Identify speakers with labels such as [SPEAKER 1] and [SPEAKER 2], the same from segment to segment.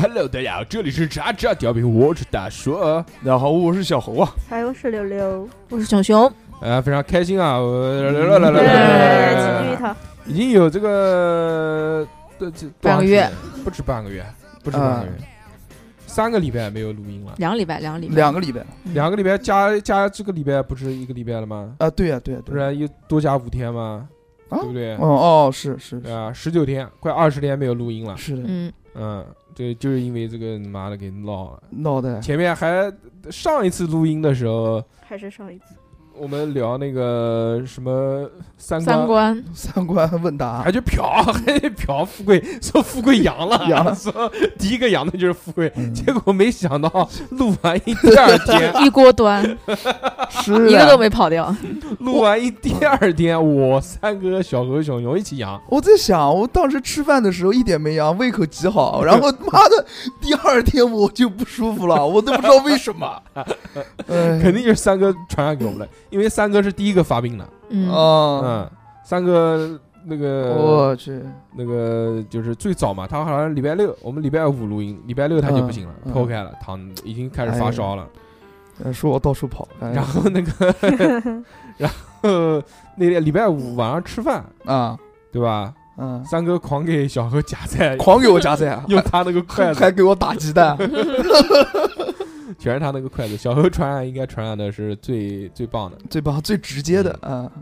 [SPEAKER 1] Hello，大家好，这里是渣渣调频，我是大叔，
[SPEAKER 2] 大家好，我是小猴啊。
[SPEAKER 3] 还有是六六，
[SPEAKER 4] 我是熊熊，
[SPEAKER 1] 呃，非常开心啊！呃来来来来
[SPEAKER 3] 对，
[SPEAKER 1] 来来
[SPEAKER 3] 齐聚一
[SPEAKER 1] 来，
[SPEAKER 3] 堂，
[SPEAKER 1] 已经有这个对这多
[SPEAKER 4] 半
[SPEAKER 1] 长
[SPEAKER 4] 个
[SPEAKER 1] 时
[SPEAKER 4] 月
[SPEAKER 1] 间，不止半个月，不止半个月，三个礼拜没有录音了，
[SPEAKER 4] 两个礼拜，两个礼拜，
[SPEAKER 2] 两个礼拜
[SPEAKER 1] 两个礼拜加加这个礼拜不是一个礼拜了吗？
[SPEAKER 2] 啊，对呀、对呀、
[SPEAKER 1] 不
[SPEAKER 2] 对呀、
[SPEAKER 1] 然又多加五天吗？
[SPEAKER 2] 啊
[SPEAKER 1] 对不对？
[SPEAKER 2] 哦哦，是是
[SPEAKER 1] 对啊，十九天，快二十天没有录音了。
[SPEAKER 2] 是的，
[SPEAKER 4] 嗯，
[SPEAKER 1] 嗯，对，就是因为这个妈的给闹了。
[SPEAKER 2] 脑袋
[SPEAKER 1] 前面还上一次录音的时候，
[SPEAKER 3] 还是上一次，
[SPEAKER 1] 我们聊那个什么三观，哎
[SPEAKER 4] 三观，
[SPEAKER 2] 三观问答
[SPEAKER 1] 还去 嫖，还去嫖富贵，说富贵阳了，
[SPEAKER 2] 阳了
[SPEAKER 1] 说第一个阳的就是富贵，
[SPEAKER 2] 嗯
[SPEAKER 1] 结果没想到录完一第二 天，
[SPEAKER 4] 一锅端，
[SPEAKER 2] 是
[SPEAKER 4] 一个
[SPEAKER 2] 啊
[SPEAKER 4] 都没跑掉。
[SPEAKER 1] 录完一第二天，我三哥小何熊熊一起阳，
[SPEAKER 2] 我在想，我当时吃饭的时候一点没阳，胃口极好，然后妈的，第二天我就不舒服了，我都不知道为什么。哎
[SPEAKER 1] 肯定就是三哥传染给我们了，因为三哥是第一个发病的，
[SPEAKER 4] 嗯，
[SPEAKER 2] 啊，
[SPEAKER 1] 嗯，三哥那个
[SPEAKER 2] 我去，
[SPEAKER 1] 那个就是最早嘛，他好像礼拜六，我们礼拜五录音，礼拜六他就不行了，
[SPEAKER 2] 嗯嗯
[SPEAKER 1] 剖开了，躺已经开始发烧了。
[SPEAKER 2] 呃说我到处跑，哎
[SPEAKER 1] 然后那个， 然后那天礼拜五晚上吃饭，
[SPEAKER 2] 啊
[SPEAKER 1] 对吧？
[SPEAKER 2] 嗯，
[SPEAKER 1] 三哥狂给小何夹菜，
[SPEAKER 2] 狂给我夹菜啊，
[SPEAKER 1] 用他那个筷
[SPEAKER 2] 还
[SPEAKER 1] 子，
[SPEAKER 2] 给我打鸡 蛋，
[SPEAKER 1] 全是他那个筷子。小何传染应该传染的是最最棒的。
[SPEAKER 2] 最棒最直接的
[SPEAKER 1] 嗯
[SPEAKER 2] 啊，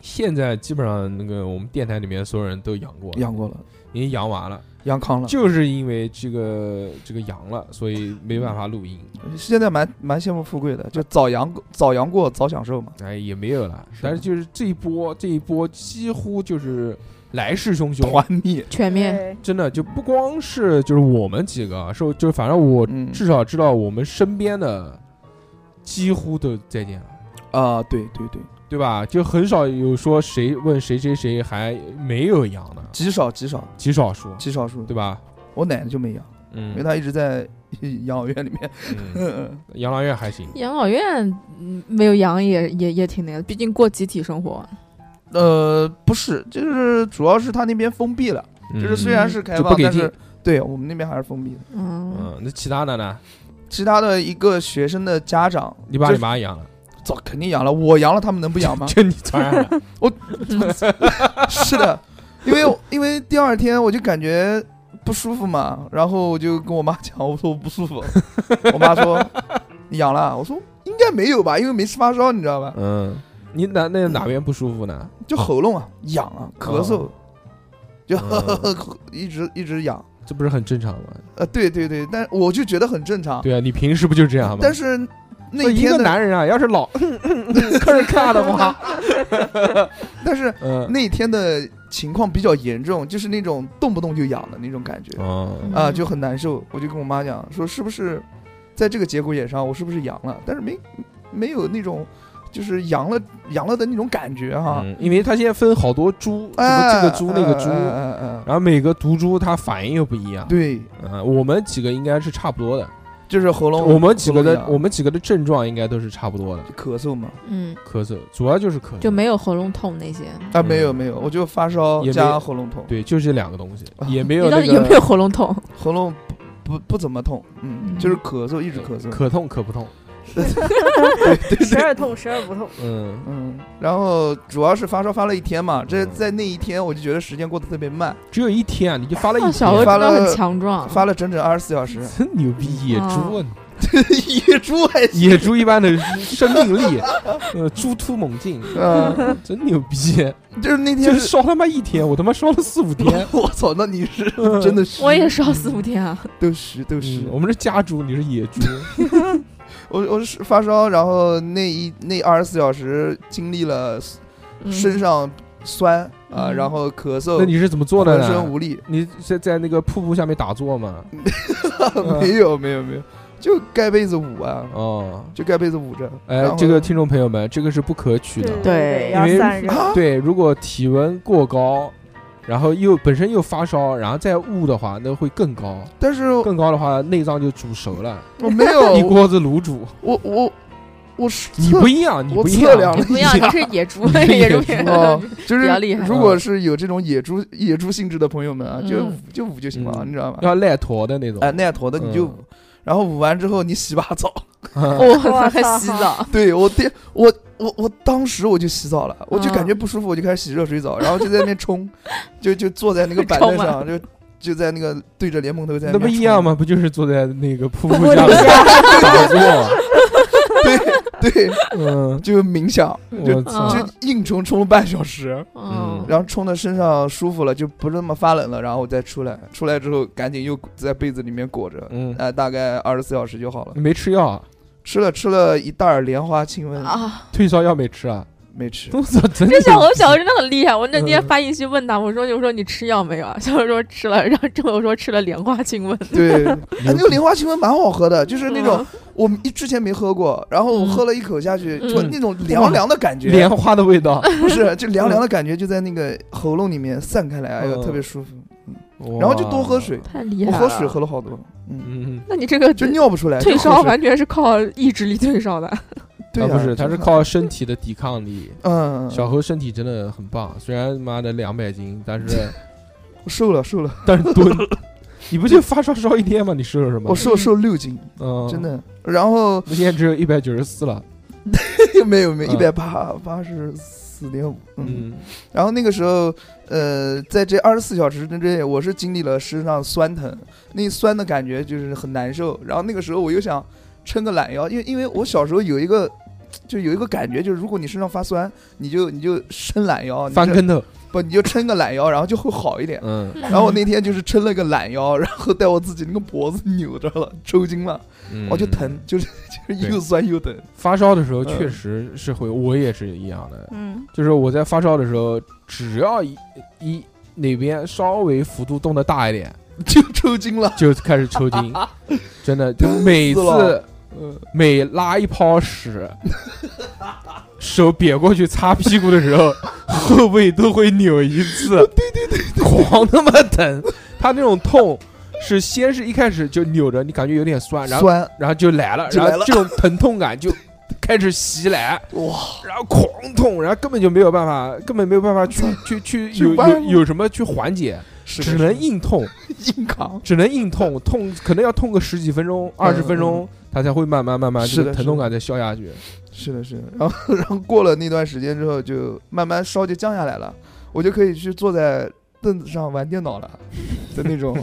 [SPEAKER 1] 现在基本上那个我们电台里面所有人都阳过，
[SPEAKER 2] 阳过了，
[SPEAKER 1] 已经阳完了，
[SPEAKER 2] 阳康了。
[SPEAKER 1] 就是因为这个这个阳了，所以没办法录音，
[SPEAKER 2] 现在蛮蛮羡慕富贵的，就早阳早阳过早享受嘛。
[SPEAKER 1] 哎也没有了。
[SPEAKER 2] 是
[SPEAKER 1] 但是就是这一波这一波几乎就是来势汹汹，
[SPEAKER 2] 团灭，
[SPEAKER 4] 全面，
[SPEAKER 3] 对，
[SPEAKER 1] 真的就不光是就是我们几个啊，是就反正我
[SPEAKER 2] 嗯
[SPEAKER 1] 至少知道我们身边的几乎都再见了，
[SPEAKER 2] 啊、对对对，
[SPEAKER 1] 对吧？就很少有说谁问谁谁谁还没有阳的，
[SPEAKER 2] 极少极少
[SPEAKER 1] 极少数，
[SPEAKER 2] 极少数。
[SPEAKER 1] 对吧？
[SPEAKER 2] 我奶奶就没阳，因为
[SPEAKER 1] 嗯，
[SPEAKER 2] 她一直在 养老院里面。
[SPEAKER 1] 嗯养老院还行，
[SPEAKER 4] 养老院嗯没有养也也也挺那个，毕竟过集体生活，
[SPEAKER 2] 呃，不是，就是主要是她那边封闭了，就是虽然是开
[SPEAKER 1] 嗯就
[SPEAKER 2] 放，
[SPEAKER 1] 不给
[SPEAKER 2] 但
[SPEAKER 1] 进
[SPEAKER 2] 是对我们那边还是封闭的。
[SPEAKER 4] 嗯，
[SPEAKER 1] 嗯，那其他的呢？
[SPEAKER 2] 其他的一个学生的家长，
[SPEAKER 1] 你爸
[SPEAKER 2] 就啊
[SPEAKER 1] 你妈阳了，？
[SPEAKER 2] 早肯定阳了，我阳了，他们能不阳吗
[SPEAKER 1] 就你传染 了，
[SPEAKER 2] 是的，因为因为第二天我就感觉不舒服嘛，然后我就跟我妈讲，我说我不舒服，我妈说你阳了，我说应该没有吧，因为没吃发烧，你知道吧？
[SPEAKER 1] 嗯，你哪那哪边不舒服呢？
[SPEAKER 2] 就喉咙啊痒啊，咳嗽，就、
[SPEAKER 1] 哦嗯
[SPEAKER 2] 一直一直痒，
[SPEAKER 1] 这不是很正常吗？
[SPEAKER 2] 呃，对对对，但我就觉得很正常，
[SPEAKER 1] 对啊，你平时不就这样吗？
[SPEAKER 2] 但是
[SPEAKER 1] 不
[SPEAKER 2] 那
[SPEAKER 1] 一
[SPEAKER 2] 天
[SPEAKER 1] 个
[SPEAKER 2] 的，
[SPEAKER 1] 男人啊，要是 老客人看的话，
[SPEAKER 2] 但是
[SPEAKER 1] 嗯，
[SPEAKER 2] 那天的情况比较严重，就是那种动不动就痒的那种感觉。
[SPEAKER 1] 哦，
[SPEAKER 2] 啊，就很难受。我就跟我妈讲说，是不是在这个节骨眼上，我是不是阳了？但是没没有那种就是阳了阳了的那种感觉哈、
[SPEAKER 1] 嗯，因为它现在分好多猪，什么
[SPEAKER 2] 哎，
[SPEAKER 1] 这个猪那个猪，
[SPEAKER 2] 哎哎哎哎
[SPEAKER 1] 然后每个毒株它反应又不一样。，
[SPEAKER 2] 对，
[SPEAKER 1] 嗯，我们几个应该是差不多的，
[SPEAKER 2] 就是喉咙，
[SPEAKER 1] 我们几个
[SPEAKER 2] 喉
[SPEAKER 1] 的
[SPEAKER 2] 咙痒
[SPEAKER 1] 我们几个的症状应该都是差不多的，
[SPEAKER 2] 咳嗽嘛，
[SPEAKER 4] 嗯，
[SPEAKER 1] 咳嗽，主要就是咳嗽，
[SPEAKER 4] 就没有喉咙痛那些。
[SPEAKER 2] 啊，没有没有，我就发烧
[SPEAKER 1] 嗯也没
[SPEAKER 2] 加喉咙痛，
[SPEAKER 1] 对，就这两个东西，
[SPEAKER 2] 啊
[SPEAKER 1] 也没有
[SPEAKER 4] 你到
[SPEAKER 1] 那
[SPEAKER 4] 底有没有
[SPEAKER 1] 个
[SPEAKER 4] 喉咙痛？
[SPEAKER 2] 喉咙不不不怎么痛，嗯，
[SPEAKER 4] 嗯
[SPEAKER 2] 就是咳嗽，一直咳嗽，
[SPEAKER 1] 可痛可不痛，
[SPEAKER 3] 时而痛，时而不痛，
[SPEAKER 1] 嗯
[SPEAKER 2] 嗯，然后主要是发烧发了一天嘛，这
[SPEAKER 1] 嗯
[SPEAKER 2] 在那一天我就觉得时间过得特别慢，
[SPEAKER 1] 只有一天啊，你就发了一
[SPEAKER 4] 那小何
[SPEAKER 1] 天，
[SPEAKER 2] 发
[SPEAKER 4] 真的
[SPEAKER 2] 了
[SPEAKER 4] 很强
[SPEAKER 1] 啊
[SPEAKER 4] 壮，
[SPEAKER 2] 发了整整二十四小 时，
[SPEAKER 1] 真牛逼，
[SPEAKER 4] 哦
[SPEAKER 1] 野猪
[SPEAKER 2] 野猪
[SPEAKER 1] 啊，
[SPEAKER 2] 还
[SPEAKER 1] 你野猪一般 的生命力，呃，猪突猛进，
[SPEAKER 2] 嗯，
[SPEAKER 1] 真牛逼，
[SPEAKER 2] 就是那
[SPEAKER 1] 就
[SPEAKER 2] 天
[SPEAKER 1] 是烧他妈一天，我他妈烧了四五 天，
[SPEAKER 2] 我操，那你是真的虚，
[SPEAKER 4] 我也烧四五天啊，
[SPEAKER 2] 都虚都虚
[SPEAKER 1] 嗯，。我们是家猪，你是野 猪，
[SPEAKER 2] 我我是发烧，然后那一那二十四小时经历了
[SPEAKER 4] 嗯
[SPEAKER 2] 身上酸啊，
[SPEAKER 4] 嗯
[SPEAKER 2] 然后咳
[SPEAKER 1] 那
[SPEAKER 2] 嗽，
[SPEAKER 1] 你是怎么做的
[SPEAKER 2] 浑身
[SPEAKER 1] 呢？
[SPEAKER 2] 无 力。
[SPEAKER 1] 你是在那个瀑布下面打坐吗？
[SPEAKER 2] 没有没有没有，就盖被子捂啊，
[SPEAKER 1] 嗯哦，
[SPEAKER 2] 就盖被子捂着。
[SPEAKER 1] 哎
[SPEAKER 2] 然，后
[SPEAKER 1] 这个听众朋友们，这个 是不可取的。
[SPEAKER 3] 对，
[SPEAKER 4] 对
[SPEAKER 3] 要
[SPEAKER 1] 因为
[SPEAKER 3] 散热，
[SPEAKER 1] 对，如果体温过高，然后又本身又发烧，然后再捂的话，那会更高。
[SPEAKER 2] 但是
[SPEAKER 1] 更高的话，内脏就煮熟了，
[SPEAKER 2] 哎我没有
[SPEAKER 1] 一，锅子卤煮。
[SPEAKER 2] 我我我是
[SPEAKER 1] 你
[SPEAKER 2] 测
[SPEAKER 1] 不一样，你
[SPEAKER 2] 我
[SPEAKER 1] 不一
[SPEAKER 2] 测量
[SPEAKER 1] 样
[SPEAKER 2] 了，
[SPEAKER 4] 你 不要，你是野猪，
[SPEAKER 1] 你是
[SPEAKER 4] 野
[SPEAKER 1] 野
[SPEAKER 4] 猪
[SPEAKER 1] 猪
[SPEAKER 4] 片
[SPEAKER 2] 哦， 就
[SPEAKER 4] 比
[SPEAKER 2] 是
[SPEAKER 4] 较厉害
[SPEAKER 2] 如
[SPEAKER 1] 嗯
[SPEAKER 2] 果是有这种野猪野猪性质的朋友们啊，就
[SPEAKER 4] 嗯
[SPEAKER 2] 就捂就行了，
[SPEAKER 1] 嗯
[SPEAKER 2] 你知道吧？
[SPEAKER 1] 要赖坨的那种。
[SPEAKER 2] 哎，那样坨的你就
[SPEAKER 1] 嗯
[SPEAKER 2] 捂，然后捂完之后你洗把澡。哦
[SPEAKER 4] 我还洗澡，
[SPEAKER 2] 对我第我我我当时我就洗澡了，我就感
[SPEAKER 4] 嗯
[SPEAKER 2] 觉不舒服，我就开始洗热水澡，然后就在那边 冲，就就坐在那个板凳
[SPEAKER 4] 冲啊
[SPEAKER 2] 上，就就在那个对着莲蓬头在
[SPEAKER 1] 那
[SPEAKER 2] 边
[SPEAKER 1] 不一
[SPEAKER 2] 冲
[SPEAKER 1] 样？吗？不就是坐在那个瀑布
[SPEAKER 3] 我
[SPEAKER 1] 下
[SPEAKER 3] 留
[SPEAKER 1] 面
[SPEAKER 3] 下，
[SPEAKER 1] 打坐吗？
[SPEAKER 2] 对对，
[SPEAKER 1] 嗯，
[SPEAKER 2] 就冥想，就
[SPEAKER 1] 我操，
[SPEAKER 4] 嗯
[SPEAKER 2] 就硬冲冲了半小时，
[SPEAKER 1] 嗯
[SPEAKER 4] 嗯，
[SPEAKER 2] 然后冲到身上舒服了，就不是那么发冷了，然后我再出来，出来之后赶紧又在被子里面裹着，
[SPEAKER 1] 嗯，
[SPEAKER 2] 哎，大概二十四小时就好了
[SPEAKER 1] 你。没吃药啊，
[SPEAKER 2] 吃了吃了一袋儿莲花清瘟，
[SPEAKER 4] 啊，
[SPEAKER 1] 退烧药没吃啊？
[SPEAKER 2] 没吃。
[SPEAKER 1] 我操，真
[SPEAKER 4] 这
[SPEAKER 1] 的
[SPEAKER 4] 小何小 何真的很厉害。我那天
[SPEAKER 1] 嗯
[SPEAKER 4] 发信息问他，我说：“我说你吃药没有 啊？”小何说吃了，然后郑友说吃了莲花清瘟，
[SPEAKER 2] 对，哎那个莲花清瘟蛮好喝的，就是那种
[SPEAKER 4] 嗯
[SPEAKER 2] 我一之前没喝过，然后我
[SPEAKER 4] 嗯
[SPEAKER 2] 喝了一口下去，
[SPEAKER 4] 嗯
[SPEAKER 2] 就那种凉凉的感觉
[SPEAKER 1] 莲，花的味道。
[SPEAKER 2] 不是就凉凉的感觉就在那个喉咙里面散开来，哎呦
[SPEAKER 4] 哦
[SPEAKER 1] 嗯
[SPEAKER 2] 特别舒服。然后就多喝水，
[SPEAKER 4] 太厉
[SPEAKER 2] 我
[SPEAKER 4] 害了。
[SPEAKER 2] 喝水喝了好多，
[SPEAKER 1] 哇。
[SPEAKER 2] 嗯，
[SPEAKER 1] 嗯，
[SPEAKER 4] 那你这个
[SPEAKER 2] 就尿不出来。
[SPEAKER 4] 退
[SPEAKER 2] 就喝
[SPEAKER 4] 烧
[SPEAKER 2] 水
[SPEAKER 4] 完全是靠意志力退烧的，
[SPEAKER 2] 对
[SPEAKER 1] 啊
[SPEAKER 2] 呀
[SPEAKER 1] 不是，他是靠身体的抵抗力。
[SPEAKER 2] 嗯，
[SPEAKER 1] 小何身体真的很棒，虽然妈的两百斤，但是
[SPEAKER 2] 嗯瘦了瘦了，
[SPEAKER 1] 但是蹲，你不就发烧烧一天吗？你瘦了什么
[SPEAKER 2] 我？瘦瘦六斤，
[SPEAKER 1] 嗯，
[SPEAKER 2] 真，的。然后
[SPEAKER 1] 我现在只有一百九十四了。
[SPEAKER 2] 没有没有
[SPEAKER 1] 嗯
[SPEAKER 2] 一百八八十四点五，嗯。
[SPEAKER 1] 嗯，
[SPEAKER 2] 然后那个时候，呃，在这二十四小时之内，我是经历了身上酸疼，那酸的感觉就是很难受。然后那个时候我又想撑个懒腰，因为因为我小时候有一个，就有一个感觉，就是如果你身上发酸，你就你就伸懒腰， 你
[SPEAKER 1] 翻
[SPEAKER 2] 就
[SPEAKER 1] 跟头。
[SPEAKER 2] 不你就撑个懒腰，然后就会好一点。
[SPEAKER 1] 嗯
[SPEAKER 2] 然后我那天就是撑了个懒腰，然后带我自己那个脖子扭着了，抽筋了，哦
[SPEAKER 1] 嗯
[SPEAKER 2] 我就疼，就是就是又酸又疼。
[SPEAKER 1] 发烧的时候确
[SPEAKER 2] 嗯
[SPEAKER 1] 实是会，我也是一样的，
[SPEAKER 3] 嗯，
[SPEAKER 1] 就是我在发烧的时候，只要一一哪边稍微幅度动的大一点，
[SPEAKER 2] 就抽筋了，
[SPEAKER 1] 就开始 抽筋，真的，就每
[SPEAKER 2] 死
[SPEAKER 1] 次
[SPEAKER 2] 了
[SPEAKER 1] 呃
[SPEAKER 2] 嗯，
[SPEAKER 1] 每拉一泡屎， 手别过去擦屁股的时候，后背都会扭一次， 对对对，狂他妈疼，他那种痛。是先是一开始就扭着，你感觉有点酸，然后
[SPEAKER 2] 酸
[SPEAKER 1] 然后就来了，
[SPEAKER 2] 就
[SPEAKER 1] 然
[SPEAKER 2] 来
[SPEAKER 1] 后
[SPEAKER 2] 了
[SPEAKER 1] 这种疼痛感就开始袭 来，
[SPEAKER 2] 哇，
[SPEAKER 1] 然后狂痛，然后根本就没有办法，根本没有办法 去去去
[SPEAKER 2] 去
[SPEAKER 1] 有
[SPEAKER 2] 弯
[SPEAKER 1] 有有什么去缓解，
[SPEAKER 2] 是的
[SPEAKER 1] 只能硬痛，
[SPEAKER 2] 硬扛。
[SPEAKER 1] 只能硬痛，痛可能要痛个十几分钟、二十分钟，它才会慢慢慢慢
[SPEAKER 2] 是
[SPEAKER 1] 这个
[SPEAKER 2] 的
[SPEAKER 1] 疼
[SPEAKER 2] 是
[SPEAKER 1] 痛
[SPEAKER 2] 的
[SPEAKER 1] 感才消下去。
[SPEAKER 2] 是的，是 的。然后，然后过了那段时间之后，就慢慢烧就降下来了，我就可以去坐在凳子上玩电脑了 的那种。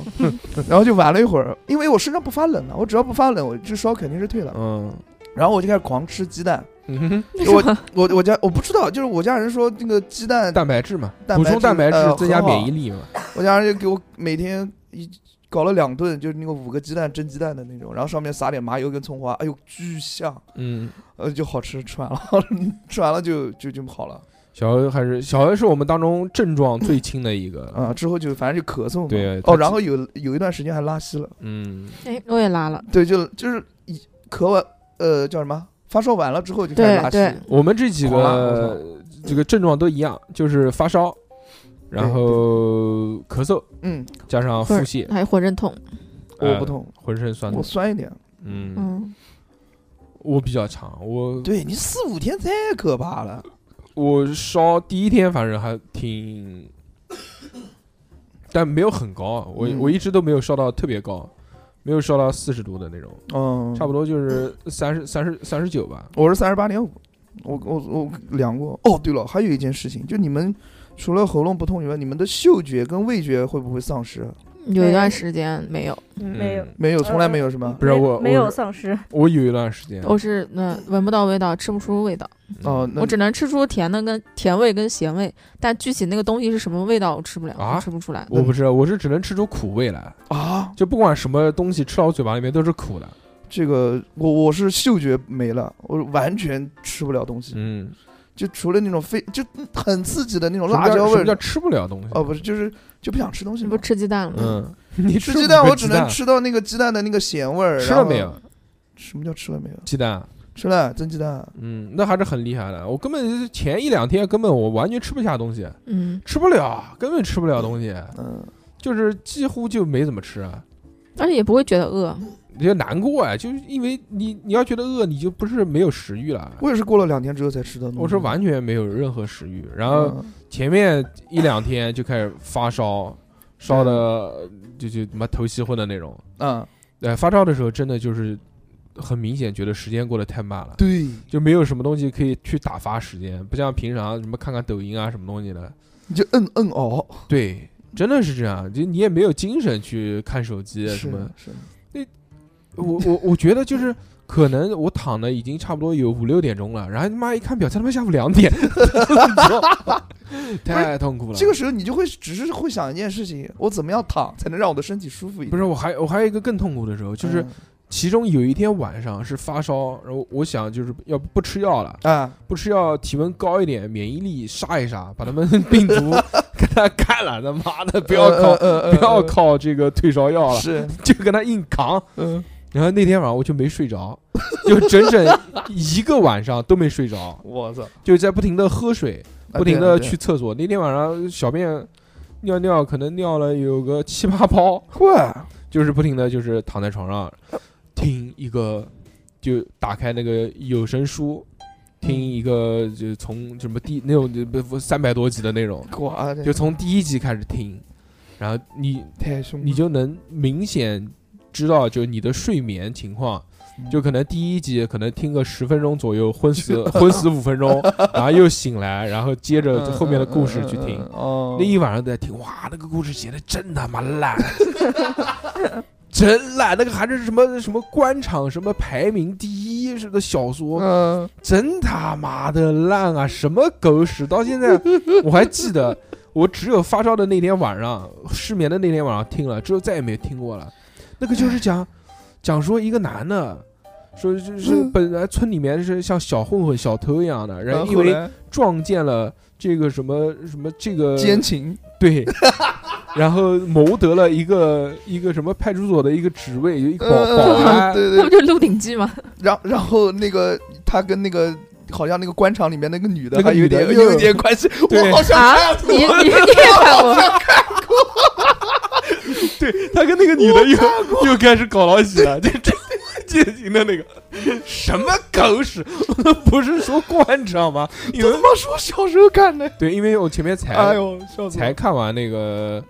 [SPEAKER 2] 然后就玩了一会儿，因为我身上不发冷了，啊我只要不发冷，我这烧肯定是退了。
[SPEAKER 1] 嗯
[SPEAKER 2] 然后我就开始狂吃鸡蛋，
[SPEAKER 1] 嗯哼，
[SPEAKER 4] 为
[SPEAKER 2] 我
[SPEAKER 4] 什么
[SPEAKER 2] 我我家我不知道，就是我家人说那个鸡 蛋，
[SPEAKER 1] 蛋白质嘛，
[SPEAKER 2] 蛋
[SPEAKER 1] 补
[SPEAKER 2] 白
[SPEAKER 1] 充
[SPEAKER 2] 质
[SPEAKER 1] 蛋白质
[SPEAKER 2] 呃
[SPEAKER 1] 增加
[SPEAKER 2] 很好
[SPEAKER 1] 免疫力嘛。
[SPEAKER 2] 我家人就给我每天一。搞了两顿，就是那个五个鸡蛋蒸鸡蛋的那种，然后上面撒点麻油跟葱花，哎呦，巨香，
[SPEAKER 1] 嗯，
[SPEAKER 2] 呃，就好吃，吃完了， 吃完了就就就好了
[SPEAKER 1] 小何还是小何是我们当中症状最轻的一个。
[SPEAKER 2] 啊、之后就反正就咳嗽嘛，
[SPEAKER 1] 对他
[SPEAKER 2] 哦，然后有有一段时间还拉稀了，
[SPEAKER 1] 嗯，
[SPEAKER 4] 哎，我也拉了。
[SPEAKER 2] 对，就就是一咳完，呃，叫什么？发烧完了之后就开始拉
[SPEAKER 4] 对对
[SPEAKER 2] 稀，
[SPEAKER 1] 我们这几
[SPEAKER 2] 狂拉我操
[SPEAKER 1] 个这个症状都一样，就是发烧，然后咳嗽，
[SPEAKER 2] 嗯，
[SPEAKER 1] 加上腹泻，
[SPEAKER 4] 还浑身痛，
[SPEAKER 2] 我
[SPEAKER 1] 呃
[SPEAKER 2] 不，痛，
[SPEAKER 1] 浑身酸
[SPEAKER 2] 我
[SPEAKER 1] 痛。
[SPEAKER 2] 酸一点。
[SPEAKER 1] 嗯，
[SPEAKER 4] 嗯，
[SPEAKER 1] 我比较强，我
[SPEAKER 2] 对你四五天太可怕了，
[SPEAKER 1] 我烧第一天反正还挺，但没有很高，啊我
[SPEAKER 2] 嗯
[SPEAKER 1] 我一直都没有烧到特别高，没有烧到四十度的那种，
[SPEAKER 2] 嗯，
[SPEAKER 1] 差不
[SPEAKER 2] 多。
[SPEAKER 1] 多就是三十三十三十九吧。
[SPEAKER 2] 我是三十八点五，我我我量过。哦，对了，还有一件事情，就你们除了喉咙不痛以外，你们的嗅觉跟味觉会不会丧失？啊
[SPEAKER 4] 嗯有一段时间没有，
[SPEAKER 3] 没有
[SPEAKER 1] 嗯，
[SPEAKER 2] 没有，从来
[SPEAKER 3] 呃
[SPEAKER 2] 没有是吗？
[SPEAKER 1] 不是
[SPEAKER 3] 没
[SPEAKER 1] 我
[SPEAKER 3] 没
[SPEAKER 1] 我
[SPEAKER 3] 有
[SPEAKER 1] 是
[SPEAKER 3] 丧尸，
[SPEAKER 1] 我有一段时间
[SPEAKER 3] 哦
[SPEAKER 1] 嗯
[SPEAKER 4] 我是嗯闻不到味道，吃不出味道，
[SPEAKER 2] 哦，那
[SPEAKER 4] 我只能吃出甜的跟甜味跟咸味，但具体那个东西是什么味道我吃不了，
[SPEAKER 1] 啊
[SPEAKER 4] 我吃不出来。
[SPEAKER 1] 我不是，我是只能吃出苦味来，
[SPEAKER 2] 啊，
[SPEAKER 1] 就不管什么东西吃到嘴巴里面都是苦的。
[SPEAKER 2] 这个我我是嗅觉没了，我完全吃不了东西。
[SPEAKER 1] 嗯，
[SPEAKER 2] 就除了那种非就很刺激的那种
[SPEAKER 1] 什么
[SPEAKER 2] 辣
[SPEAKER 1] 叫
[SPEAKER 2] 椒味
[SPEAKER 1] 什么
[SPEAKER 2] 儿
[SPEAKER 1] 叫，吃不了东西？
[SPEAKER 2] 哦，不是，就是就不想吃东西
[SPEAKER 4] 你
[SPEAKER 2] 嘛。
[SPEAKER 4] 不吃鸡蛋了吗？
[SPEAKER 1] 嗯，你
[SPEAKER 2] 吃
[SPEAKER 1] 五个
[SPEAKER 2] 鸡
[SPEAKER 1] 鸡
[SPEAKER 2] 蛋，我只能。吃到那个鸡蛋的那个咸味儿。
[SPEAKER 1] 吃
[SPEAKER 2] 然
[SPEAKER 1] 了
[SPEAKER 2] 后
[SPEAKER 1] 没有？？
[SPEAKER 2] 什么叫吃了没有？
[SPEAKER 1] 鸡蛋，
[SPEAKER 2] 吃了蒸鸡蛋，
[SPEAKER 1] 嗯，那还是很厉害的。我根本前一两天根本我完全吃不下东西，
[SPEAKER 4] 嗯，
[SPEAKER 1] 吃不了，根本吃不了东西，
[SPEAKER 2] 嗯，
[SPEAKER 1] 就是几乎就没怎么吃啊。
[SPEAKER 4] 而且也不会觉得饿。
[SPEAKER 1] 你就难过啊，就是因为你你要觉得饿，你就不是没有食欲了。
[SPEAKER 2] 我也是过了两天之后才吃的。
[SPEAKER 1] 哎我是完全没有任何食欲，然后
[SPEAKER 2] 嗯
[SPEAKER 1] 前面一两天就开始发烧，烧的就就他妈头稀昏的那种。
[SPEAKER 2] 嗯，
[SPEAKER 1] 呃，发烧的时候真的就是很明显觉得时间过得太慢了，
[SPEAKER 2] 对，
[SPEAKER 1] 就没有什么东西可以去打发时间，不像平常什么看看抖音啊什么东西的。
[SPEAKER 2] 你就摁摁熬，
[SPEAKER 1] 对，真的是这样，就你也没有精神去看手机啊
[SPEAKER 2] 是
[SPEAKER 1] 什么。
[SPEAKER 2] 是，
[SPEAKER 1] 我我我觉得就是可能我躺的已经差不多有五六点钟了，然后他妈一看表，才他妈下午两点， 太痛苦了。
[SPEAKER 2] 这个时候你就会只是会想一件事情：我怎么样躺才能让我的身体舒服一点？
[SPEAKER 1] 不是，我还我还有一个更痛苦的时候，就是
[SPEAKER 2] 嗯
[SPEAKER 1] 其中有一天晚上是发烧，然后我想就是要不不吃药了，
[SPEAKER 2] 啊，
[SPEAKER 1] 不吃药体温高一点，免疫力杀一杀，把他 们病毒给他干了，他妈的不要靠
[SPEAKER 2] 呃
[SPEAKER 1] 不要，靠这个退烧药
[SPEAKER 2] 呃
[SPEAKER 1] 了，
[SPEAKER 2] 是，
[SPEAKER 1] 就跟他硬扛。
[SPEAKER 2] 嗯，
[SPEAKER 1] 然后那天晚上我就没睡着，就整整一个晚上都没睡着。
[SPEAKER 2] 我操，
[SPEAKER 1] 就在不停的喝水，
[SPEAKER 2] 啊
[SPEAKER 1] 不停的去厕所。那天晚上小便尿尿可能尿了有个七八包，
[SPEAKER 2] 会，
[SPEAKER 1] 就是不停的就是躺在床上听一个，就打开那个有声书，听一个就从什么第那种就不不三百多集的那种，
[SPEAKER 2] 哇，
[SPEAKER 1] 就从第一集开始听，然后你
[SPEAKER 2] 太凶了，
[SPEAKER 1] 你就能明显知道就你的睡眠情况。
[SPEAKER 2] 嗯
[SPEAKER 1] 就可能第一集可能听个十分钟左右，昏 死昏死五分钟，然后又醒来，然后接着就后面的故事去听
[SPEAKER 2] 嗯。嗯嗯嗯哦，
[SPEAKER 1] 那一晚上都在听，哇，那个故事写的真他妈 烂，真烂！那个还是什么什么官场什么排名第一似的小说，
[SPEAKER 2] 嗯，
[SPEAKER 1] 真他妈的烂啊！什么狗屎！到 现在我还记得，我只有发烧的那天晚上，失眠的那天晚上听了，之后再也没听过了。那个就是讲，讲说一个男的，说就是
[SPEAKER 2] 嗯
[SPEAKER 1] 本来村里面是像小混混、小偷一样的，然后因为呃撞见了这个什么什么这个
[SPEAKER 2] 奸 情，
[SPEAKER 1] 对，然后谋得了一个一个什么派出所的一个职位，有一个 保
[SPEAKER 2] 嗯
[SPEAKER 1] 保安，
[SPEAKER 2] 对
[SPEAKER 4] 那
[SPEAKER 2] 对
[SPEAKER 4] 不，就是《鹿鼎记》吗？
[SPEAKER 2] 然然后那个他跟那个好像那个官场里面那个女的
[SPEAKER 1] 那个
[SPEAKER 2] 还有
[SPEAKER 1] 女的
[SPEAKER 2] 点
[SPEAKER 1] 又
[SPEAKER 2] 有一点关系，
[SPEAKER 1] 对
[SPEAKER 2] 我好像
[SPEAKER 4] 啊，你你你也看过？
[SPEAKER 1] 对他跟那个女的又又开始搞到一起了，这 这践行的那个什么狗屎， 不是说官场吗？
[SPEAKER 2] 这
[SPEAKER 1] 有
[SPEAKER 2] 他妈是我小时候看的，
[SPEAKER 1] 对，因为我前面才、
[SPEAKER 2] 哎呦，笑死我
[SPEAKER 1] 才
[SPEAKER 2] 了，
[SPEAKER 1] 看完那个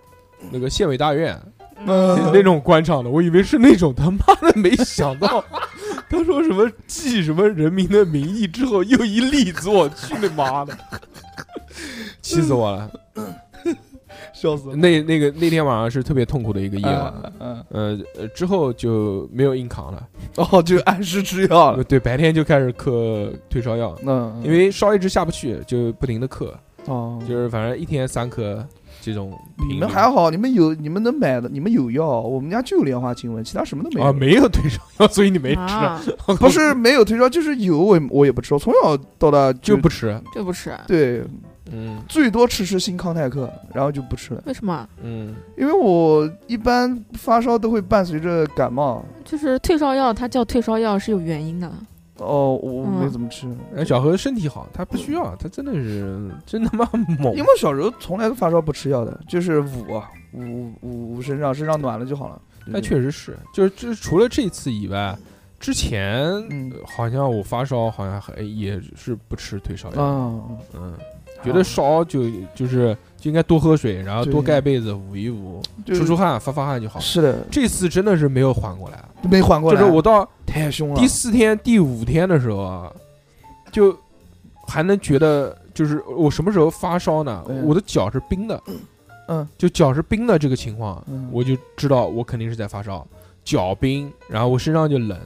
[SPEAKER 1] 那个县委大院、
[SPEAKER 2] 嗯
[SPEAKER 1] 那种官场的，我以为是那种，他妈的没想到。 他说什么记什么人民的名义之后又一例子，我去你妈的，气死我了！
[SPEAKER 2] 笑 死了，
[SPEAKER 1] 那那个那天晚上是特别痛苦的一个夜晚，
[SPEAKER 2] 嗯嗯，
[SPEAKER 1] 呃呃之后就没有硬扛了，
[SPEAKER 2] 哦，就按时吃药了，
[SPEAKER 1] 对，白天就开始嗑退烧药，
[SPEAKER 2] 嗯，
[SPEAKER 1] 因为烧一直下不去，就不停的嗑，
[SPEAKER 2] 哦，
[SPEAKER 1] 就是反正一天三颗这种
[SPEAKER 2] 你
[SPEAKER 1] 频率。
[SPEAKER 2] 们还好，你们有你们能买的，你们有药，我们家就有莲花清瘟，其他什么都没有。
[SPEAKER 1] 啊，没有退烧药，所以你没吃，
[SPEAKER 4] 啊，
[SPEAKER 2] 不是没有退烧，就是有我也我也不吃，我从小到大
[SPEAKER 1] 就不吃。
[SPEAKER 4] 这不吃？
[SPEAKER 2] 对，
[SPEAKER 1] 嗯
[SPEAKER 2] 最多吃吃新康泰克，然后就不吃了，
[SPEAKER 4] 为什么？
[SPEAKER 1] 嗯，
[SPEAKER 2] 因为我一般发烧都会伴随着感冒。
[SPEAKER 4] 就是退烧药，它叫退烧药是有原因的。
[SPEAKER 2] 哦，我
[SPEAKER 4] 嗯
[SPEAKER 2] 没怎么吃，
[SPEAKER 1] 哎小何身体好，他不需要，他真的是真他妈猛
[SPEAKER 2] 因为。小时候从来发烧不吃药的，就是捂啊捂捂捂身上，身上暖了就好了。
[SPEAKER 1] 那确实是，就是这除了这次以外，之前、
[SPEAKER 2] 嗯
[SPEAKER 1] 呃好像我发烧，好像还也是不吃退烧药。
[SPEAKER 2] 啊，
[SPEAKER 1] 嗯，觉得烧就就是就应该多喝水，然后
[SPEAKER 2] 对
[SPEAKER 1] 多盖被子捂一捂，
[SPEAKER 2] 就是
[SPEAKER 1] 出出汗发发汗就好。
[SPEAKER 2] 是的，
[SPEAKER 1] 这次真的是没有缓过来，啊
[SPEAKER 2] 没缓过
[SPEAKER 1] 就
[SPEAKER 2] 来，
[SPEAKER 1] 是我到
[SPEAKER 2] 太凶了。
[SPEAKER 1] 第四天、第五天的时候啊，就还能觉得，就是我什么时候发烧呢？
[SPEAKER 2] 嗯
[SPEAKER 1] 我的脚是冰的，
[SPEAKER 2] 嗯，
[SPEAKER 1] 就脚是冰的这个情况，
[SPEAKER 2] 嗯
[SPEAKER 1] 我就知道我肯定是在发烧，脚冰，然后我身上就冷，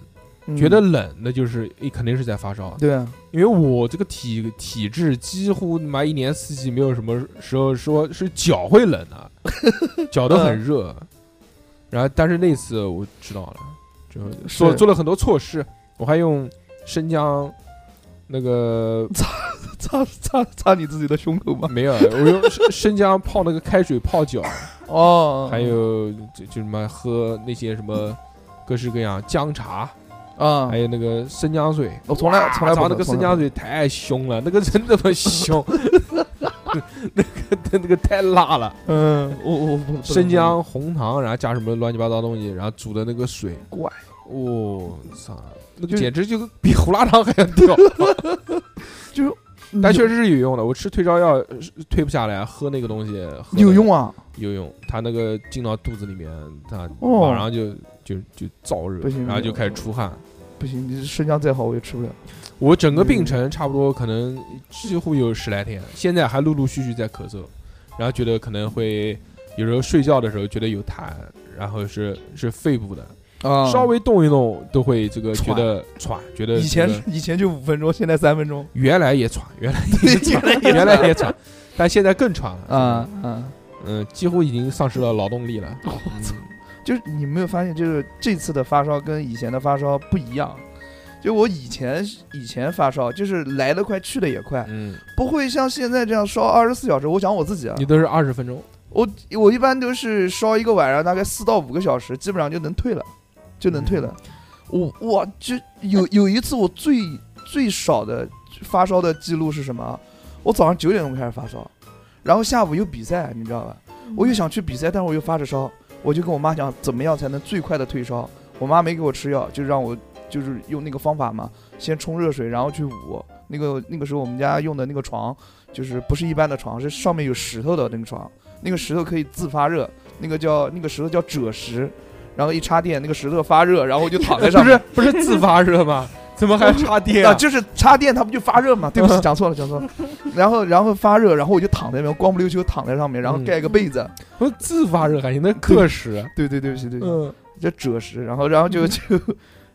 [SPEAKER 2] 嗯
[SPEAKER 1] 觉得冷，那就是一肯定是在发烧，
[SPEAKER 2] 对啊，
[SPEAKER 1] 因为我这个体体质几乎他妈一年四季没有什么时候说是脚会冷的，脚都很热。然后，但是那次我知道了，就做
[SPEAKER 2] 是
[SPEAKER 1] 做了很多措施，我还用生姜，那个
[SPEAKER 2] 擦擦擦你自己的胸口吧。
[SPEAKER 1] 没有，我用生生姜泡那个开水泡脚，
[SPEAKER 2] 哦，
[SPEAKER 1] 还有就就什么喝那些什么各式各样姜茶，
[SPEAKER 2] 啊
[SPEAKER 1] 还，有那个生姜水，
[SPEAKER 2] 我从来
[SPEAKER 1] 哇
[SPEAKER 2] 从来不
[SPEAKER 1] 操
[SPEAKER 2] 喝
[SPEAKER 1] 那个
[SPEAKER 2] 从
[SPEAKER 1] 生
[SPEAKER 2] 来
[SPEAKER 1] 姜
[SPEAKER 2] 不
[SPEAKER 1] 水太凶了，那个真他妈凶，那个太辣了，
[SPEAKER 2] 嗯，我我不
[SPEAKER 1] 生，姜、红糖，然后加什么乱七八糟东西，然后煮的那个水，
[SPEAKER 2] 怪，
[SPEAKER 1] 哦，操，那
[SPEAKER 2] 就是
[SPEAKER 1] 简直就比胡辣汤还要 屌。但确
[SPEAKER 2] 实
[SPEAKER 1] 实是有用的，我吃退烧药呃是退不下来，喝那个东西喝
[SPEAKER 2] 有
[SPEAKER 1] 了
[SPEAKER 2] 用啊，
[SPEAKER 1] 有用，它那个进到肚子里面，它
[SPEAKER 2] 哦
[SPEAKER 1] 马上就就就燥热
[SPEAKER 2] 不，行
[SPEAKER 1] 然后
[SPEAKER 2] 不行
[SPEAKER 1] 就开始出汗。
[SPEAKER 2] 不行，你生姜再好我也吃不了。
[SPEAKER 1] 我整个病
[SPEAKER 2] 嗯
[SPEAKER 1] 程差不多可能几乎有十来天，现在还陆陆续续在咳嗽，然后觉得可能会有时候睡觉的时候觉得有痰，然后是是肺部的，
[SPEAKER 2] 啊
[SPEAKER 1] 稍微动一动都会这个觉
[SPEAKER 2] 喘
[SPEAKER 1] 得喘，觉得
[SPEAKER 2] 以前
[SPEAKER 1] 这个
[SPEAKER 2] 以前就五分钟，现在三分钟。
[SPEAKER 1] 原来也喘， 原来也喘，原来也喘，但现在更喘了
[SPEAKER 2] 啊啊！
[SPEAKER 1] 嗯，几乎已经丧失了劳动 力了。
[SPEAKER 2] 就是你没有发现，就是这次的发烧跟以前的发烧不一样。就我以前以前发烧，就是来得快去得也快，
[SPEAKER 1] 嗯，
[SPEAKER 2] 不会像现在这样烧二十四小时。我想我自己啊
[SPEAKER 1] 你，都是二十分钟，
[SPEAKER 2] 我我一般都是烧一个晚上，大概四到五个小时，基本上就能退了，就能
[SPEAKER 1] 嗯
[SPEAKER 2] 退了。我我就有有一次我最最少的发烧的记录是什么啊？我早上九点钟开始发烧，然后下午有比赛，你知道吧？我又想去比赛，但是我又发着烧，我就跟我妈讲怎么样才能最快的退烧。我妈没给我吃药，就让我就是用那个方法嘛，先冲热水，然后去捂。那个那个时候我们家用的那个床，就是不是一般的床，是上面有石头的那个床，那个石头可以自发热，那个叫那个石头叫赭石，然后一插电，那个石头发热，然后我就躺在上
[SPEAKER 1] 不是
[SPEAKER 2] 面。
[SPEAKER 1] 呃不是自发热吗？ 怎么还插电
[SPEAKER 2] 啊，
[SPEAKER 1] 啊？嗯
[SPEAKER 2] 就是插电，它不就发热嘛？对不起，讲错了，讲错了。然后，然后发热，然后我就躺在那边，光不溜秋躺在上面，然后
[SPEAKER 1] 嗯
[SPEAKER 2] 盖个被子。
[SPEAKER 1] 不是自发热还行，那是克时。啊
[SPEAKER 2] 对对，对不起，对不起。
[SPEAKER 1] 嗯，
[SPEAKER 2] 这赭石，然后然后就就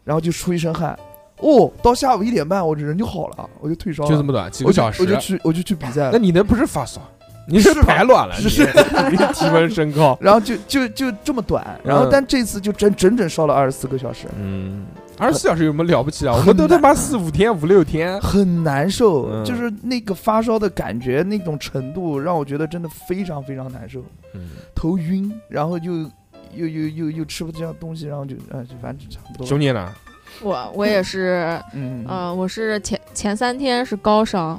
[SPEAKER 2] 然后就出一身汗，哦，到下午一点半我人就好了，我就退烧了，
[SPEAKER 1] 就这么短，几
[SPEAKER 2] 我
[SPEAKER 1] 个
[SPEAKER 2] 就
[SPEAKER 1] 小时啊
[SPEAKER 2] 我。就去我就去比赛
[SPEAKER 1] 那
[SPEAKER 2] 了，
[SPEAKER 1] 你那不是发烧，你是
[SPEAKER 2] 是吧
[SPEAKER 1] 排卵了，你
[SPEAKER 2] 是
[SPEAKER 1] 你体温升高。
[SPEAKER 2] 然后就就就这么短，然后
[SPEAKER 1] 嗯
[SPEAKER 2] 但这次就整整整烧了二十四个小时，
[SPEAKER 1] 嗯，二十四小时有什么了不起啊？我
[SPEAKER 2] 很
[SPEAKER 1] 们都他
[SPEAKER 2] 难
[SPEAKER 1] 妈四五天、五六天。
[SPEAKER 2] 很难受，
[SPEAKER 1] 嗯
[SPEAKER 2] 就是那个发烧的感觉那种程度，让我觉得真的非常非常难受，
[SPEAKER 1] 嗯，
[SPEAKER 2] 头晕，然后又又又又又吃不这样东西，然后就哎，就反正差不多
[SPEAKER 1] 兄
[SPEAKER 2] 了，
[SPEAKER 1] 弟呢？
[SPEAKER 4] 我我也是，
[SPEAKER 2] 嗯，
[SPEAKER 4] 呃，我是前前三天是高烧，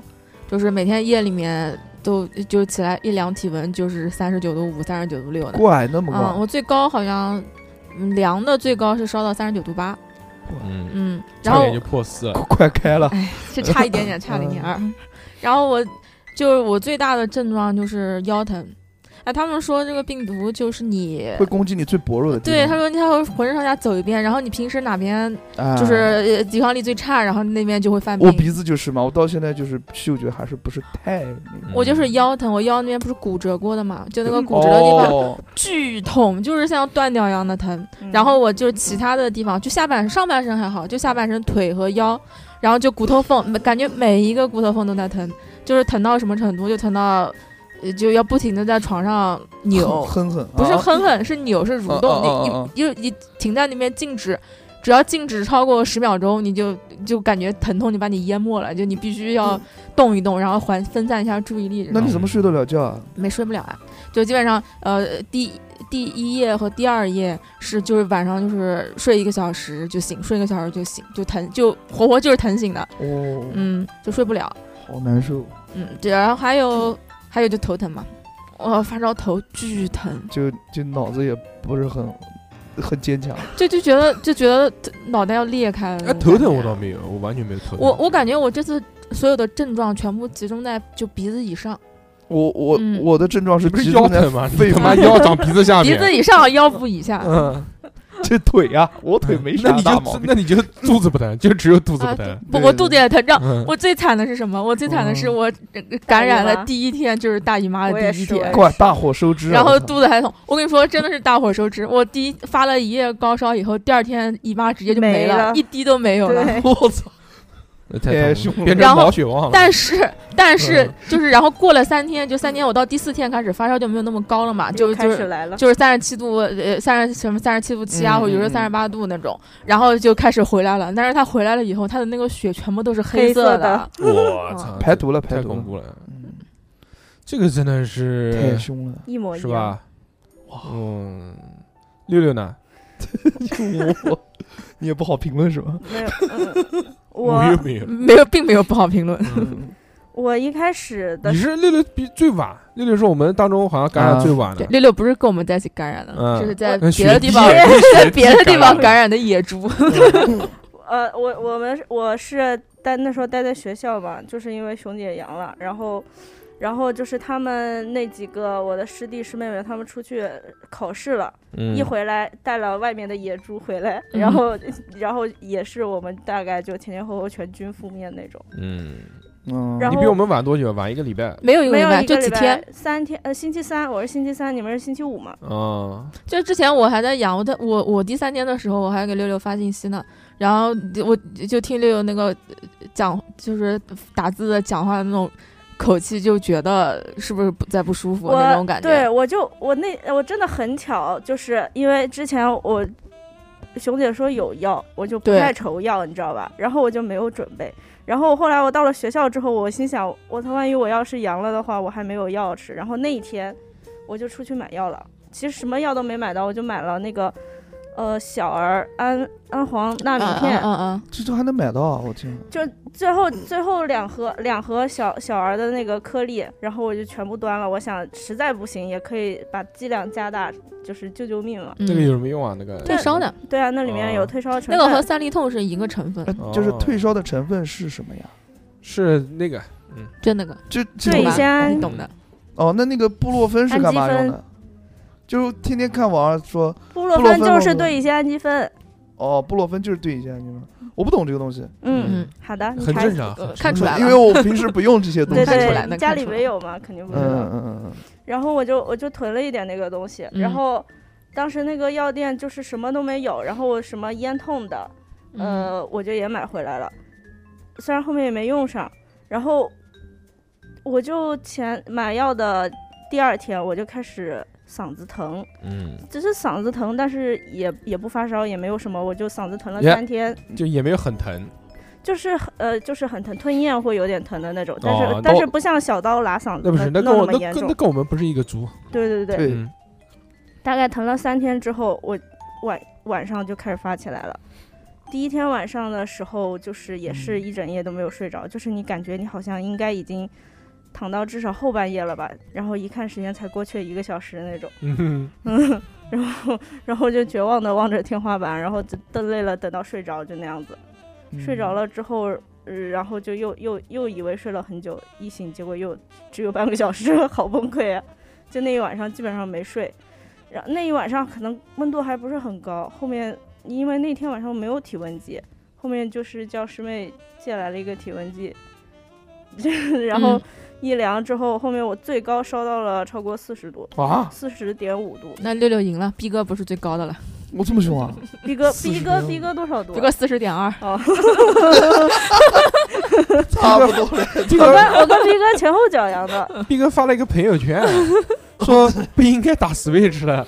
[SPEAKER 4] 就是每天夜里面都就起来一量体温就是三十九度五、三十九度六的。
[SPEAKER 2] 怪那么
[SPEAKER 4] 嗯，
[SPEAKER 2] 高，
[SPEAKER 4] 我最高好像嗯量的最高是烧到三十九度八，
[SPEAKER 1] 嗯，
[SPEAKER 4] 嗯，然
[SPEAKER 1] 差
[SPEAKER 4] 后
[SPEAKER 1] 点就破四 了。
[SPEAKER 2] 快快开了，
[SPEAKER 4] 哎，是差一点点，差了一点二。然后我就我最大的症状就是腰疼，哎，他们说这个病毒就是你。
[SPEAKER 2] 会攻击你最薄弱的地方，
[SPEAKER 4] 对，他说他会浑身上下走一遍，然后你平时哪边
[SPEAKER 2] 哎
[SPEAKER 4] 就是呃抵抗力最差，然后那边就会犯病。
[SPEAKER 2] 我鼻子就是嘛，我到现在就是嗅觉还是不是太那个。
[SPEAKER 4] 我就是腰疼，我腰那边不是骨折过的嘛，就那个骨折的地方、
[SPEAKER 2] 哦、
[SPEAKER 4] 巨痛，就是像断掉一样的疼。
[SPEAKER 3] 嗯
[SPEAKER 4] 然后我就其他的地方，就下半上半身还好，就下半身腿和腰，然后就骨头缝，感觉每一个骨头缝都在疼，就是疼到什么程度，就疼到，呃就要不停的在床上扭，
[SPEAKER 2] 哼哼，
[SPEAKER 4] 不是
[SPEAKER 2] 啊
[SPEAKER 4] 哼哼，是扭，是蠕动，
[SPEAKER 2] 嗯嗯
[SPEAKER 4] 你
[SPEAKER 2] 嗯嗯
[SPEAKER 4] 你就你停在那边静止，只要静止超过十秒钟，你就就感觉疼痛就把你淹没了，就你必须要动一动，然后还分散一下注意力。
[SPEAKER 2] 那你怎么睡得了觉啊？
[SPEAKER 4] 没睡不了啊，就基本上呃第第一夜和第二夜是就是晚上就是睡一个小时就醒，睡一个小时就醒，就疼就活活就是疼醒的，
[SPEAKER 2] 哦，
[SPEAKER 4] 嗯，就睡不了，
[SPEAKER 2] 好难受，
[SPEAKER 4] 嗯，对，然后还有还有就头疼嘛，我、发烧头巨疼，
[SPEAKER 2] 就就脑子也不是很很坚强。
[SPEAKER 4] 就就觉得就觉得脑袋要裂开了。
[SPEAKER 1] 哎，头疼我倒。没有，我完全没有头疼。
[SPEAKER 4] 我我感觉我这次所有的症状全部集中在就鼻子以上，
[SPEAKER 2] 我我、
[SPEAKER 4] 嗯
[SPEAKER 2] 我的症状是
[SPEAKER 1] 不是
[SPEAKER 2] 集
[SPEAKER 1] 腰
[SPEAKER 2] 中在
[SPEAKER 1] 疼吗？
[SPEAKER 2] 肺
[SPEAKER 1] 你他妈
[SPEAKER 2] 部
[SPEAKER 1] 腰长鼻子下
[SPEAKER 4] 鼻
[SPEAKER 1] 面。
[SPEAKER 4] 子以 上，腰部以下。
[SPEAKER 1] 嗯，
[SPEAKER 2] 这腿啊，我腿没
[SPEAKER 1] 那
[SPEAKER 2] 啥
[SPEAKER 1] 你
[SPEAKER 2] 大
[SPEAKER 1] 就
[SPEAKER 2] 毛病。
[SPEAKER 1] 那你就肚子不疼，就只有肚子
[SPEAKER 4] 啊
[SPEAKER 1] 不疼。
[SPEAKER 4] 不，
[SPEAKER 2] 对
[SPEAKER 4] 我肚子也疼，胀。
[SPEAKER 1] 嗯，
[SPEAKER 4] 我最惨的是什么？我最惨的是
[SPEAKER 2] 嗯
[SPEAKER 4] 我呃感染
[SPEAKER 3] 大姨
[SPEAKER 4] 了
[SPEAKER 3] 妈
[SPEAKER 4] 第一天就是大姨妈
[SPEAKER 3] 我也
[SPEAKER 4] 的第一
[SPEAKER 3] 是我也
[SPEAKER 4] 天
[SPEAKER 3] 是，
[SPEAKER 2] 怪大火收汁啊、
[SPEAKER 4] 然后
[SPEAKER 2] 我操
[SPEAKER 4] 肚子还痛。我跟你说，真的是大伙收汁。我第一发了一夜高烧以后，第二天姨妈直接就没
[SPEAKER 3] 没了
[SPEAKER 4] 一滴都没有了。
[SPEAKER 3] 对，
[SPEAKER 2] 我操，
[SPEAKER 1] 那太
[SPEAKER 2] 太
[SPEAKER 1] 痛了
[SPEAKER 2] 凶了
[SPEAKER 1] 变成
[SPEAKER 4] 然后
[SPEAKER 1] 毛血旺了。
[SPEAKER 4] 但是，但是
[SPEAKER 1] 嗯
[SPEAKER 4] 就是，然后过了三天，就三天，我到第四天开始发烧就没有那么高了嘛，就
[SPEAKER 3] 开
[SPEAKER 4] 就
[SPEAKER 3] 始
[SPEAKER 4] 是
[SPEAKER 3] 来了，
[SPEAKER 4] 就是三十七度，呃，三十什么三十七度七啊，
[SPEAKER 2] 嗯
[SPEAKER 4] 或者有时候
[SPEAKER 2] 嗯嗯
[SPEAKER 4] 三十八度那种，然后就开始回来了。但是他回来了以后，他的那个血全部都是
[SPEAKER 3] 黑色
[SPEAKER 4] 色
[SPEAKER 3] 的
[SPEAKER 1] 我 操，
[SPEAKER 2] 排毒了，排
[SPEAKER 1] 太
[SPEAKER 2] 毒
[SPEAKER 1] 恐
[SPEAKER 2] 了，
[SPEAKER 1] 怖了，
[SPEAKER 2] 嗯
[SPEAKER 1] 这个真的
[SPEAKER 2] 太
[SPEAKER 1] 是
[SPEAKER 2] 凶了。
[SPEAKER 3] 一模一
[SPEAKER 1] 是
[SPEAKER 3] 样，
[SPEAKER 1] 吧？嗯，六六呢？
[SPEAKER 2] 就 我，你也不 好评论是吧？
[SPEAKER 3] 没有，嗯
[SPEAKER 1] 又
[SPEAKER 3] 我
[SPEAKER 1] 没有。
[SPEAKER 4] 没有，并没有不好评论。
[SPEAKER 1] 嗯
[SPEAKER 3] 我一开始的
[SPEAKER 1] 你是六六比最晚，六六是我们当中好像感染最晚
[SPEAKER 4] 对，
[SPEAKER 1] 的，
[SPEAKER 4] 六六不是跟我们在一起感染的，
[SPEAKER 1] 嗯
[SPEAKER 4] 就是在
[SPEAKER 1] 跟
[SPEAKER 4] 别的
[SPEAKER 1] 学
[SPEAKER 4] 地
[SPEAKER 1] 弟
[SPEAKER 4] 方，
[SPEAKER 1] 也是
[SPEAKER 4] 在
[SPEAKER 1] 学
[SPEAKER 4] 别的
[SPEAKER 1] 弟
[SPEAKER 4] 地
[SPEAKER 1] 感
[SPEAKER 4] 方
[SPEAKER 1] 染
[SPEAKER 4] 感染的野猪。
[SPEAKER 3] 呃，我我们是我是待那时候待在学校嘛，就是因为熊姐阳了，然后，然后就是他们那几个我的师弟师妹妹他们出去考试了，
[SPEAKER 1] 嗯
[SPEAKER 3] 一回来带了外面的野猪回来，
[SPEAKER 4] 嗯
[SPEAKER 3] 然后、然后也是我们大概就前前后后全军覆灭那种，
[SPEAKER 1] 嗯，
[SPEAKER 2] 嗯，
[SPEAKER 3] 然
[SPEAKER 1] 你
[SPEAKER 3] 后
[SPEAKER 1] 比我们晚多久？晚一个礼拜啊
[SPEAKER 4] 没有一个
[SPEAKER 3] 没
[SPEAKER 4] 礼
[SPEAKER 3] 有
[SPEAKER 4] 拜，
[SPEAKER 3] 一个
[SPEAKER 4] 就几
[SPEAKER 3] 礼拜
[SPEAKER 4] 天。
[SPEAKER 3] 三天呃星期三我是星期三，你们是星期五嘛？
[SPEAKER 1] 啊，
[SPEAKER 4] 就之前我还在养我的，我我第三天的时候，我还给六六发信息呢，然后我就听六六那个呃讲，就是打字的讲话的那种口气，就觉得是不是不在不舒服
[SPEAKER 3] 我
[SPEAKER 4] 那种感觉。
[SPEAKER 3] 对，我就我那我真的很巧，就是因为之前我熊姐说有药，我就不
[SPEAKER 4] 对
[SPEAKER 3] 太愁药，你知道吧？然后我就没有准备。然后后来我到了学校之后，我心想，我操，万一我要是阳了的话，我还没有药吃。然后那一天我就出去买药了，其实什么药都没买到，我就买了那个呃小儿氨氨黄纳米
[SPEAKER 4] 嗯
[SPEAKER 3] 片。
[SPEAKER 4] 嗯嗯
[SPEAKER 2] 这都还能买到啊，我天！
[SPEAKER 3] 就最后最后两盒两盒小小儿的那个颗粒，然后我就全部端了。我想实在不行也可以把剂量加大，就是救救命嘛。
[SPEAKER 4] 嗯，
[SPEAKER 1] 那个有什么用啊？那个
[SPEAKER 4] 退烧的，
[SPEAKER 3] 对啊，那里面有
[SPEAKER 1] 哦
[SPEAKER 3] 退烧成
[SPEAKER 4] 那
[SPEAKER 3] 分。
[SPEAKER 4] 个和三丽痛是一个成分
[SPEAKER 2] 哎，就是退烧的成分是什么呀？
[SPEAKER 1] 是那个
[SPEAKER 4] 就那个，
[SPEAKER 2] 就这
[SPEAKER 3] 对
[SPEAKER 4] 懂
[SPEAKER 2] 种
[SPEAKER 4] 吧
[SPEAKER 3] 以前
[SPEAKER 4] 你懂的。
[SPEAKER 2] 哦，那那个布洛芬是干嘛用
[SPEAKER 3] 氨基
[SPEAKER 2] 的？就是天天看网上说，
[SPEAKER 3] 布洛
[SPEAKER 2] 布洛芬
[SPEAKER 3] 就是对乙酰氨基酚。
[SPEAKER 2] 哦，布洛芬就是对乙酰氨基酚。我不懂这个东西，
[SPEAKER 3] 嗯，
[SPEAKER 4] 嗯，
[SPEAKER 3] 好的，你
[SPEAKER 1] 很
[SPEAKER 3] 查
[SPEAKER 1] 正
[SPEAKER 3] 一下
[SPEAKER 1] 常，
[SPEAKER 4] 呃
[SPEAKER 1] 很
[SPEAKER 4] 看出来了
[SPEAKER 2] 因为我平时不用这些东西。
[SPEAKER 3] 对
[SPEAKER 4] 看出
[SPEAKER 3] 对，
[SPEAKER 4] 来
[SPEAKER 3] 你
[SPEAKER 4] 能
[SPEAKER 3] 家
[SPEAKER 4] 看
[SPEAKER 3] 里
[SPEAKER 4] 出来
[SPEAKER 3] 没有嘛，肯定不
[SPEAKER 2] 嗯
[SPEAKER 3] 知道。
[SPEAKER 2] 嗯嗯嗯
[SPEAKER 3] 然后我就我就囤了一点那个东西，
[SPEAKER 4] 嗯
[SPEAKER 3] 然后当时那个药店就是什么都没有，然后我什么咽痛的，
[SPEAKER 4] 嗯，
[SPEAKER 3] 呃，我就也买回来了，虽然后面也没用上，然后我就前买药的第二天我就开始嗓子疼，
[SPEAKER 1] 嗯，
[SPEAKER 3] 只是嗓子疼，但是也也不发烧，也没有什么，我就嗓子疼了
[SPEAKER 1] Yeah
[SPEAKER 3] 三天
[SPEAKER 1] 就也没有很疼，
[SPEAKER 3] 就是很呃就是很疼，吞咽会有点疼的那种，但是、
[SPEAKER 1] 哦
[SPEAKER 3] 但
[SPEAKER 1] 那
[SPEAKER 3] 是
[SPEAKER 1] 我
[SPEAKER 3] 不像小刀拉嗓子
[SPEAKER 1] 那不是那跟
[SPEAKER 3] 弄
[SPEAKER 1] 我
[SPEAKER 3] 那么
[SPEAKER 1] 那
[SPEAKER 3] 严
[SPEAKER 1] 跟
[SPEAKER 3] 重
[SPEAKER 1] 那，跟我们不是一个族，
[SPEAKER 3] 对对对，
[SPEAKER 2] 对
[SPEAKER 1] 嗯
[SPEAKER 3] 大概疼了三天之后，我晚晚上就开始发起来了。第一天晚上的时候，就是也是一整夜都没有睡着，就是你感觉你好像应该已经躺到至少后半夜了吧，然后一看时间才过去一个小时那种，
[SPEAKER 1] 嗯哼，
[SPEAKER 3] 嗯，然后然后就绝望的望着天花板，然后就瞪累了，等到睡着就那样子，
[SPEAKER 2] 嗯，
[SPEAKER 3] 睡着了之后，呃、然后就又又又以为睡了很久，一醒结果又只有半个小时， 好崩溃啊！就那一晚上基本上没睡，然后那一晚上可能温度还不是很高，后面因为那天晚上没有体温计，后面就是叫师妹借来了一个体温计， 然后
[SPEAKER 4] 嗯
[SPEAKER 3] 一量之后，后面我最高烧到了超过四十度，
[SPEAKER 2] 啊！
[SPEAKER 3] 四十点五度。
[SPEAKER 4] 那六六赢了，逼哥不是最高的了，
[SPEAKER 2] 我这么凶啊？
[SPEAKER 3] 逼哥，逼
[SPEAKER 2] 40
[SPEAKER 3] 哥，
[SPEAKER 2] 点五
[SPEAKER 3] 逼哥多少度
[SPEAKER 4] 逼
[SPEAKER 3] 啊？
[SPEAKER 4] 哥四十点二，
[SPEAKER 3] 哦，
[SPEAKER 2] 差不多了。
[SPEAKER 1] 这
[SPEAKER 3] 我
[SPEAKER 1] 个
[SPEAKER 3] 跟我跟逼哥前后脚扬的，
[SPEAKER 1] 斌哥发了一个朋友圈，说不应该打 Switch 了，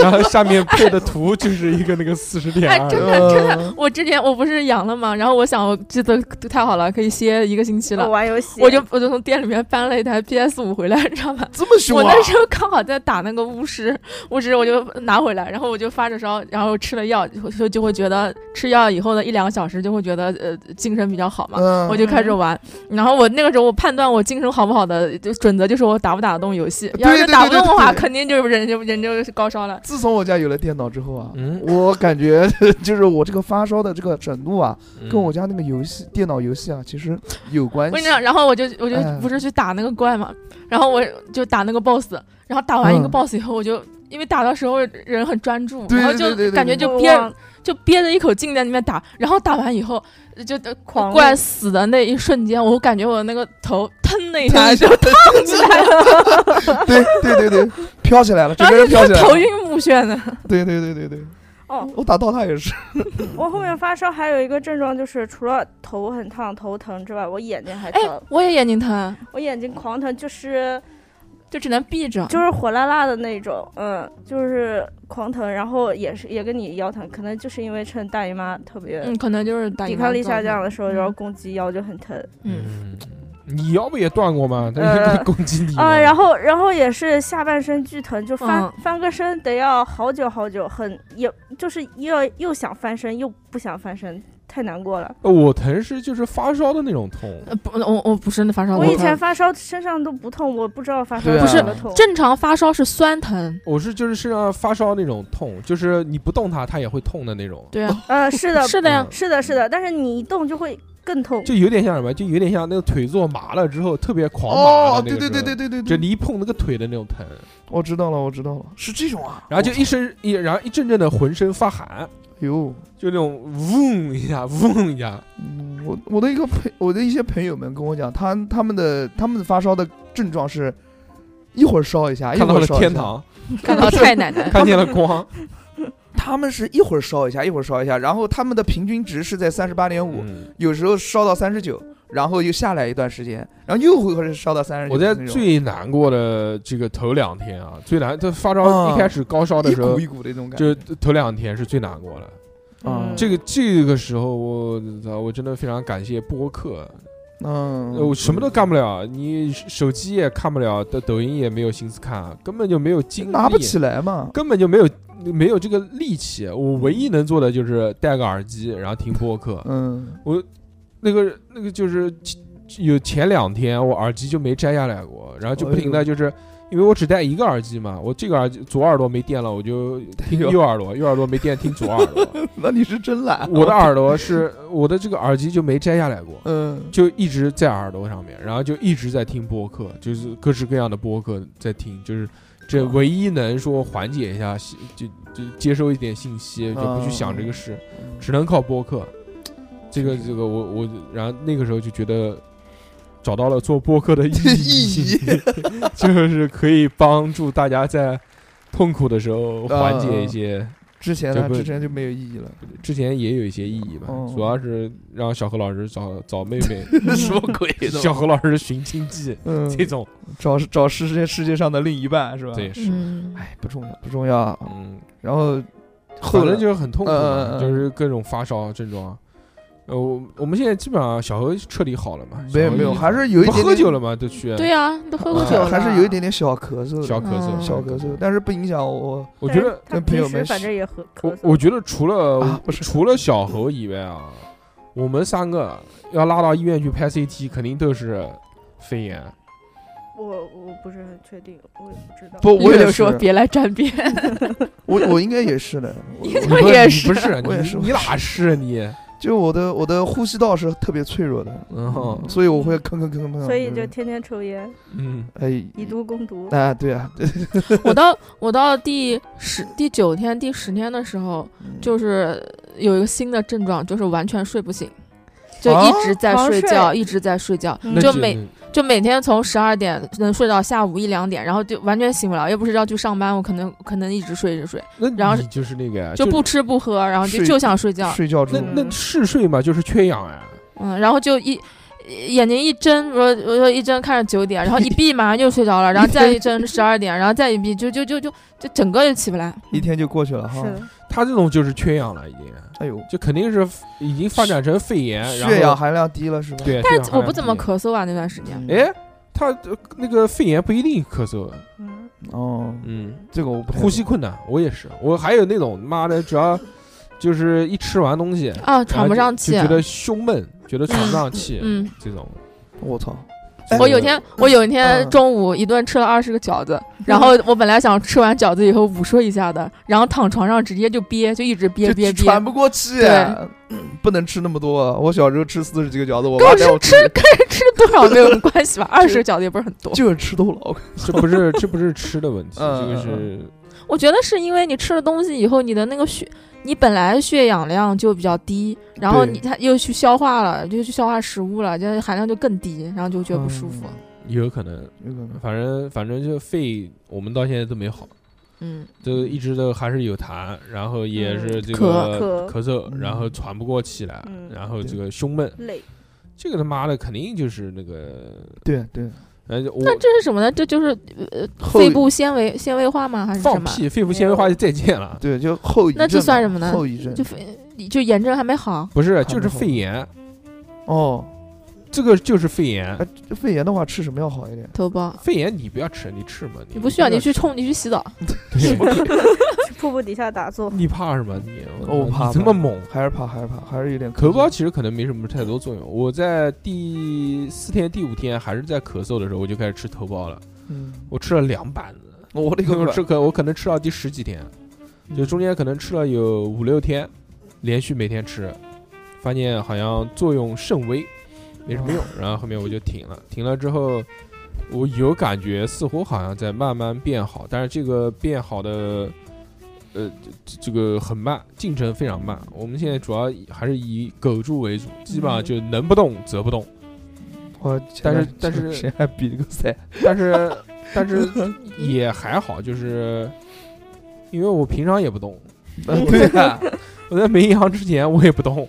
[SPEAKER 1] 然后下面配的图就是一个那个四十点
[SPEAKER 4] 哎，
[SPEAKER 1] 二
[SPEAKER 4] 真
[SPEAKER 1] 的，
[SPEAKER 4] 的真的
[SPEAKER 2] 嗯，
[SPEAKER 4] 我之前我不是阳了吗？然后我想，我这都太好了，可以歇一个星期了
[SPEAKER 3] 我。
[SPEAKER 2] 哦
[SPEAKER 3] 玩游戏，
[SPEAKER 4] 我就我就从店里面搬了一台 PS 五回 来，你知道吗？
[SPEAKER 2] 这么凶
[SPEAKER 4] 我
[SPEAKER 2] 啊
[SPEAKER 4] 那？时候刚好在打那个巫师，巫师 我就拿回来，然后我就发着烧，然后吃了药，就就会觉得吃药以后的一两个小时就会觉得呃精神比较好嘛，
[SPEAKER 2] 嗯，
[SPEAKER 4] 我就开始玩。然后我那个时候我判断我精神好不好的就准则就是我打不打得动游戏，
[SPEAKER 2] 对
[SPEAKER 4] 要是打不动的
[SPEAKER 2] 对对
[SPEAKER 4] 话，
[SPEAKER 2] 对对对
[SPEAKER 4] 肯定就是人就人就高烧了。
[SPEAKER 2] 自从我家有了电脑之后啊，
[SPEAKER 1] 嗯
[SPEAKER 2] 我感觉 就是我这个发烧的这个程度啊，
[SPEAKER 1] 嗯
[SPEAKER 2] 跟我家那个游戏电脑游戏啊，其实有关
[SPEAKER 4] 我
[SPEAKER 2] 系
[SPEAKER 4] 跟你。讲，然后我就我就
[SPEAKER 2] 哎
[SPEAKER 4] 不是去打那个怪嘛，然后我就打那个 boss，然后打完一个
[SPEAKER 2] 嗯
[SPEAKER 4] boss 以后，我就因为打的时候人很专注，
[SPEAKER 2] 对
[SPEAKER 4] 然后
[SPEAKER 2] 对对对对
[SPEAKER 4] 就感觉
[SPEAKER 2] 对
[SPEAKER 4] 就
[SPEAKER 3] 我
[SPEAKER 4] 憋
[SPEAKER 3] 忘
[SPEAKER 4] 就憋着一口劲在那边打，然后打完以后就呃
[SPEAKER 3] 狂
[SPEAKER 4] 怪
[SPEAKER 3] 怒
[SPEAKER 4] 死的那一瞬间，我感觉我那个头腾的一
[SPEAKER 2] 腾
[SPEAKER 4] 下
[SPEAKER 2] 一
[SPEAKER 4] 就
[SPEAKER 2] 下
[SPEAKER 4] 烫起来了，
[SPEAKER 2] 对对对对，飘起来了，整
[SPEAKER 4] 然后
[SPEAKER 2] 个人飘
[SPEAKER 4] 就
[SPEAKER 2] 起来
[SPEAKER 4] 头
[SPEAKER 2] 了。
[SPEAKER 4] 晕目 眩的。
[SPEAKER 2] 对对对对对，
[SPEAKER 3] 哦，
[SPEAKER 2] 我打到他也是。
[SPEAKER 3] 我后面发烧还有一个症状就是，除了头很烫、头疼之外，我眼睛还
[SPEAKER 4] 哎
[SPEAKER 3] 疼，，
[SPEAKER 4] 我也眼睛疼，
[SPEAKER 3] 我眼睛狂疼，就是
[SPEAKER 4] 就只能闭着。
[SPEAKER 3] 就是火辣辣的那种，嗯，就是狂疼，然后也是也跟你腰疼，可能就是因为趁大姨妈特别
[SPEAKER 4] 嗯，可能就是打
[SPEAKER 3] 抵
[SPEAKER 4] 疫苗
[SPEAKER 3] 抗力
[SPEAKER 4] 造成
[SPEAKER 3] 下降的时候，
[SPEAKER 4] 嗯
[SPEAKER 3] 然后攻击腰就很疼，
[SPEAKER 4] 嗯，
[SPEAKER 1] 嗯，你腰不也断过吗？他
[SPEAKER 3] 呃
[SPEAKER 1] 就攻击你
[SPEAKER 3] 啊、
[SPEAKER 1] 嘛
[SPEAKER 3] 然后然后也是下半身巨疼，就翻、
[SPEAKER 4] 嗯
[SPEAKER 3] 翻个身得要好久好久，很也就是又要又想翻身又不想翻身太难过了。
[SPEAKER 1] 我疼是就是发烧的那种痛，
[SPEAKER 4] 呃不，我我不是那发烧，
[SPEAKER 3] 我以
[SPEAKER 4] 我
[SPEAKER 3] 前发烧身上都不痛，我不知道发烧
[SPEAKER 2] 对啊
[SPEAKER 3] 是什
[SPEAKER 4] 不
[SPEAKER 3] 么痛。
[SPEAKER 4] 正常发烧是酸疼，
[SPEAKER 1] 我是就是身上发烧那种痛，就是你不动它它也会痛的那种，
[SPEAKER 4] 对啊，
[SPEAKER 3] 呃，是
[SPEAKER 2] 哦
[SPEAKER 3] 的，
[SPEAKER 4] 是的呀
[SPEAKER 1] 嗯，
[SPEAKER 3] 是的，是的，但是你一动就会更痛。
[SPEAKER 1] 就有点像什么，就有点像那个腿坐麻了之后特别狂麻
[SPEAKER 2] 哦，
[SPEAKER 1] 的
[SPEAKER 2] 对
[SPEAKER 1] 那
[SPEAKER 2] 对
[SPEAKER 1] 个时候
[SPEAKER 2] 对对对对对，
[SPEAKER 1] 就你一碰那个腿的那种疼，
[SPEAKER 2] 我知道了，我知道了，是这种啊。
[SPEAKER 1] 然后就一身一然后一阵阵的浑身发寒，
[SPEAKER 2] 哟，
[SPEAKER 1] 就那种嗡一 下嗡一下，
[SPEAKER 2] 嗯我我的一个朋，我的一些朋友们跟我讲，他他们的他们发烧的症状是，一会儿烧一下，一
[SPEAKER 1] 看到
[SPEAKER 2] 会儿
[SPEAKER 1] 了
[SPEAKER 2] 烧一
[SPEAKER 1] 天
[SPEAKER 2] 下。
[SPEAKER 1] 堂，
[SPEAKER 4] 看到太奶奶，
[SPEAKER 1] 看见 了光，
[SPEAKER 2] 他们是一会儿烧一下，一会儿烧一下，然后他们的平均值是在三十八点五，
[SPEAKER 1] 嗯
[SPEAKER 2] 有时候烧到三十九，然后又下来一段时间，然后又会烧到三十九。
[SPEAKER 1] 我在最难过的这个头两天啊，最难就发烧
[SPEAKER 2] 啊
[SPEAKER 1] 一开始高烧的
[SPEAKER 2] 一
[SPEAKER 1] 时候
[SPEAKER 2] 股一，股的那种感觉，
[SPEAKER 1] 就头两天是最难过的。
[SPEAKER 2] 啊
[SPEAKER 3] 嗯
[SPEAKER 1] 这个这个时候，我操我真的非常感谢播客，
[SPEAKER 2] 嗯，
[SPEAKER 1] 呃我什么都干不了，你手机也看不了，抖抖音也没有心思看，根本就没有精力，
[SPEAKER 2] 拿不起来嘛。
[SPEAKER 1] 根本就没有没有这个力气。我唯一能做的就是戴个耳机，然后听播客。
[SPEAKER 2] 嗯，
[SPEAKER 1] 那个那个就是有前两天我耳机就没摘下来过，然后就不停
[SPEAKER 2] 哎
[SPEAKER 1] 的
[SPEAKER 2] 呦
[SPEAKER 1] 就是。因为我只戴一个耳机嘛，我这个耳机左耳朵没电了，我就 听
[SPEAKER 2] 哎呦
[SPEAKER 1] 右耳朵，右耳朵没电听左耳 朵。
[SPEAKER 2] 那你是真懒。啊
[SPEAKER 1] 我的耳朵是我的这个耳机就没摘下来过，
[SPEAKER 2] 嗯，
[SPEAKER 1] 就一直在耳朵上面，然后就一直在听播客，就是各式各样的播客在听，就是这唯一能说缓解一下信，就就接收一点信息，就不去想这个事，只能靠播客。这个这个我我，然后那个时候就觉得找到了做播客的意
[SPEAKER 2] 意
[SPEAKER 1] 义， 就是可以帮助大家在痛苦的时候
[SPEAKER 2] 啊
[SPEAKER 1] 缓解一些。
[SPEAKER 2] 之前
[SPEAKER 1] 这
[SPEAKER 2] 呢，
[SPEAKER 1] 不
[SPEAKER 2] 之前就没有意义 了。
[SPEAKER 1] 之前也有一些意义吧，
[SPEAKER 2] 哦
[SPEAKER 1] 主要是让小何老师找找妹 妹，
[SPEAKER 2] 什么鬼
[SPEAKER 1] 小何老师寻亲记
[SPEAKER 2] 嗯，
[SPEAKER 1] 这种，
[SPEAKER 2] 找找世界世界上的另一半是吧？
[SPEAKER 1] 这也，是，
[SPEAKER 4] 嗯，
[SPEAKER 2] 哎，不重要，不重要啊。
[SPEAKER 1] 嗯，
[SPEAKER 2] 然后
[SPEAKER 1] 后
[SPEAKER 2] 后
[SPEAKER 1] 来
[SPEAKER 2] 来
[SPEAKER 1] 就是很痛苦
[SPEAKER 2] 嗯嗯
[SPEAKER 1] 嘛，
[SPEAKER 2] 嗯
[SPEAKER 1] 就是各种发烧啊症状。呃，我我们现在基本上小何彻底好了嘛，
[SPEAKER 2] 没有没有，还是有一
[SPEAKER 1] 不
[SPEAKER 2] 点
[SPEAKER 1] 喝
[SPEAKER 2] 点
[SPEAKER 1] 酒了嘛，就去
[SPEAKER 4] 对呀，都喝过
[SPEAKER 1] 啊
[SPEAKER 4] 酒了，
[SPEAKER 2] 哎还是有一点点小咳嗽的，
[SPEAKER 1] 小咳嗽，
[SPEAKER 4] 嗯
[SPEAKER 2] 小咳嗽，。但是不影响我。
[SPEAKER 1] 我
[SPEAKER 3] 但
[SPEAKER 1] 觉
[SPEAKER 3] 是
[SPEAKER 1] 得
[SPEAKER 3] 他
[SPEAKER 2] 跟朋
[SPEAKER 3] 平
[SPEAKER 2] 友
[SPEAKER 3] 时
[SPEAKER 2] 们
[SPEAKER 3] 反
[SPEAKER 2] 是
[SPEAKER 3] 正也喝咳
[SPEAKER 1] 我
[SPEAKER 3] 嗽。
[SPEAKER 1] 我觉得除了
[SPEAKER 2] 啊不是
[SPEAKER 1] 除了小何以外啊，我们三个要拉到医院去拍 CT，肯定都是肺炎。
[SPEAKER 3] 我我不是很确定，我也不知道。
[SPEAKER 2] 不，我也
[SPEAKER 4] 就是说，别来沾边，
[SPEAKER 2] 我我应该也是的。我
[SPEAKER 4] 你
[SPEAKER 2] 我
[SPEAKER 1] 你不
[SPEAKER 4] 也
[SPEAKER 1] 你
[SPEAKER 4] 是
[SPEAKER 1] 不是
[SPEAKER 2] 我也
[SPEAKER 1] 你
[SPEAKER 2] 是
[SPEAKER 1] 你哪是你？
[SPEAKER 2] 就我的我的呼吸道是特别脆弱的，
[SPEAKER 1] 然
[SPEAKER 4] 嗯
[SPEAKER 1] 后
[SPEAKER 2] 所以我会吭吭吭吭吭。
[SPEAKER 3] 所以就天天抽烟，
[SPEAKER 1] 嗯，
[SPEAKER 2] 哎
[SPEAKER 3] 以毒攻毒。
[SPEAKER 2] 啊，对啊，对
[SPEAKER 4] 我到我到第十第九天第十天的时候，就是有一个新的症状，就是完全睡不醒，就
[SPEAKER 2] 啊
[SPEAKER 4] 一直在
[SPEAKER 3] 狂
[SPEAKER 4] 睡
[SPEAKER 3] 睡
[SPEAKER 4] 觉，一直在睡觉，
[SPEAKER 3] 嗯
[SPEAKER 1] 那
[SPEAKER 4] 就
[SPEAKER 1] 姐
[SPEAKER 4] 每就每天从十二点能睡到下午一两点，然后就完全醒不了，又不是要去上班，我可能可能一直睡一直睡，
[SPEAKER 1] 那
[SPEAKER 4] 然后
[SPEAKER 1] 你就是那个呀
[SPEAKER 4] 就不吃不喝，然后
[SPEAKER 2] 啊
[SPEAKER 4] 就
[SPEAKER 2] 睡
[SPEAKER 4] 就想睡觉，
[SPEAKER 2] 睡觉中
[SPEAKER 1] 那那嗜睡嘛，就是缺氧呀、
[SPEAKER 4] 嗯，然后就一。眼睛一睁，我我说一睁看着九点，然后一闭马上就睡着了，然后再一睁十二点，然后再一闭就就就就就整个就起不来。
[SPEAKER 2] 一天就过去了哈
[SPEAKER 3] 是。的，
[SPEAKER 1] 他这种就是缺氧了，已经，
[SPEAKER 2] 哎呦，
[SPEAKER 1] 就肯定是已经发展成肺炎，哎然后
[SPEAKER 2] 血氧含量低了是吧？，
[SPEAKER 1] 对，
[SPEAKER 4] 但
[SPEAKER 1] 血
[SPEAKER 4] 是
[SPEAKER 1] 氧
[SPEAKER 4] 我不怎么
[SPEAKER 1] 含
[SPEAKER 4] 咳嗽啊那段时间，
[SPEAKER 1] 量低。哎，他呃那个肺炎不一定咳嗽，
[SPEAKER 3] 嗯，
[SPEAKER 2] 哦，
[SPEAKER 1] 嗯，
[SPEAKER 2] 这个我不太
[SPEAKER 1] 呼吸困难，我也是，我还有那种妈的，只要就是一吃完东西，
[SPEAKER 4] 啊，喘不
[SPEAKER 1] 然后就
[SPEAKER 4] 上气
[SPEAKER 1] 就。觉得胸闷，觉得喘不上气，
[SPEAKER 4] 嗯，
[SPEAKER 1] 这种。
[SPEAKER 2] 懂，我操，
[SPEAKER 1] 这
[SPEAKER 4] 我
[SPEAKER 1] 个
[SPEAKER 4] 有一天，我有一天
[SPEAKER 2] 嗯
[SPEAKER 4] 中午一顿吃了二十个饺子，然后
[SPEAKER 1] 嗯
[SPEAKER 4] 我本来想吃完饺子以后午睡一下的，然后躺床上直接就憋，就一直憋
[SPEAKER 2] 就
[SPEAKER 4] 憋憋，
[SPEAKER 2] 喘不过气
[SPEAKER 4] 对，
[SPEAKER 2] 不能吃那么多。啊我小时候吃四十几个饺子，我
[SPEAKER 4] 跟我
[SPEAKER 2] 妈
[SPEAKER 4] 吃
[SPEAKER 2] 带我
[SPEAKER 4] 吃跟吃多少没有 关系吧，二十个饺子也不是很 多。
[SPEAKER 2] 就是吃透了。我
[SPEAKER 1] 这不是这不是吃的问题，
[SPEAKER 2] 嗯
[SPEAKER 1] 这个
[SPEAKER 2] 嗯
[SPEAKER 1] 是
[SPEAKER 4] 我觉得是因为你吃了东西以后，你的那个血，你本来血氧量就比较低，然后
[SPEAKER 2] 对
[SPEAKER 4] 你它又去消化了，又去消化食物了，就是含量就更低，然后就觉得不舒服。
[SPEAKER 2] 嗯
[SPEAKER 1] 有可能，
[SPEAKER 2] 有可能
[SPEAKER 1] 反正反正就肺，我们到现在都没好。
[SPEAKER 4] 嗯，
[SPEAKER 1] 就一直都还是有痰，然后也是这
[SPEAKER 4] 咳
[SPEAKER 1] 个
[SPEAKER 3] 咳
[SPEAKER 1] 咳嗽，
[SPEAKER 2] 嗯
[SPEAKER 1] 然后喘不过气来，
[SPEAKER 3] 嗯
[SPEAKER 1] 然后这个胸闷，
[SPEAKER 3] 累。
[SPEAKER 1] 这个他妈的肯定就是那个，
[SPEAKER 2] 对对，
[SPEAKER 1] 呃，我
[SPEAKER 4] 那这是什么呢？这就是
[SPEAKER 2] 后
[SPEAKER 4] 肺部纤维纤维化吗？还是什
[SPEAKER 1] 放
[SPEAKER 4] 么？
[SPEAKER 1] 屁，肺部纤维化就再见了，
[SPEAKER 2] 对就后遗症嘛，
[SPEAKER 4] 那这算什么呢
[SPEAKER 2] 后遗症
[SPEAKER 4] 就肺就炎症还没好。
[SPEAKER 1] 不是，
[SPEAKER 2] 还
[SPEAKER 1] 就是
[SPEAKER 2] 没好
[SPEAKER 1] 肺炎，
[SPEAKER 2] 哦。
[SPEAKER 1] 这个就是肺炎，
[SPEAKER 2] 哎，这肺炎的话吃什么要好一点？
[SPEAKER 4] 头孢，
[SPEAKER 1] 肺炎你不要吃，你吃吗？
[SPEAKER 4] 你不需要，
[SPEAKER 1] 不
[SPEAKER 4] 你去冲，你去洗澡。
[SPEAKER 1] 对
[SPEAKER 3] 瀑布底下打坐，
[SPEAKER 1] 你怕什么？你
[SPEAKER 2] 哦
[SPEAKER 1] 你
[SPEAKER 2] 怕
[SPEAKER 1] 这
[SPEAKER 2] 怕
[SPEAKER 1] 么猛，
[SPEAKER 2] 还是怕，还是怕，还是有点
[SPEAKER 1] 咳
[SPEAKER 2] 嗽
[SPEAKER 1] 包其实可能没什么太多作用。我在第四天、第五天还是在咳嗽的时候，我就开始吃头孢了。
[SPEAKER 2] 嗯，
[SPEAKER 1] 我吃了两板子，
[SPEAKER 2] 我勒个
[SPEAKER 1] 我
[SPEAKER 2] 乖
[SPEAKER 1] 吃可我可能吃到第十几天，就中间可能吃了有五六天，连续每天吃，发现好像作用甚微，没什么用。然后后面我就停了，停了之后，我有感觉似乎好像在慢慢变好，但是这个变好的。呃，这这个很慢，进程非常慢。我们现在主要以还是以苟住为主，基本上就能不动则不动。
[SPEAKER 2] 我前
[SPEAKER 1] 但是
[SPEAKER 2] 段
[SPEAKER 1] 但是
[SPEAKER 2] 谁还比了 个赛？
[SPEAKER 1] 但是但是也还好，就是因为我平常也不动，
[SPEAKER 2] 呃对啊，
[SPEAKER 1] 我在没阳之前我也不动，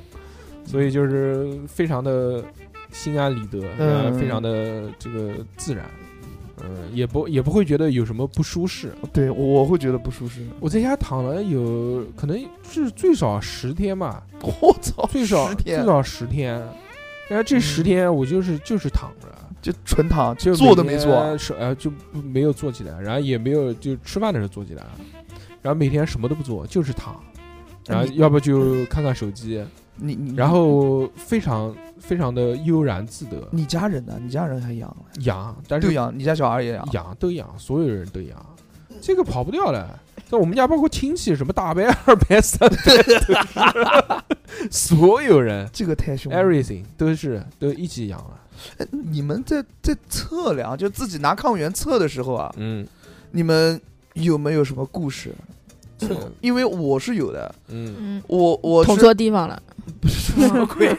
[SPEAKER 1] 所以就是非常的心安理得，
[SPEAKER 2] 嗯
[SPEAKER 1] 呃非常的这个自然，嗯，也不也不会觉得有什么不舒适。
[SPEAKER 2] 对我会觉得不舒 适。
[SPEAKER 1] 我在家躺了有可能是最少十天吧，
[SPEAKER 2] 我操，
[SPEAKER 1] 最少
[SPEAKER 2] 哦十
[SPEAKER 1] 最
[SPEAKER 2] 天
[SPEAKER 1] 少十天，但是这十
[SPEAKER 2] 嗯
[SPEAKER 1] 天我就是就是躺着。
[SPEAKER 2] 就纯躺，
[SPEAKER 1] 就
[SPEAKER 2] 坐都
[SPEAKER 1] 每
[SPEAKER 2] 没
[SPEAKER 1] 天
[SPEAKER 2] 坐，
[SPEAKER 1] 是呃就不没有坐起来，然后也没有就吃饭的时候坐起来，然后每天什么都不做，就是躺，然后
[SPEAKER 2] 你
[SPEAKER 1] 要不就看看手机，
[SPEAKER 2] 你你
[SPEAKER 1] 然后非常非常的悠然自得，
[SPEAKER 2] 你家人呢？你家人还养了？
[SPEAKER 1] 养，但
[SPEAKER 2] 就是养，你家小孩也养。
[SPEAKER 1] 养都养，所有人都养，这个跑不掉的。在我们家，包括亲戚，什么大伯、二伯、三伯，都是 所有人
[SPEAKER 2] 这个太凶了！
[SPEAKER 1] ，everything 都是都一起养了。
[SPEAKER 2] 哎你们在在测量，就自己拿抗原测的时候啊，
[SPEAKER 1] 嗯，
[SPEAKER 2] 你们有没有什么故事？
[SPEAKER 1] 这
[SPEAKER 2] 因为我是有的，
[SPEAKER 1] 嗯
[SPEAKER 4] 嗯，
[SPEAKER 2] 我我
[SPEAKER 4] 捅
[SPEAKER 2] 是
[SPEAKER 4] 错地方了，
[SPEAKER 2] 什么鬼？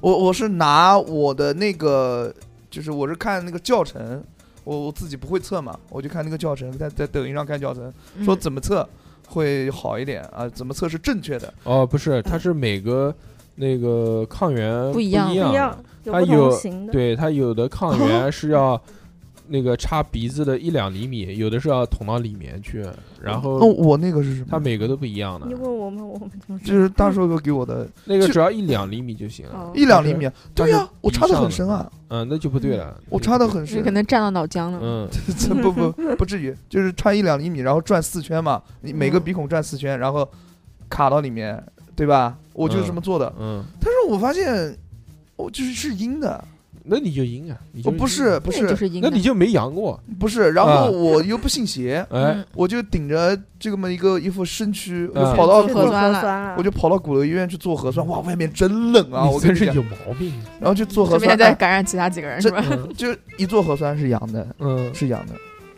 [SPEAKER 2] 我我是拿我的那个，就是我是看那个教程，我我自己不会测嘛，我就看那个教程，在在抖音上看教程，
[SPEAKER 4] 嗯
[SPEAKER 2] 说怎么测会好一点啊，怎么测是正确的。
[SPEAKER 1] 哦，不是，它是每个那个抗原
[SPEAKER 4] 不一
[SPEAKER 1] 一
[SPEAKER 4] 样
[SPEAKER 3] 不一样，有
[SPEAKER 1] 它
[SPEAKER 3] 不
[SPEAKER 1] 有
[SPEAKER 3] 同型的。
[SPEAKER 1] 对，它有的抗原是要 那个插鼻子的一两厘米，有的是要捅到里面去，然
[SPEAKER 3] 哦
[SPEAKER 2] 那
[SPEAKER 1] 后
[SPEAKER 2] 我那个是什
[SPEAKER 1] 它
[SPEAKER 2] 么？
[SPEAKER 1] 每个都不一样的
[SPEAKER 3] 你，问我们，我们怎么
[SPEAKER 2] 就是大硕哥给我的
[SPEAKER 1] 那个
[SPEAKER 2] 就
[SPEAKER 1] 只要一两厘米就行了
[SPEAKER 3] 哦，
[SPEAKER 2] 一两厘米，啊
[SPEAKER 1] 但
[SPEAKER 2] 对
[SPEAKER 1] 嗯是
[SPEAKER 2] 呀，我插的很
[SPEAKER 1] 鼻上
[SPEAKER 2] 深啊，
[SPEAKER 1] 嗯，那就不对了，
[SPEAKER 2] 我插的
[SPEAKER 1] 那就
[SPEAKER 2] 很
[SPEAKER 4] 是
[SPEAKER 2] 深
[SPEAKER 4] 可，能占到脑浆了。
[SPEAKER 1] 嗯，
[SPEAKER 2] 这不不不至于，就是插一两厘米，然后转四圈嘛，你每个
[SPEAKER 4] 嗯
[SPEAKER 2] 鼻孔转四圈，然后卡到里面，对吧？我就是这
[SPEAKER 1] 嗯
[SPEAKER 2] 么做的。
[SPEAKER 1] 嗯，
[SPEAKER 2] 但是我发现，我就是是阴的，
[SPEAKER 1] 那你就赢啊，你就
[SPEAKER 2] 我哦不
[SPEAKER 1] 赢
[SPEAKER 2] 是
[SPEAKER 1] 啊，
[SPEAKER 2] 不
[SPEAKER 4] 那就是是阴
[SPEAKER 1] 那
[SPEAKER 4] 的。
[SPEAKER 1] 你就没阳过，
[SPEAKER 2] 不是，然
[SPEAKER 1] 啊
[SPEAKER 2] 后我又不信邪，
[SPEAKER 1] 哎，
[SPEAKER 4] 嗯
[SPEAKER 2] 我就顶着这么一个一副身躯，我
[SPEAKER 3] 嗯
[SPEAKER 1] 啊
[SPEAKER 2] 就跑到
[SPEAKER 4] 去
[SPEAKER 2] 鼓
[SPEAKER 4] 核
[SPEAKER 2] 楼
[SPEAKER 4] 酸了
[SPEAKER 3] 了
[SPEAKER 2] 我就跑到鼓楼医院去做核酸，哇，外面真冷啊！
[SPEAKER 1] 你
[SPEAKER 2] 我跟
[SPEAKER 1] 真
[SPEAKER 2] 你
[SPEAKER 1] 是
[SPEAKER 2] 讲，
[SPEAKER 1] 有毛病啊，
[SPEAKER 2] 然后去做
[SPEAKER 4] 这
[SPEAKER 2] 核
[SPEAKER 4] 边
[SPEAKER 2] 酸，
[SPEAKER 4] 再
[SPEAKER 2] 哎
[SPEAKER 4] 感染其他几个人是吧？
[SPEAKER 1] 嗯
[SPEAKER 2] 就一做核酸是阳的，
[SPEAKER 1] 嗯，
[SPEAKER 2] 是阳的。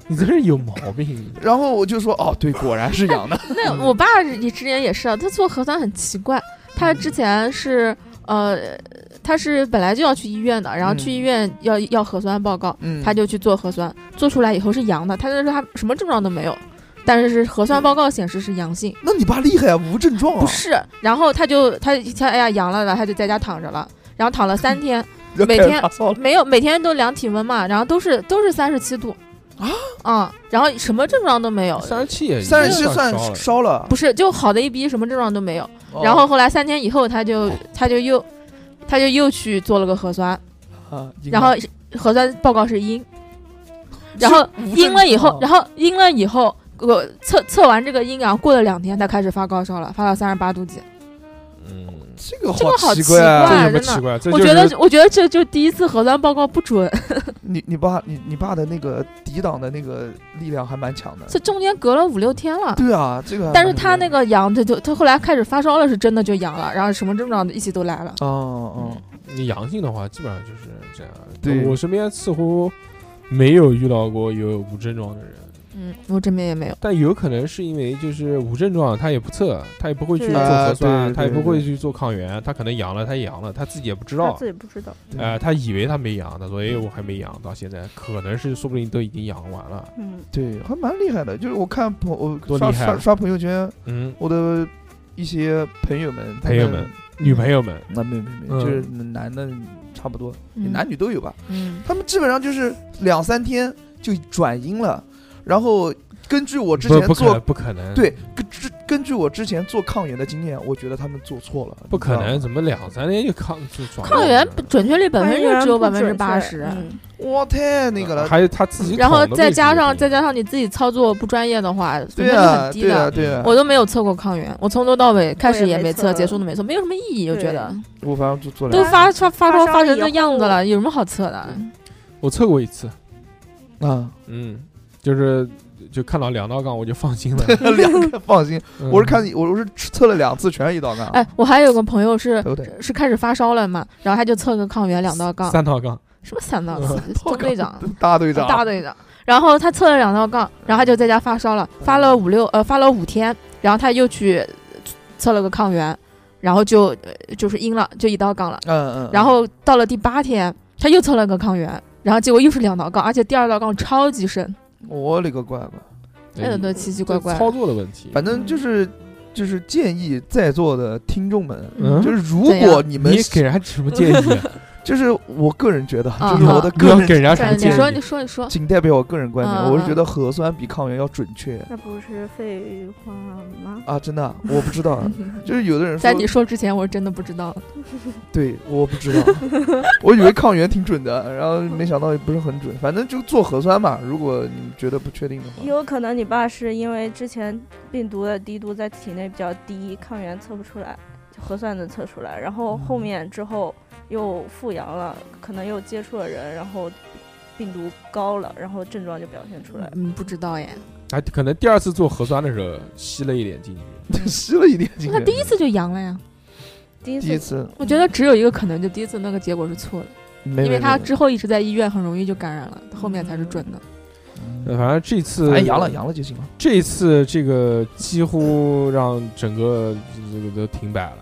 [SPEAKER 1] 你真是有毛病，
[SPEAKER 2] 然后我就说，哦，对，果然是 阳的。
[SPEAKER 4] 那我爸你之前也是啊，他做核酸很奇怪，他之前是呃，他是本来就要去医院的，然后
[SPEAKER 2] 嗯
[SPEAKER 4] 去医院要、要核酸报告，
[SPEAKER 2] 嗯，
[SPEAKER 4] 他就去做核酸，做出来以后是阳的，他那时候他什么症状都没有，但是是核酸报告显示是阳性，
[SPEAKER 2] 那你爸厉害啊，无症状啊
[SPEAKER 4] 不。是，然后他就他他哎呀阳了，然后他就在家躺着了，然后躺了三天，
[SPEAKER 2] 要
[SPEAKER 4] 每
[SPEAKER 2] 开始
[SPEAKER 4] 天
[SPEAKER 2] 发烧了
[SPEAKER 4] 没有每天都量体温嘛，然后都是都是三十七度啊，嗯，然后什么症状都没有。
[SPEAKER 1] 三十七也
[SPEAKER 2] 三十七
[SPEAKER 1] 也
[SPEAKER 2] 算
[SPEAKER 1] 烧了
[SPEAKER 2] 烧了，
[SPEAKER 4] 不是，就好的一逼，什么症状都没有。
[SPEAKER 2] 哦
[SPEAKER 4] 然后后来三天以后，他就他就又他就又去做了个核酸，
[SPEAKER 2] 啊阴
[SPEAKER 4] 然后
[SPEAKER 2] 了
[SPEAKER 4] 核酸报告是阴，然后
[SPEAKER 2] 是无症
[SPEAKER 4] 阴了以后
[SPEAKER 2] 状，
[SPEAKER 4] 然后阴了以后，我测测完这个阴，然啊后过了两天，他开始发高烧了，发到三十八度几。
[SPEAKER 1] 嗯。
[SPEAKER 2] 这个
[SPEAKER 4] 这个好
[SPEAKER 2] 奇
[SPEAKER 4] 奇
[SPEAKER 2] 啊
[SPEAKER 4] 怪
[SPEAKER 1] 这有什么
[SPEAKER 4] 哎
[SPEAKER 1] 奇怪？这
[SPEAKER 4] 真的我
[SPEAKER 1] 就
[SPEAKER 4] 觉
[SPEAKER 1] 是
[SPEAKER 4] 得我觉得这就是第一次核酸报告不准，
[SPEAKER 2] 你你爸你你爸的那个抵挡的那个力量还蛮强的。
[SPEAKER 4] 这中间隔了五六天了。
[SPEAKER 2] 对啊，这个还蛮
[SPEAKER 4] 但是他那个阳，他就他后来开始发烧了，是真的就阳了，然后什么症状一起都来了。
[SPEAKER 2] 哦
[SPEAKER 1] 你阳性的话，基本上就是这样。
[SPEAKER 2] 对
[SPEAKER 1] 我身边似乎没有遇到过有无症状的人，
[SPEAKER 4] 嗯，我这边也没有。
[SPEAKER 1] 但有可能是因为就是无症状，他也不测，他也不会去
[SPEAKER 3] 对
[SPEAKER 1] 做
[SPEAKER 2] 啊
[SPEAKER 1] 核酸，
[SPEAKER 2] 对
[SPEAKER 1] 他也
[SPEAKER 2] 对
[SPEAKER 1] 不会
[SPEAKER 2] 对
[SPEAKER 1] 去做抗原，他可能阳了，他也阳了，他自己也不知
[SPEAKER 3] 他
[SPEAKER 1] 道
[SPEAKER 3] 自。己不知道，
[SPEAKER 2] 嗯，
[SPEAKER 1] 呃，他以为他没阳，他说：“哎，我还没阳，到现在可能是说不定都已经阳完了。
[SPEAKER 3] 嗯，
[SPEAKER 2] 对，还蛮厉害的。就是我看朋我
[SPEAKER 1] 多
[SPEAKER 2] 刷
[SPEAKER 1] 厉害啊
[SPEAKER 2] 刷刷朋友圈，”
[SPEAKER 1] 嗯，
[SPEAKER 2] 我的一些朋友们，他
[SPEAKER 1] 朋友
[SPEAKER 2] 们
[SPEAKER 1] 们，女朋友们，
[SPEAKER 2] 那没没没，
[SPEAKER 1] 嗯
[SPEAKER 2] 就是男的差不多，
[SPEAKER 4] 嗯
[SPEAKER 2] 男女都有吧。
[SPEAKER 4] 嗯，
[SPEAKER 2] 他们基本上就是两三天就转阴了，然后根据我之前
[SPEAKER 1] 不不可
[SPEAKER 2] 做
[SPEAKER 1] 不可能，
[SPEAKER 2] 对，根据根据我之前做抗原的经验，我觉得他们做错了。
[SPEAKER 1] 不可
[SPEAKER 2] 你知道
[SPEAKER 1] 能，
[SPEAKER 2] 吗。
[SPEAKER 1] 怎么两三天就抗就转
[SPEAKER 4] 抗原准确率百分之
[SPEAKER 3] 原
[SPEAKER 4] 只有
[SPEAKER 3] 不
[SPEAKER 4] 百分之
[SPEAKER 3] 准确
[SPEAKER 4] 八十，啊
[SPEAKER 3] 嗯
[SPEAKER 2] 我太那个了，
[SPEAKER 1] 还有他自己捅的
[SPEAKER 4] 然
[SPEAKER 1] 位置
[SPEAKER 4] 后
[SPEAKER 1] 也不一样，
[SPEAKER 4] 再加上再加上你自己操作不专业的话，
[SPEAKER 2] 对
[SPEAKER 4] 分辨率
[SPEAKER 2] 啊，
[SPEAKER 4] 很低
[SPEAKER 2] 对
[SPEAKER 4] 的
[SPEAKER 2] 啊，。对啊。
[SPEAKER 4] 我都没有测过抗原，我从头到尾开始
[SPEAKER 3] 也
[SPEAKER 4] 也
[SPEAKER 3] 没
[SPEAKER 4] 没
[SPEAKER 3] 测
[SPEAKER 4] 测，结束都没测，没有什么意义，我觉得
[SPEAKER 2] 我反正做做
[SPEAKER 4] 都
[SPEAKER 2] 两
[SPEAKER 4] 发发发
[SPEAKER 3] 啊发
[SPEAKER 4] 烧
[SPEAKER 3] 烧
[SPEAKER 4] 发
[SPEAKER 3] 了
[SPEAKER 4] 成
[SPEAKER 3] 以
[SPEAKER 4] 那样子
[SPEAKER 3] 后
[SPEAKER 4] 了，有什么好测的？
[SPEAKER 1] 我测过一次，
[SPEAKER 2] 啊，
[SPEAKER 1] 嗯，就是就看到两道杠我就放心了。
[SPEAKER 2] 两个放心，
[SPEAKER 1] 嗯
[SPEAKER 2] 我是看我我是测了两次全是一道杠，
[SPEAKER 4] 哎，我还有个朋友是
[SPEAKER 2] 对不对？
[SPEAKER 4] 是开始发烧了嘛，然后他就测个抗原两道杠，
[SPEAKER 1] 三道杠，
[SPEAKER 4] 什么三道
[SPEAKER 1] 嗯
[SPEAKER 4] 杠，中队长，
[SPEAKER 2] 大队长，
[SPEAKER 4] 大队长。然后他测了两道杠，然后他就在家发烧了，发了五六呃发了五天，然后他又去测了个抗原，然后就呃就是阴了，就一道杠了。
[SPEAKER 2] 嗯嗯，
[SPEAKER 4] 然后到了第八天，他又测了个抗原，然后结果又是两道杠，而且第二道杠超级深，
[SPEAKER 2] 我勒个乖乖，哎
[SPEAKER 4] 真的都奇奇
[SPEAKER 1] 这
[SPEAKER 4] 怪怪。
[SPEAKER 1] 操作的问题。
[SPEAKER 2] 反正
[SPEAKER 4] 嗯
[SPEAKER 2] 就是就是建议在座的听众们，
[SPEAKER 1] 嗯
[SPEAKER 2] 就是如
[SPEAKER 4] 怎
[SPEAKER 2] 果
[SPEAKER 4] 样
[SPEAKER 2] 你们
[SPEAKER 1] 你给人家什么建 议？啊
[SPEAKER 2] 就是我个人觉得，
[SPEAKER 4] 啊
[SPEAKER 2] 就是我的
[SPEAKER 1] 嗯你
[SPEAKER 2] 个
[SPEAKER 1] 要
[SPEAKER 2] 人
[SPEAKER 1] 给人家什么
[SPEAKER 4] 对你说
[SPEAKER 1] 建
[SPEAKER 4] 你
[SPEAKER 1] 议？
[SPEAKER 4] 说你说，
[SPEAKER 2] 仅代表我个人观点，
[SPEAKER 4] 嗯
[SPEAKER 2] 我是觉得核酸比抗原要准确
[SPEAKER 3] 那不是废话吗？
[SPEAKER 2] 啊！真的啊，我不知道 啊，就是有的人
[SPEAKER 4] 在
[SPEAKER 2] 说，
[SPEAKER 4] 你说之前我真的不知道，
[SPEAKER 2] 对，我不知 道，我以为抗原挺准的，然后没想到也不是很准。反正就做核酸嘛，如果你觉得不确定的话，
[SPEAKER 3] 有可能你爸是因为之前病毒的低度在体内比较低，抗原测不出来，就核酸能测出来，然后后面之后又复阳了，可能又接触了人，然后病毒高了，然后症状就表现出来了。
[SPEAKER 4] 嗯，不知道耶，
[SPEAKER 1] 哎，可能第二次做核酸的时候吸了一点进去。
[SPEAKER 2] 吸了一点进
[SPEAKER 4] 他第
[SPEAKER 2] 去。
[SPEAKER 4] 一次就阳了呀。
[SPEAKER 2] 嗯
[SPEAKER 3] 第一
[SPEAKER 2] 第一
[SPEAKER 3] 次
[SPEAKER 2] 次，
[SPEAKER 4] 我觉得只有一个可能，就第一次那个结果是错的，
[SPEAKER 2] 没
[SPEAKER 4] 因为
[SPEAKER 2] 没
[SPEAKER 4] 他
[SPEAKER 2] 没嗯
[SPEAKER 4] 之后一直在医院，很容易就感染了，后面才是准的。
[SPEAKER 1] 呃反正这次
[SPEAKER 2] 哎阳了阳了就行了。
[SPEAKER 1] 这一次这个几乎让整个这个都停摆了，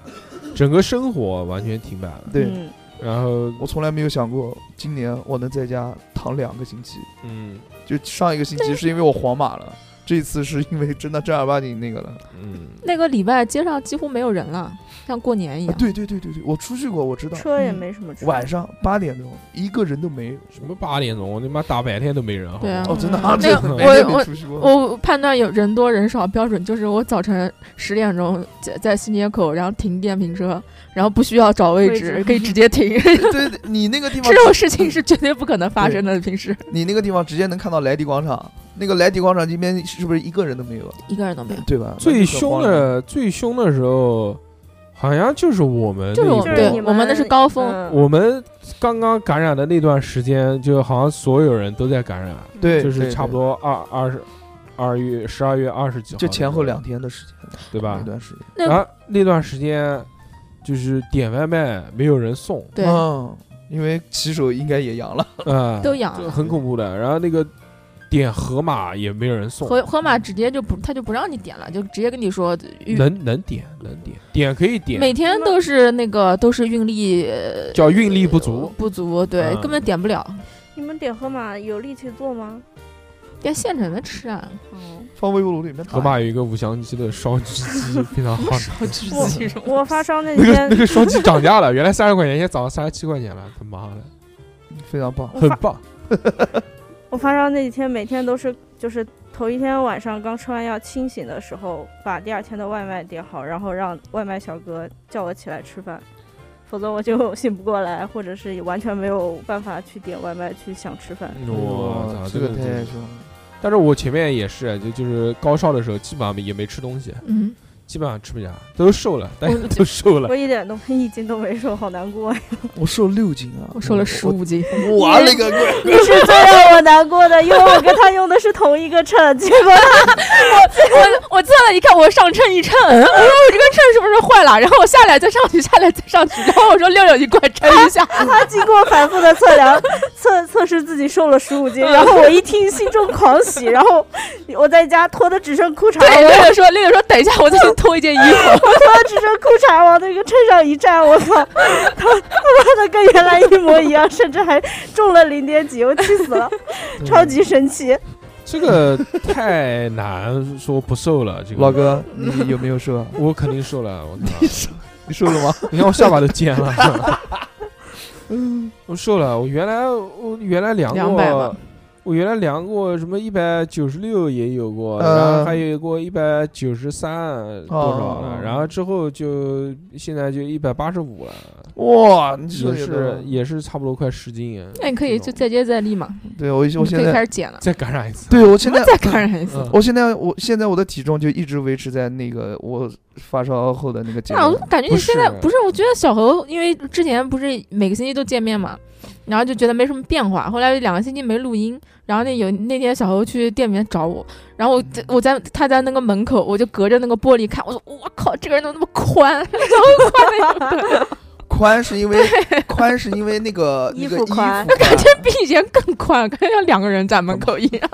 [SPEAKER 1] 整个生活完全停摆了。
[SPEAKER 2] 对
[SPEAKER 3] 嗯，
[SPEAKER 1] 然后，
[SPEAKER 2] 我从来没有想过今年我能在家躺两个星期，
[SPEAKER 1] 嗯
[SPEAKER 2] 就上一个星期是因为我黄码了，这次是因为真的正儿八经那个了。
[SPEAKER 1] 嗯，
[SPEAKER 4] 那个礼拜街上几乎没有人了，像过年一
[SPEAKER 2] 啊
[SPEAKER 4] 样。
[SPEAKER 2] 对对对对对，我出去过，我知道。
[SPEAKER 3] 车也
[SPEAKER 4] 嗯
[SPEAKER 3] 没什么车。
[SPEAKER 2] 晚上八点钟，一个人都没有。
[SPEAKER 1] 什么八点钟，我他妈大白天都没人。好吗
[SPEAKER 4] 对啊
[SPEAKER 2] 哦，真的啊，
[SPEAKER 4] 嗯
[SPEAKER 2] 这
[SPEAKER 4] 那个
[SPEAKER 2] 没人
[SPEAKER 4] 我
[SPEAKER 2] 没出去过。
[SPEAKER 4] 我判断有人多人少标准就是我早晨十点钟在在新街口，然后停电瓶车，然后不需要找位置，
[SPEAKER 3] 位置
[SPEAKER 4] 可以直接停。
[SPEAKER 2] 对，对你那个地方
[SPEAKER 4] 这，种事情是绝对不可能发生的。平时
[SPEAKER 2] 你那个地方直接能看到莱迪广场，那个莱迪广场这边是不是一个人都没有？
[SPEAKER 4] 一个人都没有，
[SPEAKER 2] 对吧？
[SPEAKER 1] 最
[SPEAKER 2] 那就很
[SPEAKER 1] 凶
[SPEAKER 2] 荒凉，
[SPEAKER 1] 的最凶的时候，好像就是我们
[SPEAKER 4] 就是
[SPEAKER 1] 那
[SPEAKER 4] 我
[SPEAKER 1] 一
[SPEAKER 3] 就是
[SPEAKER 1] 波
[SPEAKER 4] 对
[SPEAKER 3] 你们
[SPEAKER 4] 我们那是高峰
[SPEAKER 3] 嗯
[SPEAKER 1] 我们刚刚感染的那段时间，就好像所有人都在感染，
[SPEAKER 2] 对，对
[SPEAKER 1] 就是差不。多二二十二月十二月二十几号
[SPEAKER 2] 对就
[SPEAKER 1] 的时候，
[SPEAKER 2] 前后两天的时间，
[SPEAKER 1] 对吧
[SPEAKER 2] 那？段时间，
[SPEAKER 4] 那
[SPEAKER 1] 然后那段时间就是点外卖没有人送，
[SPEAKER 4] 对，
[SPEAKER 2] 嗯，因为骑手应该也阳了，
[SPEAKER 1] 啊，
[SPEAKER 4] 都阳
[SPEAKER 1] 就
[SPEAKER 4] 了。
[SPEAKER 1] 很恐怖的。然后那个点河马也没有人送，
[SPEAKER 4] 河河马直接就不，他就不让你点了，就直接跟你说预
[SPEAKER 1] 能能点能点点可以点，
[SPEAKER 4] 每天都是那个都是运力呃
[SPEAKER 1] 叫运力不足。
[SPEAKER 4] 不足，对，
[SPEAKER 1] 嗯
[SPEAKER 4] 根本点不了，
[SPEAKER 3] 你们点河马有力气做吗？
[SPEAKER 4] 点现成的吃啊。
[SPEAKER 3] 哦，
[SPEAKER 2] 放微波炉里面
[SPEAKER 1] 河马有一个五香鸡的烧鸡机非常好吃，
[SPEAKER 4] 去
[SPEAKER 3] 我
[SPEAKER 4] 洗手
[SPEAKER 3] 我发 烧那
[SPEAKER 1] 那个
[SPEAKER 3] 天
[SPEAKER 1] 那，个烧鸡涨价了，原来三十块钱，现在涨到三十七块钱了，他妈的，
[SPEAKER 2] 非常棒。
[SPEAKER 1] 很棒。
[SPEAKER 3] 我发烧那几天，每天都是就是头一天晚上刚吃完药清醒的时候，把第二天的外卖点好，然后让外卖小哥叫我起来吃饭，否则我就 醒不过来，或者是完全没有办法去点外卖去想吃饭。
[SPEAKER 1] 哎我操，
[SPEAKER 2] 这
[SPEAKER 1] 这
[SPEAKER 2] 个
[SPEAKER 1] 个
[SPEAKER 2] 太凶了，
[SPEAKER 1] 但是我前面也是，就就是高烧的时候，基本上也没吃东西，
[SPEAKER 4] 嗯，
[SPEAKER 1] 基本上吃不下，都瘦了，但
[SPEAKER 4] 我
[SPEAKER 1] 是 都瘦了
[SPEAKER 3] 我。一点都没 一斤都没瘦，好难过呀！
[SPEAKER 2] 我瘦六斤啊，
[SPEAKER 4] 我瘦了十五斤，
[SPEAKER 2] 我，我勒个乖！
[SPEAKER 3] 你是最让我难过的，因为我跟他用的是同一个秤，结果
[SPEAKER 4] 我我测了一看，我上秤一 称，嗯，我说我这个秤是不是坏了？然后我下来再上去，下来再上去，然后我说六六，你给我称一下。
[SPEAKER 3] 他经过反复的测量，测测试自己瘦了十五斤，然后我一听心中狂喜，然后我在家脱的只剩裤衩，
[SPEAKER 2] 哎
[SPEAKER 4] 对，
[SPEAKER 3] 我
[SPEAKER 4] 六六说，六六说，等一下，我 再去脱一件衣服。
[SPEAKER 3] 他只剩裤衩往那个秤上一站，我操，他他妈的跟原来一模一样，甚至还重了零点几，我 气死了，
[SPEAKER 2] 嗯
[SPEAKER 3] 超级神奇。
[SPEAKER 1] 嗯这个太难说不瘦了，这个
[SPEAKER 2] 老，哥，你有没有 瘦啊？
[SPEAKER 1] 我肯定瘦了，我操！
[SPEAKER 2] 你瘦了吗？
[SPEAKER 1] 你看我下巴都尖 了。嗯，我瘦了，我原来我原来量
[SPEAKER 4] 200吧
[SPEAKER 1] 过，我原来量过什么一百九十六也有过，
[SPEAKER 2] 嗯
[SPEAKER 1] 然后还有过一百九十三多少
[SPEAKER 2] 哦
[SPEAKER 1] 了，然后之后就现在就一百八十五了，
[SPEAKER 2] 哇，你这
[SPEAKER 1] 也
[SPEAKER 2] 个有
[SPEAKER 1] 是
[SPEAKER 2] 的
[SPEAKER 1] 也是差不多快十斤啊。
[SPEAKER 4] 那你可以
[SPEAKER 1] 这
[SPEAKER 4] 就
[SPEAKER 1] 种
[SPEAKER 4] 再接再厉嘛，
[SPEAKER 2] 对我
[SPEAKER 4] 你
[SPEAKER 2] 我
[SPEAKER 4] 可
[SPEAKER 2] 现
[SPEAKER 4] 以开
[SPEAKER 2] 在
[SPEAKER 4] 始减了，
[SPEAKER 1] 再感染一 次，
[SPEAKER 2] 对我
[SPEAKER 4] 什
[SPEAKER 2] 现
[SPEAKER 4] 么
[SPEAKER 2] 在
[SPEAKER 4] 再感染一次？
[SPEAKER 1] 嗯
[SPEAKER 2] 我现在我现在我的体重就一直维持在那个我发烧后的那个阶
[SPEAKER 4] 那
[SPEAKER 2] 段
[SPEAKER 4] 啊我。感觉你现在
[SPEAKER 1] 不是
[SPEAKER 4] 不是，我觉得小何因为之前不是每个星期都见面嘛，然后就觉得没什么变化。后来两个星期没录音，然后那有那天小何去店里面找我，然后我在我在他在那个门口，我就隔着那个玻璃看，我说我靠，这个人怎么那么宽， 然后宽的有点
[SPEAKER 2] 宽是因为 宽是因为那 个
[SPEAKER 3] 衣
[SPEAKER 2] 那个
[SPEAKER 3] 服
[SPEAKER 2] 衣服
[SPEAKER 3] 宽
[SPEAKER 4] 感觉比以前更宽，感觉像两个人站门口一
[SPEAKER 1] 嗯
[SPEAKER 4] 样。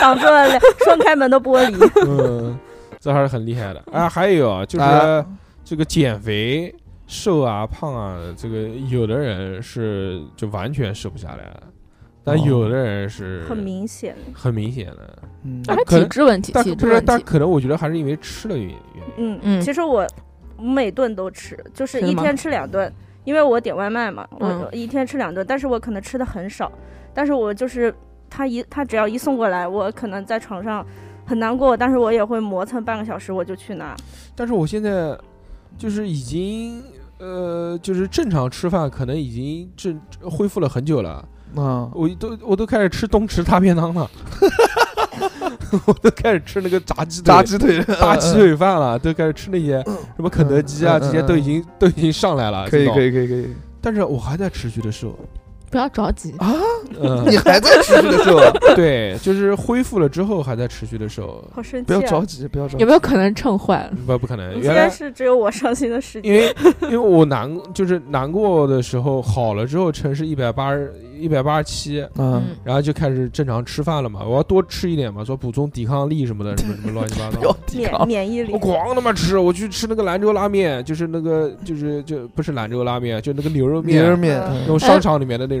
[SPEAKER 3] 挡住了两双开门的玻璃。
[SPEAKER 1] 嗯，这还是很厉害的啊。还有啊，就是
[SPEAKER 2] 啊
[SPEAKER 1] 这个减肥、瘦啊、胖啊，这个有的人是就完全瘦不下来了，但
[SPEAKER 2] 哦
[SPEAKER 1] 有的人是
[SPEAKER 3] 很明显，
[SPEAKER 1] 很明显的。
[SPEAKER 2] 嗯
[SPEAKER 4] 还是
[SPEAKER 1] 可
[SPEAKER 4] 体
[SPEAKER 1] 能
[SPEAKER 4] 质问题，
[SPEAKER 1] 但
[SPEAKER 4] 体
[SPEAKER 1] 不
[SPEAKER 4] 质
[SPEAKER 1] 是，
[SPEAKER 4] 问
[SPEAKER 1] 但
[SPEAKER 4] 题。
[SPEAKER 1] 可能我觉得还是因为吃的原原因。
[SPEAKER 3] 嗯
[SPEAKER 4] 嗯
[SPEAKER 3] 其实我每顿都吃，就是
[SPEAKER 4] 是
[SPEAKER 3] 一
[SPEAKER 4] 吗
[SPEAKER 3] 天吃两顿，因为我点外卖嘛，
[SPEAKER 4] 嗯
[SPEAKER 3] 我一天吃两顿，但是我可能吃的很少，但是我就是他一他只要一送过来，我可能在床上很难过，但是我也会磨蹭半个小时，我就去拿。
[SPEAKER 1] 但是我现在就是已经呃，就是正常吃饭，可能已经正恢复了很久了。
[SPEAKER 2] 啊，
[SPEAKER 1] 我都我都开始吃东池大便当 了，我都开始吃那个 炸鸡腿
[SPEAKER 2] 炸鸡嗯腿，
[SPEAKER 1] 大鸡腿饭了，都开始吃那些什么肯德基
[SPEAKER 2] 嗯
[SPEAKER 1] 啊，
[SPEAKER 2] 嗯嗯
[SPEAKER 1] 这些都已经都已经上来了。
[SPEAKER 2] 可以可
[SPEAKER 1] 以，
[SPEAKER 2] 以可以可以，
[SPEAKER 1] 但是我还在持续 的瘦，
[SPEAKER 4] 不要着急，
[SPEAKER 1] 嗯，
[SPEAKER 2] 你还在持续的瘦啊，
[SPEAKER 1] 对，就是恢复了之后还在持续的瘦，
[SPEAKER 3] 好生
[SPEAKER 2] 不
[SPEAKER 3] 气
[SPEAKER 2] 要
[SPEAKER 3] 啊
[SPEAKER 2] 着！急，不要着急
[SPEAKER 4] 有没有可能秤坏了？
[SPEAKER 1] 不不可能，
[SPEAKER 3] 你
[SPEAKER 1] 原
[SPEAKER 3] 现在
[SPEAKER 1] 来。
[SPEAKER 3] 是只有我伤心的事情。
[SPEAKER 1] 因为因为我难就是难过的时候好了之后，称是一百八十一百八十七，
[SPEAKER 2] 嗯，
[SPEAKER 4] 嗯，
[SPEAKER 1] 然后就开始正常吃饭了嘛。我要多吃一点嘛，说补充抵抗力什么的，什么什么乱七八
[SPEAKER 2] 不要
[SPEAKER 1] 糟。
[SPEAKER 2] 抵
[SPEAKER 3] 免
[SPEAKER 2] 抗，
[SPEAKER 3] 免疫力
[SPEAKER 1] 我，狂他妈吃，我去吃那个兰州拉面，就是那个就是就不是兰州拉面，就那个牛肉面，
[SPEAKER 2] 牛肉面，
[SPEAKER 1] 那
[SPEAKER 2] 嗯
[SPEAKER 1] 种商场里面的那种。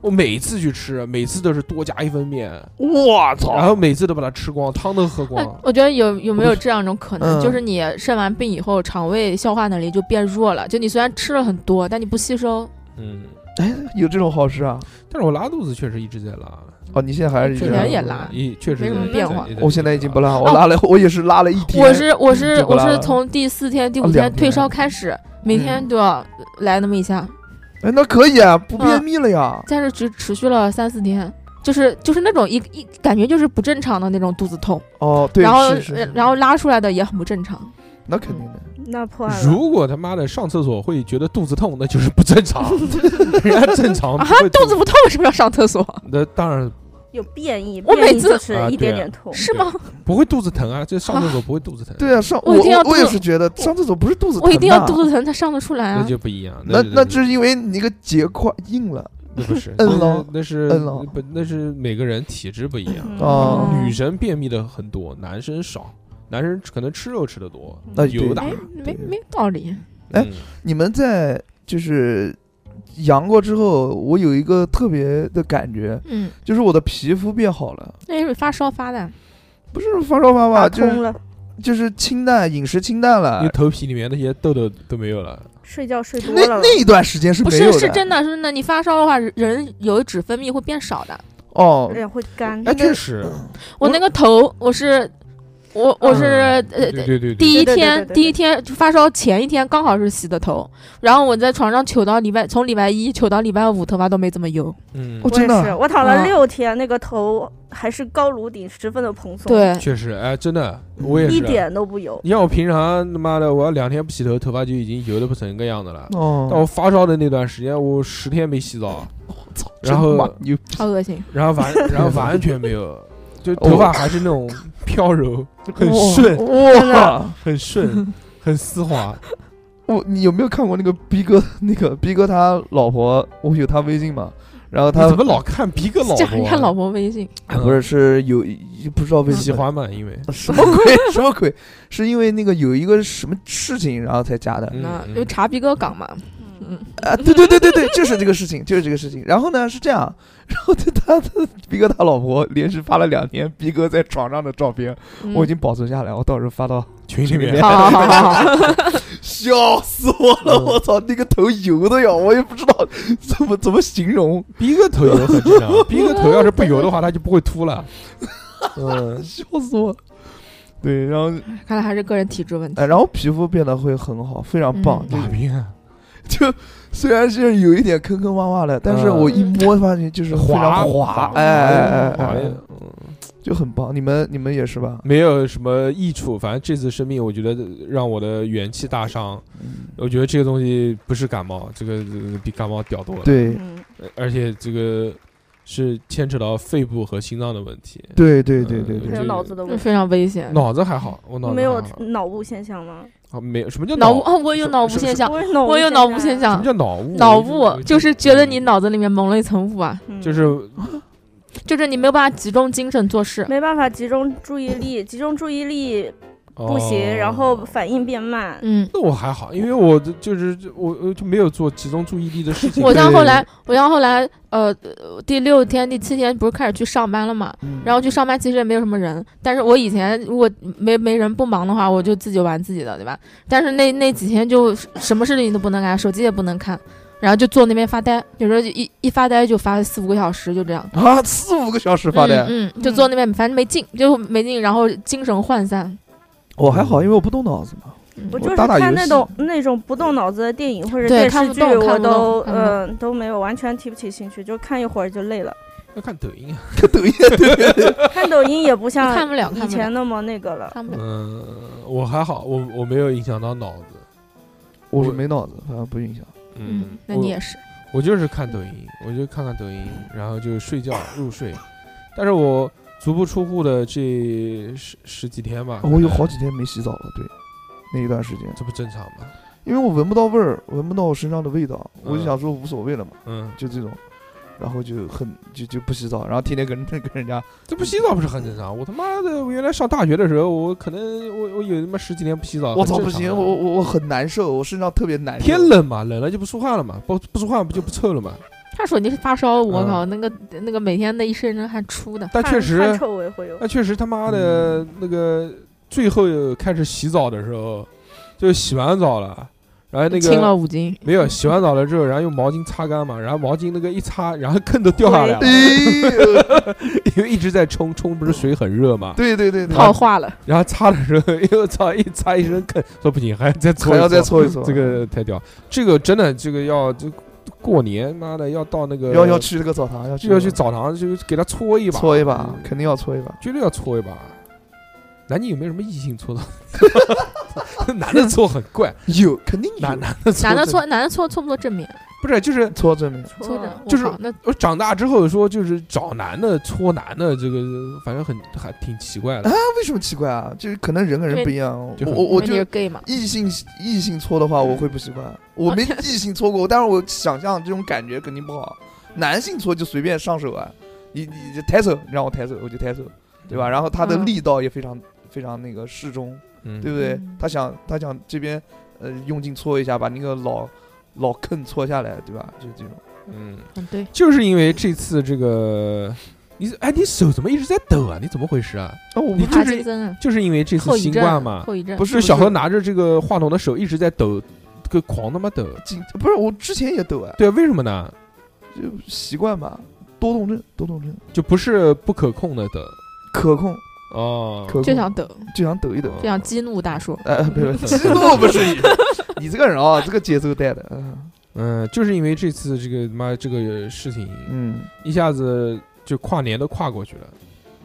[SPEAKER 1] 我每次去吃，每次都是多加一份面，
[SPEAKER 2] 我
[SPEAKER 1] 然
[SPEAKER 2] 操，
[SPEAKER 1] 后每次都把它吃光，汤都喝
[SPEAKER 4] 那
[SPEAKER 1] 光。
[SPEAKER 4] 我觉得有有没有这样一种可能，
[SPEAKER 2] 嗯
[SPEAKER 4] 就是你生完病以后，肠胃消化能力就变弱了，就你虽然吃了很多，但你不吸收，
[SPEAKER 1] 嗯，
[SPEAKER 2] 哎，有这种好事啊？
[SPEAKER 1] 但是我拉肚子确实一直在拉，
[SPEAKER 2] 哦，你现在还是一
[SPEAKER 4] 之
[SPEAKER 2] 个
[SPEAKER 4] 前
[SPEAKER 2] 人
[SPEAKER 4] 也拉
[SPEAKER 1] 也确实
[SPEAKER 4] 没什么
[SPEAKER 1] 在
[SPEAKER 4] 变化。
[SPEAKER 1] 在
[SPEAKER 2] 我现在已经不
[SPEAKER 1] 拉，
[SPEAKER 2] 拉， 我拉了，我也是拉了一天。
[SPEAKER 4] 我是我是
[SPEAKER 2] 就不
[SPEAKER 4] 我
[SPEAKER 2] 拉
[SPEAKER 4] 是
[SPEAKER 2] 了
[SPEAKER 4] 从第四天第
[SPEAKER 2] 哦
[SPEAKER 4] 五
[SPEAKER 2] 两天
[SPEAKER 4] 天
[SPEAKER 2] 嗯
[SPEAKER 4] 退烧开始，每天都要来那么一下，
[SPEAKER 2] 哎，那可以啊，不
[SPEAKER 4] 嗯
[SPEAKER 2] 便秘了呀。
[SPEAKER 4] 但是只持续了三四天，就是就是那种一一感觉就是不正常的那种肚子痛，
[SPEAKER 2] 哦，对，
[SPEAKER 4] 然后
[SPEAKER 2] 是是是
[SPEAKER 4] 呃然后嗯拉出来的也很不正常。
[SPEAKER 2] 那肯定的，
[SPEAKER 3] 那破案了。
[SPEAKER 1] 如果他妈的上厕所会觉得肚子痛，那就是不正 常。人家正常
[SPEAKER 4] 啊
[SPEAKER 1] 不会，
[SPEAKER 4] 肚子不痛是不是要上厕
[SPEAKER 2] 哦
[SPEAKER 4] 所？
[SPEAKER 1] 那当然
[SPEAKER 3] 有变异，
[SPEAKER 4] 我
[SPEAKER 3] 变
[SPEAKER 4] 每
[SPEAKER 3] 异
[SPEAKER 4] 次
[SPEAKER 3] 就是
[SPEAKER 1] 啊
[SPEAKER 3] 一
[SPEAKER 1] 对
[SPEAKER 3] 点
[SPEAKER 1] 啊
[SPEAKER 3] 点痛。
[SPEAKER 4] 是吗？
[SPEAKER 1] 不会肚子疼啊，这上厕所不会肚子疼，
[SPEAKER 2] 对啊，上
[SPEAKER 4] 我
[SPEAKER 2] 我
[SPEAKER 4] 一定要
[SPEAKER 2] 我也
[SPEAKER 4] 肚
[SPEAKER 2] 是觉得上厕所不是肚子疼
[SPEAKER 4] 我一定要
[SPEAKER 2] 的
[SPEAKER 4] 肚子疼才上得出来
[SPEAKER 1] 那
[SPEAKER 4] 啊！
[SPEAKER 1] 就不一样。
[SPEAKER 2] 那
[SPEAKER 1] 就
[SPEAKER 2] 那就是因为你那个结块硬了
[SPEAKER 1] 那不是，
[SPEAKER 2] 摁
[SPEAKER 1] 那
[SPEAKER 2] 了
[SPEAKER 1] 是那是
[SPEAKER 2] 摁了
[SPEAKER 1] 不那是每个人体质不一样。
[SPEAKER 3] 嗯
[SPEAKER 2] 哦
[SPEAKER 4] 嗯
[SPEAKER 1] 女生便秘的很多，男生少，男生可能吃肉吃的多，
[SPEAKER 2] 那
[SPEAKER 1] 油
[SPEAKER 2] 对
[SPEAKER 1] 大
[SPEAKER 4] 哎。，没没道理。
[SPEAKER 2] 哎
[SPEAKER 1] 嗯，
[SPEAKER 2] 你们在就是阳过之后，我有一个特别的感觉，
[SPEAKER 4] 嗯，
[SPEAKER 2] 就是我的皮肤变好了，
[SPEAKER 4] 那是发烧发的，
[SPEAKER 2] 不是发烧发吧，
[SPEAKER 3] 打
[SPEAKER 2] 就
[SPEAKER 3] 通
[SPEAKER 2] 是
[SPEAKER 3] 了，
[SPEAKER 2] 就是清淡饮食清淡了
[SPEAKER 1] 你。头皮里面那些痘痘都没有了。
[SPEAKER 3] 睡觉睡多
[SPEAKER 2] 那
[SPEAKER 3] 了嘛。
[SPEAKER 2] 那一段时间是
[SPEAKER 4] 不
[SPEAKER 2] 没
[SPEAKER 4] 是
[SPEAKER 2] 有
[SPEAKER 4] 是
[SPEAKER 2] 的
[SPEAKER 4] 真的，是真的。你发烧的话，人有脂分泌会变少的。
[SPEAKER 2] 哦，
[SPEAKER 3] 也会干。
[SPEAKER 2] 哎
[SPEAKER 1] 确实，
[SPEAKER 4] 我那个头，我是我我是呃
[SPEAKER 1] 对对嗯对，
[SPEAKER 4] 第
[SPEAKER 1] 一
[SPEAKER 3] 对对
[SPEAKER 4] 一
[SPEAKER 3] 对
[SPEAKER 4] 天
[SPEAKER 3] 对对
[SPEAKER 4] 第一天就发烧前一天刚好是洗的头，然后我在床上糗到礼拜从礼拜一糗到礼拜五，头发都没怎么油。
[SPEAKER 1] 嗯
[SPEAKER 2] 我，
[SPEAKER 3] 我
[SPEAKER 2] 真
[SPEAKER 3] 也
[SPEAKER 2] 的
[SPEAKER 3] 是，我躺
[SPEAKER 4] 啊
[SPEAKER 3] 了六天，那个头还是高颅顶，十分的蓬松，，
[SPEAKER 4] 对，
[SPEAKER 1] 确实，哎，真的，我也
[SPEAKER 3] 一
[SPEAKER 1] 是。啊
[SPEAKER 3] 点都不油。
[SPEAKER 1] 你像我平常他妈的，我要两天不洗头，头发就已经油的不成个样子了。但我
[SPEAKER 2] 哦，
[SPEAKER 1] 发烧的那段时间，我十天没洗澡，
[SPEAKER 2] 操
[SPEAKER 1] 然后
[SPEAKER 2] 真他妈牛逼
[SPEAKER 4] 好恶心。
[SPEAKER 1] 然后完， 然后完全没有，就头发还是那种飘柔，很顺，
[SPEAKER 2] 哇！
[SPEAKER 1] 很 顺，很丝滑。
[SPEAKER 2] 我你有没有看过那个逼哥？ 那个逼哥他老婆，我有他微信嘛？然后
[SPEAKER 1] 你
[SPEAKER 2] 他
[SPEAKER 1] 怎么老看逼哥老
[SPEAKER 4] 叫人
[SPEAKER 1] 婆啊？
[SPEAKER 4] 家老婆微信，
[SPEAKER 2] 啊不是是有不知道为什么
[SPEAKER 1] 喜欢嘛？因为
[SPEAKER 2] 什么鬼什么鬼？是因为那个有一个什么事情，然后才加的
[SPEAKER 1] 嗯
[SPEAKER 4] 那
[SPEAKER 1] 嗯
[SPEAKER 4] 就查逼哥岗嘛。
[SPEAKER 3] 嗯，
[SPEAKER 4] 嗯，
[SPEAKER 2] 啊？对对对对对，就是这个事情，就是这个事情。然后呢是这样，然后他他他逼哥他老婆连续发了两天逼哥在床上的照片，
[SPEAKER 4] 嗯
[SPEAKER 2] 我已经保存下来，我到时候发到
[SPEAKER 1] 群里面
[SPEAKER 2] 对
[SPEAKER 4] 好好好好好，
[SPEAKER 2] 笑死我了！
[SPEAKER 1] 嗯
[SPEAKER 2] 我操，那个头油的呀，我也不知道怎么怎么形容，
[SPEAKER 1] 逼哥头油很正 常，逼哥头要是不油的话，他就不会秃了。 嗯，
[SPEAKER 2] 笑死我。对，然后
[SPEAKER 4] 看来还是个人体质问题。
[SPEAKER 2] 哎，然后皮肤变得会很好，非常棒。
[SPEAKER 1] 马兵啊，
[SPEAKER 2] 嗯就就虽然是有一点坑坑洼洼的，但是我一摸发现就是非
[SPEAKER 1] 滑
[SPEAKER 2] 常
[SPEAKER 1] 滑
[SPEAKER 2] 滑，哎哎哎
[SPEAKER 1] 滑嗯
[SPEAKER 2] 哎，哎
[SPEAKER 1] 呀
[SPEAKER 2] 就很棒。你们你们也是吧？
[SPEAKER 1] 没有什么益处。反正这次生病，我觉得让我的元气大伤。我觉得这个东西不是感冒，这个呃比感冒屌多了。，
[SPEAKER 2] 对
[SPEAKER 3] 嗯，
[SPEAKER 1] 而且这个是牵扯到肺部和心脏的问题。
[SPEAKER 2] 对对对对
[SPEAKER 1] 嗯
[SPEAKER 3] 还
[SPEAKER 2] 对
[SPEAKER 1] 这
[SPEAKER 3] 有
[SPEAKER 1] 个
[SPEAKER 3] 脑子的问
[SPEAKER 4] 这
[SPEAKER 3] 题，
[SPEAKER 4] 非常危险。
[SPEAKER 1] 脑子还好，我脑子
[SPEAKER 3] 没有
[SPEAKER 1] 还好
[SPEAKER 3] 脑雾现象吗？
[SPEAKER 1] 啊没有什么叫
[SPEAKER 4] 脑雾
[SPEAKER 1] 嗯雾？
[SPEAKER 4] 哦，我有脑雾现象，
[SPEAKER 3] 我有脑
[SPEAKER 4] 我有脑雾现
[SPEAKER 1] 什么
[SPEAKER 4] 象，
[SPEAKER 1] 叫脑
[SPEAKER 2] 嗯
[SPEAKER 1] 雾？
[SPEAKER 4] 啊脑
[SPEAKER 1] 我
[SPEAKER 4] 雾就是觉得你脑子里面蒙了一层雾啊，
[SPEAKER 3] 嗯
[SPEAKER 1] 就是
[SPEAKER 4] 就是你没有办法集中精神做事。
[SPEAKER 3] 没办法集中注意力，集中注意力不行，
[SPEAKER 1] 哦
[SPEAKER 3] 然后反应变慢。
[SPEAKER 4] 嗯，
[SPEAKER 1] 那我还好，因为我的就是我我就没有做集中注意力的事情。
[SPEAKER 4] 我像
[SPEAKER 2] 对
[SPEAKER 4] 后来，我像后来，呃，第六天、第七天不是开始去上班了嘛？
[SPEAKER 2] 嗯
[SPEAKER 4] 然后去上班其实也没有什么人，但是我以前如果没没人不忙的话，我就自己玩自己的，对吧？但是那那几天就什么事情都不能干，手机也不能看，然后就坐那边发呆，有时候就一一发呆就发四五个小时，就这样。
[SPEAKER 2] 啊，四五个小时发呆，
[SPEAKER 4] 嗯，嗯就坐那边，反正没劲，就没劲，然后精神涣散。
[SPEAKER 2] 我还好，因为我不动脑 子嘛。
[SPEAKER 4] 嗯
[SPEAKER 3] 我就是
[SPEAKER 2] 打打游
[SPEAKER 3] 看
[SPEAKER 2] 戏
[SPEAKER 3] 那种那种不动脑子的电影或者
[SPEAKER 4] 对
[SPEAKER 3] 电
[SPEAKER 4] 看
[SPEAKER 3] 视
[SPEAKER 4] 不
[SPEAKER 3] 剧，
[SPEAKER 4] 动看
[SPEAKER 3] 我
[SPEAKER 4] 不动
[SPEAKER 3] 都
[SPEAKER 4] 看不动
[SPEAKER 3] 嗯都没有，完全提不起兴趣，就看一会儿就累了。
[SPEAKER 1] 要看抖音啊。
[SPEAKER 2] 看抖音，
[SPEAKER 3] 看抖音 也不
[SPEAKER 4] 看
[SPEAKER 3] 像
[SPEAKER 4] 不了，
[SPEAKER 3] 啊以
[SPEAKER 4] 看不了，
[SPEAKER 3] 前那么那个了。
[SPEAKER 4] 看不了。
[SPEAKER 1] 嗯，我还好，我我没有影响到脑子。嗯
[SPEAKER 2] 我是没脑子，好像不影响。
[SPEAKER 4] 嗯，那你也是，
[SPEAKER 1] 我就是看抖音，我就看看抖音，然后就睡觉入睡。但是我足不出户的这十十几天吧，
[SPEAKER 2] 哦我有好几天没洗澡了，对，那一段时间，
[SPEAKER 1] 这不正常吗？
[SPEAKER 2] 因为我闻不到味儿，闻不到我身上的味道，我就
[SPEAKER 1] 嗯
[SPEAKER 2] 想说无所谓了嘛，
[SPEAKER 1] 嗯，
[SPEAKER 2] 就这种，然后就很就就不洗澡，然后天天跟跟人 家
[SPEAKER 1] 这不洗澡不是很正常？我他妈的，我原来上大学的时候，我可能我我有他妈十几天不洗澡，
[SPEAKER 2] 我操，
[SPEAKER 1] 很
[SPEAKER 2] 不
[SPEAKER 1] 正常
[SPEAKER 2] 行，
[SPEAKER 1] 的
[SPEAKER 2] 我我我很难受，我身上特别难受。
[SPEAKER 1] 天冷嘛，冷了就不出汗了嘛，不不出汗不就不臭了嘛？
[SPEAKER 4] 他说你是发烧，我
[SPEAKER 1] 嗯
[SPEAKER 4] 靠，那个那个每天那一身人汗出的，
[SPEAKER 1] 但
[SPEAKER 3] 汗
[SPEAKER 1] 确实，哎
[SPEAKER 3] 汗臭味会有
[SPEAKER 1] 那。确实他妈
[SPEAKER 2] 嗯
[SPEAKER 1] 的那个最后开始洗澡的时候，就洗完澡了，然后那
[SPEAKER 4] 清了
[SPEAKER 1] 个
[SPEAKER 4] 五斤。
[SPEAKER 1] 没有洗完澡了之后，然后用毛巾擦干嘛，然后毛巾那个一擦，然后 坑都掉下来了，
[SPEAKER 2] 哎呦
[SPEAKER 1] 因为一直在冲冲，不是水很热嘛，
[SPEAKER 2] 对对对对，
[SPEAKER 4] 套话了，
[SPEAKER 1] 然后擦的时候，哎呦我操，一擦一身坑，说不行，还要再搓，
[SPEAKER 2] 还要再，搓一搓。
[SPEAKER 1] 这个太屌，这个真的这个要就过年妈的要到那个
[SPEAKER 2] 要要去这个澡堂，要去
[SPEAKER 1] 就要去澡堂就给他搓一把，
[SPEAKER 2] 搓一把
[SPEAKER 1] 嗯，
[SPEAKER 2] 肯定要搓一 把。
[SPEAKER 1] 绝对要搓一把。南京有没有什么异性搓澡？ 男的搓很 怪，
[SPEAKER 2] 有，肯定
[SPEAKER 1] 男男的搓
[SPEAKER 4] 男的
[SPEAKER 1] 真
[SPEAKER 4] 搓，男的搓搓不搓正面，
[SPEAKER 1] 不是就是
[SPEAKER 2] 搓正面。
[SPEAKER 4] 搓正
[SPEAKER 3] 嗯
[SPEAKER 4] 我
[SPEAKER 1] 就是
[SPEAKER 4] 靠那
[SPEAKER 1] 我长大之后说就是找男的搓男的这个，反正很还挺奇怪的。
[SPEAKER 2] 那为什么奇怪啊？就是可能人跟人不一样。
[SPEAKER 1] 就
[SPEAKER 2] 我
[SPEAKER 1] 很
[SPEAKER 2] 我我
[SPEAKER 4] 因为你
[SPEAKER 2] 就是
[SPEAKER 4] gay 嘛，
[SPEAKER 2] 异性异性搓的话，我会不习
[SPEAKER 4] 哦
[SPEAKER 2] 惯。我没异性搓过，但是我想象这种感觉肯定不好。男性搓就随便上手啊，你你就抬手，你让我抬手，我就抬手，对吧？然后他的
[SPEAKER 4] 嗯
[SPEAKER 2] 力道也非常非常那个适中。
[SPEAKER 1] 嗯，
[SPEAKER 2] 对不对
[SPEAKER 4] 嗯？
[SPEAKER 2] 他想他想这边呃用劲搓一下，把那个老老坑搓下来，对吧？就这种。
[SPEAKER 1] 嗯，
[SPEAKER 4] 嗯对，
[SPEAKER 1] 就是因为这次这个，你哎，你手怎么一直在抖啊？你怎么回事啊？
[SPEAKER 2] 那我
[SPEAKER 1] 你
[SPEAKER 2] 不
[SPEAKER 1] 就
[SPEAKER 4] 帕
[SPEAKER 1] 是
[SPEAKER 4] 金森啊，
[SPEAKER 1] 就是因为这次
[SPEAKER 4] 后遗
[SPEAKER 1] 新
[SPEAKER 4] 症
[SPEAKER 1] 冠嘛，
[SPEAKER 4] 后遗症
[SPEAKER 2] 不
[SPEAKER 1] 就是小
[SPEAKER 2] 不
[SPEAKER 1] 何
[SPEAKER 2] 是
[SPEAKER 1] 拿着这个话筒的手一直在抖，个狂他妈抖。
[SPEAKER 2] 紧，不是我之前也抖啊，
[SPEAKER 1] 对，为什么呢？
[SPEAKER 2] 就习惯吧，多动症，多动症，
[SPEAKER 1] 就不是不可控的抖
[SPEAKER 2] 可控，
[SPEAKER 1] 哦
[SPEAKER 2] 可，控
[SPEAKER 4] 就想抖，
[SPEAKER 2] 就想抖一抖。
[SPEAKER 1] 哦
[SPEAKER 4] 就想激怒大叔，
[SPEAKER 2] 呃，不是，激 动不是你，你这个人啊，这个节奏带的，嗯
[SPEAKER 1] 嗯，就是因为这次这个他妈这个事情，
[SPEAKER 2] 嗯，
[SPEAKER 1] 一下子就跨年都跨过去了，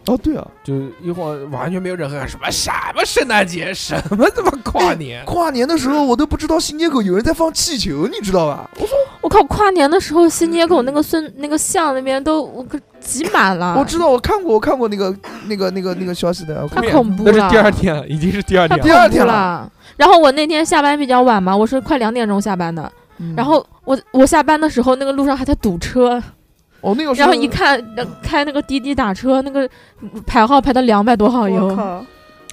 [SPEAKER 2] 哦对啊，
[SPEAKER 1] 就一会儿完全没有任何什么什么圣诞节，什么他妈跨 年，
[SPEAKER 2] 跨年的时候我都不知道新街口有人在放气球，你知道吧？我
[SPEAKER 4] 我靠，跨年的时候新街
[SPEAKER 1] 嗯
[SPEAKER 4] 口那个孙那个巷那边都我可挤满了，
[SPEAKER 2] 我知道，我看过，我看过那个那个那个那个消息的。我看
[SPEAKER 4] 太
[SPEAKER 1] 面
[SPEAKER 4] 恐怖
[SPEAKER 1] 那是
[SPEAKER 4] 了，
[SPEAKER 1] 第二天了，已经是第二
[SPEAKER 4] 太
[SPEAKER 1] 天
[SPEAKER 4] 恐
[SPEAKER 1] 了
[SPEAKER 2] 第。二天
[SPEAKER 4] 怖了。然后我那天下班比较晚嘛，我是快两点钟下班的。
[SPEAKER 1] 嗯
[SPEAKER 2] 嗯
[SPEAKER 4] 然后我我下班的时候，那个路上还在堵车，
[SPEAKER 2] 哦那个时
[SPEAKER 4] 然
[SPEAKER 2] 候
[SPEAKER 4] 后一看呃开那个滴滴打车，那个嗯排号排到两百多号
[SPEAKER 3] 我
[SPEAKER 4] 有，
[SPEAKER 3] 靠，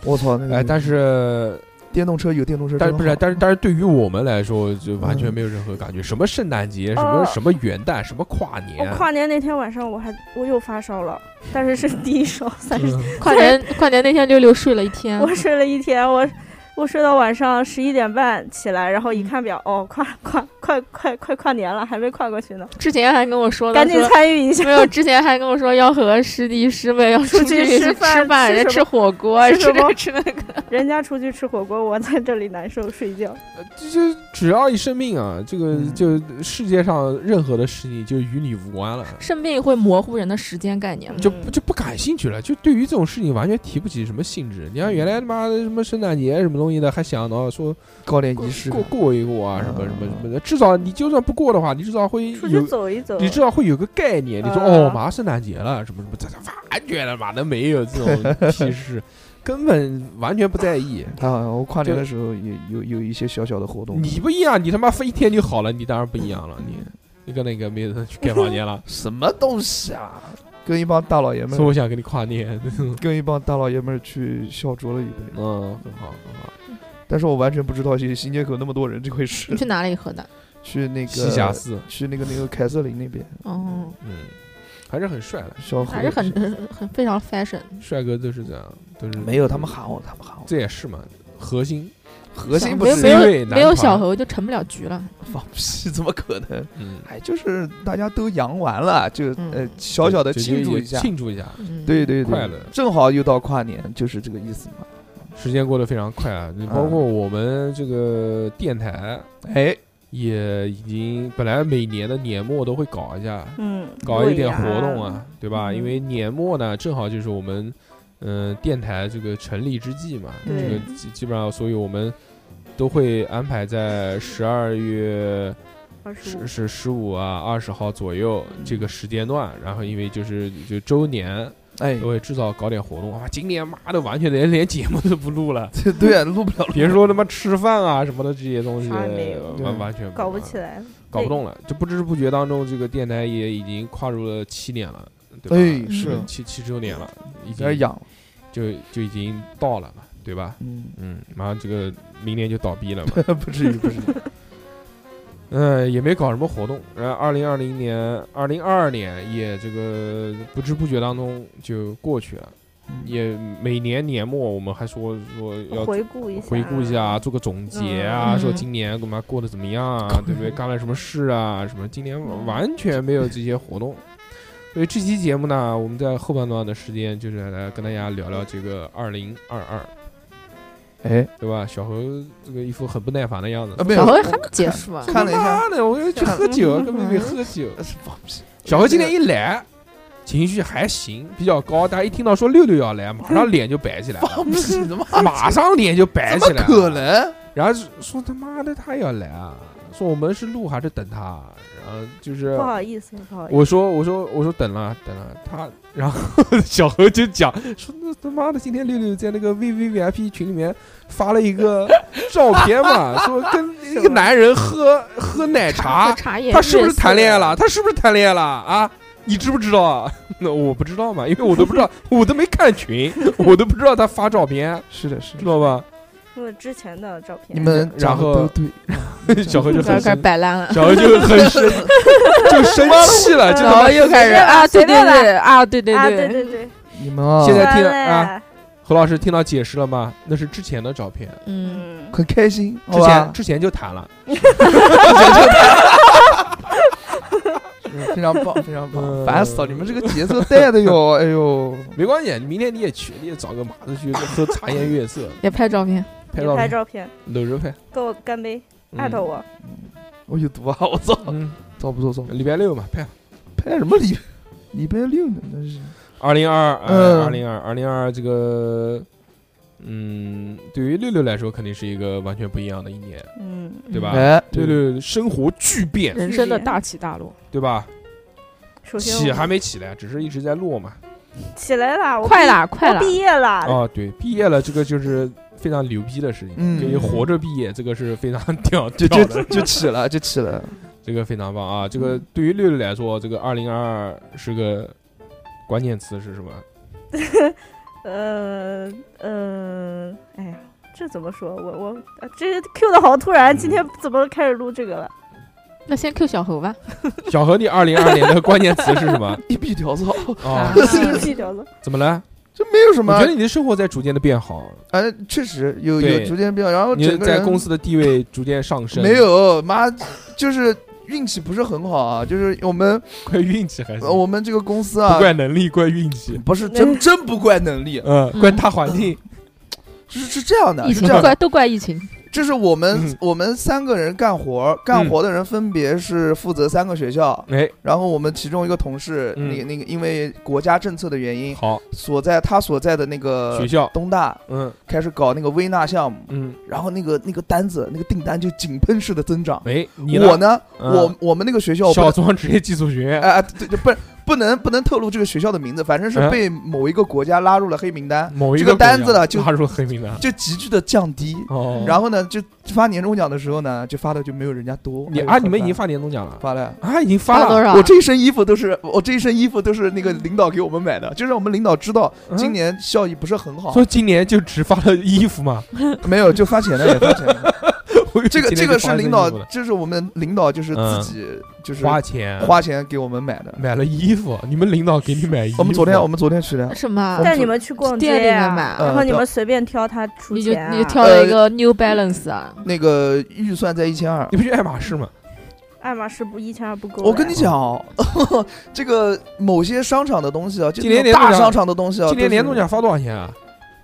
[SPEAKER 2] 我操，那个
[SPEAKER 1] 哎，但是，
[SPEAKER 2] 电动车有电动车真
[SPEAKER 1] 但
[SPEAKER 2] 好，
[SPEAKER 1] 是不是，但是，但是对于我们来说，就完全没有任何感觉。什么圣诞节，什么
[SPEAKER 3] 哦
[SPEAKER 1] 什么元旦，什么哦跨
[SPEAKER 3] 我
[SPEAKER 1] 年，
[SPEAKER 3] 跨年那天晚上我还我又发烧了，但是是低烧，三十
[SPEAKER 1] 嗯
[SPEAKER 4] 跨年跨年那天六六睡了一天，
[SPEAKER 3] 我睡了一天，我我睡到晚上十一点半起来，然后
[SPEAKER 4] 嗯
[SPEAKER 3] 一看表，哦，跨跨快快快跨年了，还没跨过去呢，
[SPEAKER 4] 之前还跟我说的，
[SPEAKER 3] 赶紧
[SPEAKER 4] 说
[SPEAKER 3] 参与一下
[SPEAKER 4] 没。有，之前还跟我说要和师弟师妹要
[SPEAKER 3] 出去
[SPEAKER 4] 去
[SPEAKER 3] 吃饭
[SPEAKER 4] 吃饭，
[SPEAKER 3] 吃
[SPEAKER 4] 人家
[SPEAKER 3] 什么
[SPEAKER 4] 吃火锅，
[SPEAKER 3] 吃
[SPEAKER 4] 吃
[SPEAKER 3] 什
[SPEAKER 4] 这
[SPEAKER 3] 么
[SPEAKER 4] 个吃那个。
[SPEAKER 3] 人家出去吃火锅，我在这里难受睡觉。
[SPEAKER 1] 就就只要一生病啊，这个
[SPEAKER 2] 嗯
[SPEAKER 1] 就世界上任何的事情就与你无关了，
[SPEAKER 4] 生病会模糊人的时间概念，
[SPEAKER 1] 就
[SPEAKER 3] 嗯
[SPEAKER 1] 不就不感兴趣了，就对于这种事情完全提不起什么兴致。你看原来他妈的什么圣诞节什么东西的，还想到说
[SPEAKER 2] 搞点
[SPEAKER 1] 过
[SPEAKER 2] 仪式
[SPEAKER 1] 过
[SPEAKER 2] 感，
[SPEAKER 1] 过一过啊，什么
[SPEAKER 2] 嗯
[SPEAKER 1] 什么什么的，至少你就算不过的话，你至少会
[SPEAKER 3] 出去
[SPEAKER 1] 有。
[SPEAKER 3] 走一走，
[SPEAKER 1] 你至少会有个概念，你说、
[SPEAKER 3] 嗯
[SPEAKER 1] 哦，马上圣诞节了，什么什么，这这完全他妈的没有 这种屁事，根本完全不在意。
[SPEAKER 2] 啊，我跨年的时候也有有一些小小的活动。，
[SPEAKER 1] 你不一样，你他妈飞一天就好了，你当然不一样了，你你跟那个妹子去开房间 了
[SPEAKER 2] 什么东西啊？跟一帮大老爷们
[SPEAKER 1] 所以
[SPEAKER 2] 儿，
[SPEAKER 1] 我想跟你跨年，
[SPEAKER 2] 跟一帮大老爷们儿去小酌了一杯，
[SPEAKER 1] 嗯， 很好很好，
[SPEAKER 2] 但是我完全不知道新新街口那么多人这回事
[SPEAKER 3] 嗯
[SPEAKER 4] 你。去哪里喝的？
[SPEAKER 2] 去那个
[SPEAKER 1] 西霞寺，
[SPEAKER 2] 去那个那个凯瑟琳那边，
[SPEAKER 4] 哦，
[SPEAKER 1] 嗯，还是很帅的，
[SPEAKER 2] 小伙
[SPEAKER 4] 还是很很非常 fashion。
[SPEAKER 1] 帅哥都是这样，都是
[SPEAKER 2] 没有他们喊我，他们喊我，
[SPEAKER 1] 这也是嘛，核心，
[SPEAKER 2] 核心不
[SPEAKER 4] 没有
[SPEAKER 2] 是
[SPEAKER 4] 没
[SPEAKER 1] 因
[SPEAKER 4] 有
[SPEAKER 1] 为男
[SPEAKER 4] 没有
[SPEAKER 1] 团
[SPEAKER 4] 小猴就成不了局了。
[SPEAKER 2] 放屁，怎么可能？
[SPEAKER 1] 嗯，
[SPEAKER 2] 哎，就是大家都阳完了，就
[SPEAKER 4] 嗯
[SPEAKER 2] 呃小小的
[SPEAKER 1] 就
[SPEAKER 2] 庆祝一下，
[SPEAKER 1] 庆祝一下，
[SPEAKER 4] 嗯，
[SPEAKER 2] 对对对，
[SPEAKER 1] 快乐
[SPEAKER 2] 正好又到跨年，就是这个意思嘛。
[SPEAKER 1] 时间过得非常快啊，你包括我们这个电台
[SPEAKER 2] 哎，
[SPEAKER 1] 也已经本来每年的年末都会搞一下，
[SPEAKER 3] 嗯，
[SPEAKER 1] 搞一点
[SPEAKER 3] 对呀
[SPEAKER 1] 活动啊，，对吧？
[SPEAKER 3] 嗯
[SPEAKER 1] 因为年末呢，正好就是我们嗯、呃电台这个成立之际嘛，这个
[SPEAKER 3] 对
[SPEAKER 1] 基基本上，所以我们都会安排在十二月
[SPEAKER 3] 二十五
[SPEAKER 1] 十
[SPEAKER 3] 嗯
[SPEAKER 1] 十十五啊二十号左右这个时间段，然后因为就是就周年，
[SPEAKER 2] 哎。
[SPEAKER 1] 都，会至少搞点活动啊。今年妈的完全连连节目都不录了
[SPEAKER 2] 这对啊，录不 了，
[SPEAKER 1] 别说他妈吃饭啊什么的这些东西，
[SPEAKER 3] 啥也没有
[SPEAKER 1] 完完全
[SPEAKER 3] 搞不
[SPEAKER 1] 玩
[SPEAKER 3] 起来了，
[SPEAKER 1] 搞不动了。就不知不觉当中，这个电台也已经跨入了七年了，对吧？
[SPEAKER 2] 哎是
[SPEAKER 1] 七七周年了，已
[SPEAKER 2] 有点
[SPEAKER 1] 经
[SPEAKER 2] 痒了，
[SPEAKER 1] 就就已经到了嘛，对吧？
[SPEAKER 2] 嗯，
[SPEAKER 1] 嗯，马上这个明年就倒闭了 嘛。
[SPEAKER 2] 不至于不至于，
[SPEAKER 1] 嗯，也没搞什么活动。然后二零二零年、二零二二年也这个不知不觉当中就过去了。
[SPEAKER 2] 嗯
[SPEAKER 1] 也每年年末我们还说说要
[SPEAKER 3] 回顾一下，
[SPEAKER 1] 回顾一下，，做个总结啊，
[SPEAKER 4] 嗯
[SPEAKER 1] 说今年干嘛过得怎么样 啊，对不对？干了什么事啊？什么？今年
[SPEAKER 3] 嗯
[SPEAKER 1] 完全没有这些活动，所以这期节目呢，我们在后半段的时间就是来跟大家聊聊这个二零二二，
[SPEAKER 2] 哎，
[SPEAKER 1] 对吧？小何这个一副很不耐烦的样子
[SPEAKER 2] 啊，。没有
[SPEAKER 4] 小，猴还没结束啊
[SPEAKER 2] 我，看了一下，
[SPEAKER 1] 妈的，我要去喝酒，根本没喝酒。
[SPEAKER 2] 放屁，
[SPEAKER 1] 小何今天一来。情绪还行，比较高。大家一听到说六六要来，马 上脸就白起来了，
[SPEAKER 2] 放屁，怎么
[SPEAKER 1] 马上脸就白
[SPEAKER 2] 怎
[SPEAKER 1] 起
[SPEAKER 2] 么
[SPEAKER 1] 来了。
[SPEAKER 2] 可能？
[SPEAKER 1] 然后说他妈的他也要来啊，说我们是录还是等他？啊然后就是
[SPEAKER 3] 不好意思，不好意思，
[SPEAKER 1] 我说我说我说等了等了他，然后小何就讲说那他妈的今天六六在那个 V V V I P 群里面发了一个照片嘛，说跟一个男人喝喝奶
[SPEAKER 4] 茶
[SPEAKER 1] 茶，
[SPEAKER 4] 茶叶，
[SPEAKER 1] 他是不是谈恋爱了？？他是不是谈恋爱了啊？你知不知道啊？那我不知道嘛，因为我都不知道，我都没看群，我都不知道他发照片，
[SPEAKER 2] 是的，是
[SPEAKER 1] 知
[SPEAKER 2] 的，
[SPEAKER 1] 道吧？
[SPEAKER 3] 我之前的照片，
[SPEAKER 2] 你们
[SPEAKER 1] 然
[SPEAKER 2] 讲的
[SPEAKER 1] 后
[SPEAKER 2] 都对，
[SPEAKER 1] 小何就
[SPEAKER 4] 开
[SPEAKER 1] 很
[SPEAKER 4] 始开
[SPEAKER 1] 生
[SPEAKER 4] 始摆烂了。
[SPEAKER 1] 小何就很生，就生气了，就
[SPEAKER 4] 然后
[SPEAKER 1] 他
[SPEAKER 4] 又 开始
[SPEAKER 3] 随便吧随
[SPEAKER 4] 啊，对对
[SPEAKER 3] 便吧
[SPEAKER 4] 对啊，对对
[SPEAKER 3] 啊，对对对，
[SPEAKER 2] 你们啊
[SPEAKER 1] 现在听
[SPEAKER 3] 酸
[SPEAKER 1] 了
[SPEAKER 3] 嘞
[SPEAKER 1] 啊，何老师听到解释了吗？那是之前的照片，
[SPEAKER 4] 嗯，
[SPEAKER 3] 嗯，
[SPEAKER 2] 很开心，
[SPEAKER 1] 之
[SPEAKER 2] 好吧
[SPEAKER 1] 前？之前就谈了，
[SPEAKER 2] 是非常棒，非常棒，
[SPEAKER 1] 嗯
[SPEAKER 2] 烦死了！你们这个节奏带的哟，哎 呦，
[SPEAKER 1] 没关系，明天你也去，你也找个马子去喝茶颜悦色，
[SPEAKER 4] 也拍照片，
[SPEAKER 1] 拍
[SPEAKER 3] 你
[SPEAKER 1] 照
[SPEAKER 2] 哎
[SPEAKER 3] 拍
[SPEAKER 1] 片，
[SPEAKER 3] 照片，
[SPEAKER 1] 搂着拍，
[SPEAKER 3] 跟我干杯，艾特
[SPEAKER 1] 嗯。
[SPEAKER 3] 我，
[SPEAKER 2] 我有毒啊！我 操，
[SPEAKER 1] 嗯，
[SPEAKER 2] 造不做造不
[SPEAKER 1] 礼拜六嘛，拍。
[SPEAKER 2] 拍什么礼礼拜六呢？那是
[SPEAKER 1] 二零二二，
[SPEAKER 2] 嗯
[SPEAKER 1] 二零二，二零二这个，嗯，对于六六来说，肯定是一个完全不一样的一年，
[SPEAKER 3] 嗯，
[SPEAKER 1] 对吧？
[SPEAKER 2] 哎，
[SPEAKER 1] 六六生活巨变，
[SPEAKER 4] 人生的大起大落，
[SPEAKER 1] 对吧？
[SPEAKER 3] 首先
[SPEAKER 1] 起
[SPEAKER 3] 我
[SPEAKER 1] 还没起来，只是一直在落嘛。
[SPEAKER 3] 起来啦，我
[SPEAKER 4] 快
[SPEAKER 3] 毕，
[SPEAKER 4] 啦快
[SPEAKER 3] 我
[SPEAKER 4] 啦！
[SPEAKER 3] 毕业啦，
[SPEAKER 1] 哦，对，毕业了，这个就是非常牛逼的事情。
[SPEAKER 2] 嗯
[SPEAKER 1] 对于活着毕业，这个是非常 屌
[SPEAKER 2] 就
[SPEAKER 1] 屌
[SPEAKER 2] 就
[SPEAKER 1] 的，
[SPEAKER 2] 就起了，就起 了，
[SPEAKER 1] 这个非常棒啊！这个对于六六来说，这个二零二二是个关键词是什么？
[SPEAKER 3] 呃呃，哎呀，这怎么说？我我啊这 Q 的好突然，
[SPEAKER 1] 嗯
[SPEAKER 3] 今天怎么开始录这个了？
[SPEAKER 4] 那先 Q 小猴吧，
[SPEAKER 1] 小何，你二零二年的关键词是什么？
[SPEAKER 2] 一笔条草，
[SPEAKER 1] 哦，
[SPEAKER 4] 啊
[SPEAKER 3] 屁条子，
[SPEAKER 1] 怎么了？
[SPEAKER 2] 这没有什
[SPEAKER 1] 我
[SPEAKER 2] 么
[SPEAKER 1] 觉，得你的生活在逐渐的变好，
[SPEAKER 2] 哎，确实有
[SPEAKER 1] 对
[SPEAKER 2] 有逐渐变好，然后
[SPEAKER 1] 你
[SPEAKER 2] 整个
[SPEAKER 1] 在
[SPEAKER 2] 人
[SPEAKER 1] 公司的地位逐渐上升，
[SPEAKER 2] 没有妈，就是运气不是很好啊，就是我们
[SPEAKER 1] 怪运气还是
[SPEAKER 2] 呃我们这个公司
[SPEAKER 1] 不
[SPEAKER 2] 啊，
[SPEAKER 1] 怪能力，怪运气，
[SPEAKER 2] 不是 真真不怪能力，
[SPEAKER 1] 嗯，
[SPEAKER 4] 嗯
[SPEAKER 1] 怪大环境，
[SPEAKER 2] 是是这样的，
[SPEAKER 4] 疫
[SPEAKER 2] 是
[SPEAKER 4] 情
[SPEAKER 2] 这样的，
[SPEAKER 4] 怪都怪疫情，
[SPEAKER 2] 这是我们、
[SPEAKER 1] 嗯
[SPEAKER 2] 我们三个人干活，干活的人分别是负责三个学校，
[SPEAKER 1] 哎，
[SPEAKER 2] 然后我们其中一个同事，
[SPEAKER 1] 嗯
[SPEAKER 2] 那个那个因为国家政策的原因，
[SPEAKER 1] 哎好，
[SPEAKER 2] 所在他所在的那个
[SPEAKER 1] 学校，
[SPEAKER 2] 东大
[SPEAKER 1] 嗯
[SPEAKER 2] 开始搞那个微纳项目，
[SPEAKER 1] 嗯，
[SPEAKER 2] 然后那个那个单子那个订单就井喷式的增长。
[SPEAKER 1] 哎，你
[SPEAKER 2] 我呢，
[SPEAKER 1] 嗯
[SPEAKER 2] 我我们那个学校不
[SPEAKER 1] 小
[SPEAKER 2] 能，
[SPEAKER 1] 庄职业技术学院，
[SPEAKER 2] 哎哎，对对，不是不能不能透露这个学校的名字，反正是
[SPEAKER 1] 嗯
[SPEAKER 2] 被某一个国家拉入了黑名单，
[SPEAKER 1] 某一
[SPEAKER 2] 这个
[SPEAKER 1] 国家
[SPEAKER 2] 单子呢就
[SPEAKER 1] 纳入黑名单，
[SPEAKER 2] 就急剧的降低。
[SPEAKER 1] 哦，
[SPEAKER 2] 然后呢，就发年终奖的时候呢，就发的就没有人家多。
[SPEAKER 1] 你
[SPEAKER 2] 哎呦
[SPEAKER 1] 啊，你们已
[SPEAKER 2] 很
[SPEAKER 1] 经
[SPEAKER 2] 烦
[SPEAKER 1] 发年终奖了
[SPEAKER 2] 发了。
[SPEAKER 1] 啊，已经
[SPEAKER 4] 发
[SPEAKER 1] 发
[SPEAKER 4] 了多
[SPEAKER 1] 了，
[SPEAKER 4] 少？
[SPEAKER 2] 我这一身衣服都是我这一身衣服都是那个领导给我们买的，就是让我们领导知道
[SPEAKER 1] 嗯
[SPEAKER 2] 今年效益不是很好，
[SPEAKER 1] 说今年就只发了衣服嘛，
[SPEAKER 2] 没有就发钱了也 发钱了。
[SPEAKER 1] 我以为
[SPEAKER 2] 这个
[SPEAKER 1] 今
[SPEAKER 2] 这
[SPEAKER 1] 年
[SPEAKER 2] 个
[SPEAKER 1] 就是发了
[SPEAKER 2] 领导
[SPEAKER 1] 衣服了，嗯
[SPEAKER 2] 这是我们领导就是自己就是
[SPEAKER 1] 花钱
[SPEAKER 2] 花钱给我们买的。
[SPEAKER 1] 买了衣服，你们领导给你买衣服，
[SPEAKER 2] 我们昨天我们昨天去的，
[SPEAKER 4] 什么啊
[SPEAKER 2] 我
[SPEAKER 3] 带你们去逛
[SPEAKER 4] 店里
[SPEAKER 3] 街
[SPEAKER 4] 面
[SPEAKER 3] 啊，
[SPEAKER 4] 买
[SPEAKER 2] 嗯
[SPEAKER 4] 啊？
[SPEAKER 3] 然后你们随便挑他出
[SPEAKER 4] 你就
[SPEAKER 3] 钱啊
[SPEAKER 4] 你就挑了一
[SPEAKER 2] 呃
[SPEAKER 4] 个 New Balance 啊？
[SPEAKER 2] 那个预算在一千二
[SPEAKER 1] 你。不去爱马仕吗？
[SPEAKER 3] 爱马仕不一千二不
[SPEAKER 1] 啊
[SPEAKER 3] 够呀。
[SPEAKER 2] 我跟你讲， 这个某些商场的东西啊，就
[SPEAKER 1] 今年
[SPEAKER 2] 那种
[SPEAKER 1] 年终
[SPEAKER 2] 大
[SPEAKER 1] 奖
[SPEAKER 2] 商场的东西啊，
[SPEAKER 1] 今年
[SPEAKER 2] 都是
[SPEAKER 1] 年终奖发多少钱啊？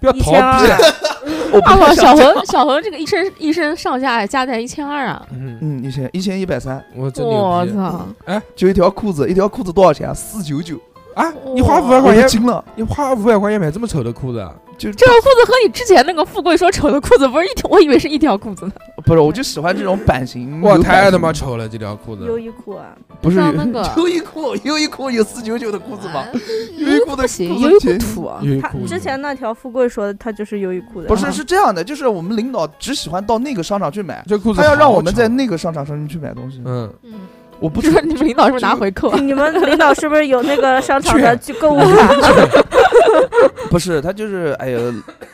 [SPEAKER 1] 不要
[SPEAKER 3] 一千
[SPEAKER 1] 逃
[SPEAKER 3] 二
[SPEAKER 1] 避，，
[SPEAKER 2] 我 不
[SPEAKER 4] 啊
[SPEAKER 2] 太
[SPEAKER 4] 我
[SPEAKER 2] 想
[SPEAKER 4] 小红小红这个一身一身上下加起来一千二 啊！
[SPEAKER 1] 嗯，
[SPEAKER 2] 嗯，一千一千一百三，
[SPEAKER 1] 我真牛
[SPEAKER 4] 我
[SPEAKER 1] 逼
[SPEAKER 4] 操！
[SPEAKER 2] 嗯就一条裤子，一条裤子多少钱啊？四九九，
[SPEAKER 1] 啊！你花五百
[SPEAKER 2] 我
[SPEAKER 1] 块
[SPEAKER 2] 都
[SPEAKER 1] 钱，
[SPEAKER 2] 惊了，
[SPEAKER 1] 你花五百块钱买这么丑的裤子啊，
[SPEAKER 2] 就
[SPEAKER 4] 这条裤子和你之前那个富贵说丑的裤子不是一条，我以为是一条裤子呢。
[SPEAKER 2] 不是，我就喜欢这种版型。
[SPEAKER 1] 嗯哇，
[SPEAKER 2] 嗯有版
[SPEAKER 1] 太他
[SPEAKER 2] 型
[SPEAKER 1] 妈！丑了！这条裤子
[SPEAKER 3] 优衣库啊，
[SPEAKER 2] 不是
[SPEAKER 4] 像那个
[SPEAKER 2] 优衣库，优衣库有四九九的裤子
[SPEAKER 4] 啊
[SPEAKER 2] 吗？
[SPEAKER 4] 优
[SPEAKER 2] 衣
[SPEAKER 4] 衣
[SPEAKER 2] 库
[SPEAKER 4] 库
[SPEAKER 2] 的
[SPEAKER 4] 嗯不行，
[SPEAKER 2] 裤子
[SPEAKER 4] 优衣库
[SPEAKER 2] 便宜
[SPEAKER 4] 土啊。
[SPEAKER 1] 优衣
[SPEAKER 3] 他
[SPEAKER 1] 库
[SPEAKER 3] 之前那条富贵说的，他就是优衣库的。
[SPEAKER 2] 不是，是这样的，就是我们领导只喜欢到那个商场去买，
[SPEAKER 1] 这裤子
[SPEAKER 2] 他要让我们
[SPEAKER 1] 好
[SPEAKER 2] 在
[SPEAKER 1] 丑
[SPEAKER 2] 那个商场上去买东西。
[SPEAKER 1] 嗯，
[SPEAKER 4] 嗯，
[SPEAKER 2] 我不
[SPEAKER 4] 不是
[SPEAKER 2] 知
[SPEAKER 4] 说你们领导是不是拿回扣啊？
[SPEAKER 3] 你们领导是不是有那个商 场的去购物卡？
[SPEAKER 2] 不是，他就是哎呀，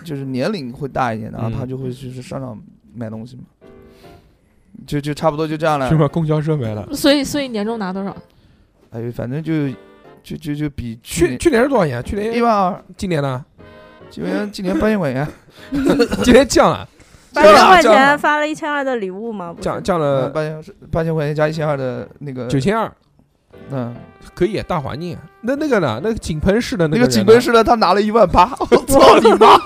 [SPEAKER 2] 就是年龄会大一点的，然后啊他
[SPEAKER 1] 嗯
[SPEAKER 2] 就会去商场买东西嘛，就就差不多就这样了
[SPEAKER 1] 去。把供销社买了。
[SPEAKER 4] 所以所以年终拿多少？
[SPEAKER 2] 哎呦，反正就就就就比去年
[SPEAKER 1] 去去年是多少钱？去
[SPEAKER 2] 一
[SPEAKER 1] 年
[SPEAKER 2] 万二，
[SPEAKER 1] 今年 呢？
[SPEAKER 2] 今年今年八千块钱，
[SPEAKER 1] 今年降了，
[SPEAKER 3] 八千块
[SPEAKER 2] 这样
[SPEAKER 3] 钱发了一千二的礼物吗？不是
[SPEAKER 1] 降降
[SPEAKER 2] 呃，
[SPEAKER 1] 了
[SPEAKER 2] 八千八千块钱加一千二的那个
[SPEAKER 1] 九，千二，
[SPEAKER 2] 嗯，
[SPEAKER 1] 可以大环境。啊那那个呢？那个井喷式的
[SPEAKER 2] 那
[SPEAKER 1] 个
[SPEAKER 2] 个
[SPEAKER 1] 人
[SPEAKER 2] 井
[SPEAKER 1] 呢
[SPEAKER 2] 喷式的他拿了一万八，我操你妈！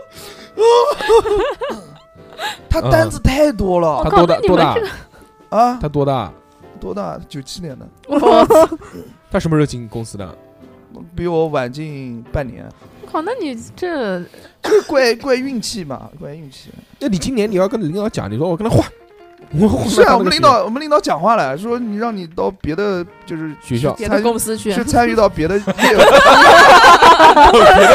[SPEAKER 2] 他单子太多了
[SPEAKER 1] 他多
[SPEAKER 4] 我靠
[SPEAKER 1] 大
[SPEAKER 4] 那你
[SPEAKER 1] 多
[SPEAKER 4] 们
[SPEAKER 1] 大
[SPEAKER 4] 这？
[SPEAKER 2] 啊！
[SPEAKER 1] 嗯他多大？
[SPEAKER 2] 多大？九七年的，
[SPEAKER 4] 我
[SPEAKER 1] 他什么时候进公司的？
[SPEAKER 2] 比我晚进半年，
[SPEAKER 4] 靠，那你这
[SPEAKER 2] 就是怪怪运气嘛，怪运气。
[SPEAKER 1] 那你今年你要跟领导讲，你说我跟他 换，我换
[SPEAKER 2] 是
[SPEAKER 1] 到
[SPEAKER 2] 啊，我们
[SPEAKER 1] 那个
[SPEAKER 2] 领导我们领导讲话了，说你让你到别的就是
[SPEAKER 1] 学校
[SPEAKER 2] 去
[SPEAKER 4] 别的
[SPEAKER 2] 参
[SPEAKER 4] 公司去
[SPEAKER 2] 去参与到别的业务，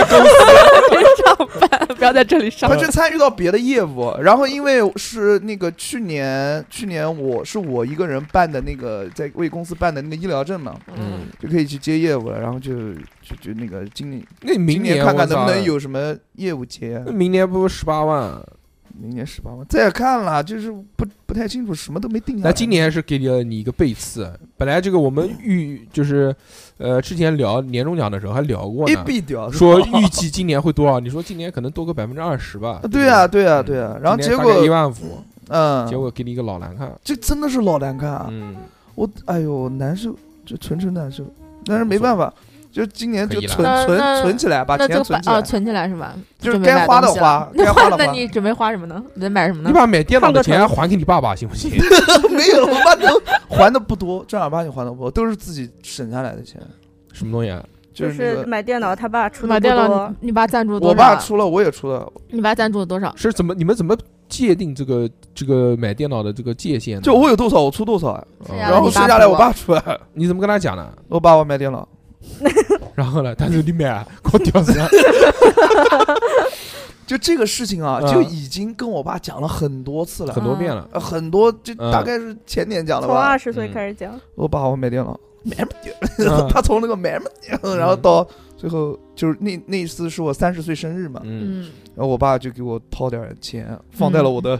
[SPEAKER 4] 上班，不要在这里上
[SPEAKER 2] 他
[SPEAKER 1] 嗯
[SPEAKER 4] 班。
[SPEAKER 2] 去参与到别的业务，然后因为是那个去年，去年我是我一个人办的那个在为公司办的那个医疗证嘛，
[SPEAKER 1] 嗯，
[SPEAKER 2] 就可以去接业务了，然后就就就那个今年
[SPEAKER 1] 那你
[SPEAKER 2] 今
[SPEAKER 1] 明
[SPEAKER 2] 年
[SPEAKER 1] 年
[SPEAKER 2] 看看
[SPEAKER 1] 我操嗯
[SPEAKER 2] 能不能？有什么业务接啊
[SPEAKER 1] 那，明年不十八万？啊
[SPEAKER 2] 明年十八万再看啦，就是不不太清楚，什么都没定下来。
[SPEAKER 1] 那今年是给了你一个背刺。本来这个我们预就是，呃，之前聊年终奖的时候还聊过
[SPEAKER 2] A
[SPEAKER 1] 呢，
[SPEAKER 2] B 掉，？
[SPEAKER 1] 说预计今年会多少？你说今年可能多个百分之二十吧
[SPEAKER 2] 对啊
[SPEAKER 1] 嗯
[SPEAKER 2] 对啊对啊，然后结
[SPEAKER 1] 一
[SPEAKER 2] 果
[SPEAKER 1] 万五，
[SPEAKER 2] 嗯，
[SPEAKER 1] 结果给你一个老难看。
[SPEAKER 2] 这真的是老难看啊，
[SPEAKER 1] 嗯，
[SPEAKER 2] 我哎呦难受，就纯纯难受，但是没办法。就今年就
[SPEAKER 1] 可以啦
[SPEAKER 2] 存
[SPEAKER 4] 那
[SPEAKER 2] 存
[SPEAKER 4] 那
[SPEAKER 2] 存起来，把
[SPEAKER 4] 那
[SPEAKER 2] 钱
[SPEAKER 4] 就
[SPEAKER 2] 存
[SPEAKER 4] 把
[SPEAKER 2] 起来
[SPEAKER 4] 哦。存起来是吧？
[SPEAKER 2] 就是
[SPEAKER 4] 准备
[SPEAKER 2] 该
[SPEAKER 4] 买
[SPEAKER 2] 花的
[SPEAKER 4] 东西了
[SPEAKER 2] 花该
[SPEAKER 4] 那
[SPEAKER 2] 花的
[SPEAKER 4] 那
[SPEAKER 2] 花
[SPEAKER 4] 你准备花什么呢？你准备买什么呢
[SPEAKER 1] 你？把买电脑的钱
[SPEAKER 3] 换
[SPEAKER 1] 还给你爸爸行 不行？
[SPEAKER 2] 没有，我妈都还的不多，正儿八经还的不多，都是自己省下来的钱。
[SPEAKER 1] 什么东西啊？
[SPEAKER 2] 就
[SPEAKER 3] 就是
[SPEAKER 2] 那
[SPEAKER 3] 是
[SPEAKER 2] 个
[SPEAKER 3] 买电脑，他爸出的
[SPEAKER 4] 买
[SPEAKER 3] 不
[SPEAKER 4] 电脑
[SPEAKER 3] 多
[SPEAKER 4] 你，，你爸赞助多少？
[SPEAKER 2] 我爸出了，我也出了，
[SPEAKER 4] 你爸赞助了多少？
[SPEAKER 1] 是怎么？你们怎么界定这个这个买电脑的这个界限呢？
[SPEAKER 2] 就我有多少我出多少啊，
[SPEAKER 1] 哦
[SPEAKER 2] 然
[SPEAKER 4] 然
[SPEAKER 2] 后
[SPEAKER 4] 后你
[SPEAKER 2] 剩
[SPEAKER 4] 爸
[SPEAKER 2] 下来
[SPEAKER 4] 付
[SPEAKER 2] 我爸出来，
[SPEAKER 1] 你怎么跟他讲呢？
[SPEAKER 2] 我爸我买电脑，
[SPEAKER 1] 然后呢？他说你买 啊，给我屌丝啊！
[SPEAKER 2] 就这个事情啊，
[SPEAKER 1] 嗯
[SPEAKER 2] 就已经跟我爸讲了很多次了
[SPEAKER 1] 很，多遍了。
[SPEAKER 2] 呃很多就
[SPEAKER 1] 嗯
[SPEAKER 2] 大概是前年讲了
[SPEAKER 3] 从
[SPEAKER 2] 吧
[SPEAKER 3] 二。十岁开始讲，
[SPEAKER 2] 我爸我买电脑， 买什么
[SPEAKER 1] 嗯
[SPEAKER 2] 电？ 他从那个买什么电脑， 然后到最后就是那那一次是我三十岁生日嘛，
[SPEAKER 1] 嗯，
[SPEAKER 4] 嗯，
[SPEAKER 2] 然后我爸就给我掏点钱放在了我的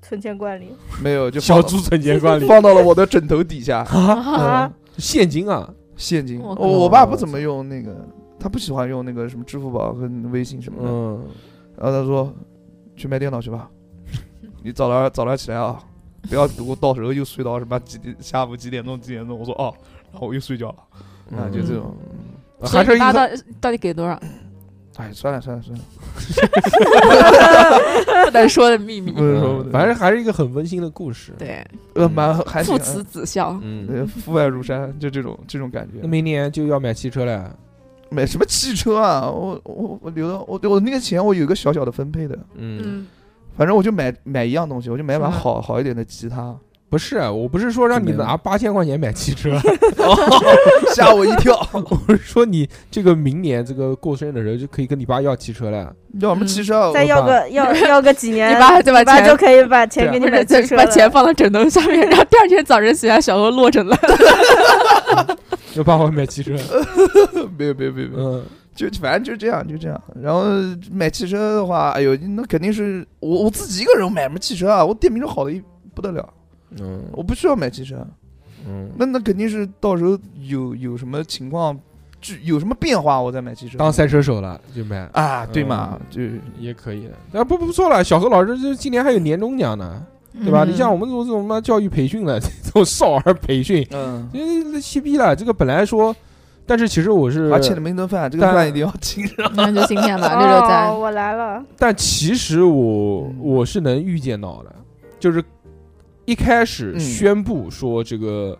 [SPEAKER 3] 存钱罐里。
[SPEAKER 2] 没有就放
[SPEAKER 1] 小
[SPEAKER 2] 到
[SPEAKER 1] 猪存钱罐里
[SPEAKER 2] 放到了我的 枕头底下。
[SPEAKER 1] 啊，
[SPEAKER 2] 嗯
[SPEAKER 1] 现金啊，
[SPEAKER 2] 现金。
[SPEAKER 4] 我
[SPEAKER 2] 我
[SPEAKER 4] 靠
[SPEAKER 2] 我爸不怎么用那个，他不喜欢用那个什么支付宝跟微信什么的。
[SPEAKER 1] 嗯，
[SPEAKER 2] 然后他说：“去卖电脑去吧，你早点早点起来啊，不要给我到时候又睡到什么几点下午几点钟几点钟。”我说：“哦。”然后我又睡觉了。啊，就这种。
[SPEAKER 1] 嗯，还是一
[SPEAKER 4] 拉到
[SPEAKER 1] 个
[SPEAKER 4] 到底给 多少？
[SPEAKER 2] 哎，算了算了算了，
[SPEAKER 4] 不能说的秘密。
[SPEAKER 2] 不能说不能，
[SPEAKER 1] 嗯反正还是一个很温馨的故事。，
[SPEAKER 4] 对，
[SPEAKER 2] 嗯呃蛮还行
[SPEAKER 4] 父慈子孝。
[SPEAKER 1] 嗯，
[SPEAKER 2] 呃父爱如山，就这种这种感觉
[SPEAKER 1] 那。明年就要买汽车了。
[SPEAKER 2] 买什么汽车啊？我我我留到我我那个钱我有一个小小的分配的，
[SPEAKER 1] 嗯，
[SPEAKER 4] 嗯，
[SPEAKER 2] 反正我就买买一样东西，我就买把
[SPEAKER 4] 什么
[SPEAKER 2] 好好一点的吉他。
[SPEAKER 1] 不是，啊我不是说让你
[SPEAKER 2] 怎么
[SPEAKER 1] 拿
[SPEAKER 2] 样
[SPEAKER 1] 八千块钱买汽车，
[SPEAKER 2] 吓我一跳，
[SPEAKER 1] 我是说你这个明年这个过生日的时候就可以跟你爸要汽车 了。
[SPEAKER 2] 要什么汽车啊？
[SPEAKER 3] 再
[SPEAKER 2] 我
[SPEAKER 3] 要个要 要个几年，
[SPEAKER 4] 你爸就把
[SPEAKER 3] 你爸
[SPEAKER 4] 钱
[SPEAKER 3] 就可以把钱
[SPEAKER 2] 对啊
[SPEAKER 3] 给
[SPEAKER 4] 不
[SPEAKER 3] 你
[SPEAKER 4] 是
[SPEAKER 3] 买汽车
[SPEAKER 4] 把
[SPEAKER 3] 了。
[SPEAKER 4] 钱放到枕头下面，然后第二天早晨起来，小何落枕了。
[SPEAKER 1] 要爸我买汽 车，
[SPEAKER 2] 没有没有没有没有，
[SPEAKER 1] 嗯，
[SPEAKER 2] 就反正就这样就这样。然后买汽车的话，哎呦，那肯定是我我自己一个人买什么汽车啊？我电瓶车好的一不得了，
[SPEAKER 1] 嗯
[SPEAKER 2] 我不需要买汽车。
[SPEAKER 1] 嗯，
[SPEAKER 2] 那那肯定是到时候有有什么情况，就有什么变化，我再买汽车。
[SPEAKER 1] 当赛车手了就买
[SPEAKER 2] 啊，对嘛，
[SPEAKER 1] 嗯也可以的。啊，不不不错了，小何老师这今年还有年终奖呢，对吧？
[SPEAKER 4] 嗯
[SPEAKER 1] 你像我们这种这种嘛教育培训的 这种少儿培训，
[SPEAKER 2] 就嗯，
[SPEAKER 1] 这嬉逼了。这个本来说，但是其实我是
[SPEAKER 2] 还，请你们一顿啊饭，这个
[SPEAKER 1] 但
[SPEAKER 2] 饭一定要请上。
[SPEAKER 4] 那就今 天吧，六六
[SPEAKER 3] 哦，
[SPEAKER 4] 咱
[SPEAKER 3] 我来了，
[SPEAKER 1] 但其实我
[SPEAKER 2] 嗯
[SPEAKER 1] 我是能预见到的，就是一开始
[SPEAKER 2] 嗯
[SPEAKER 1] 宣布说这个。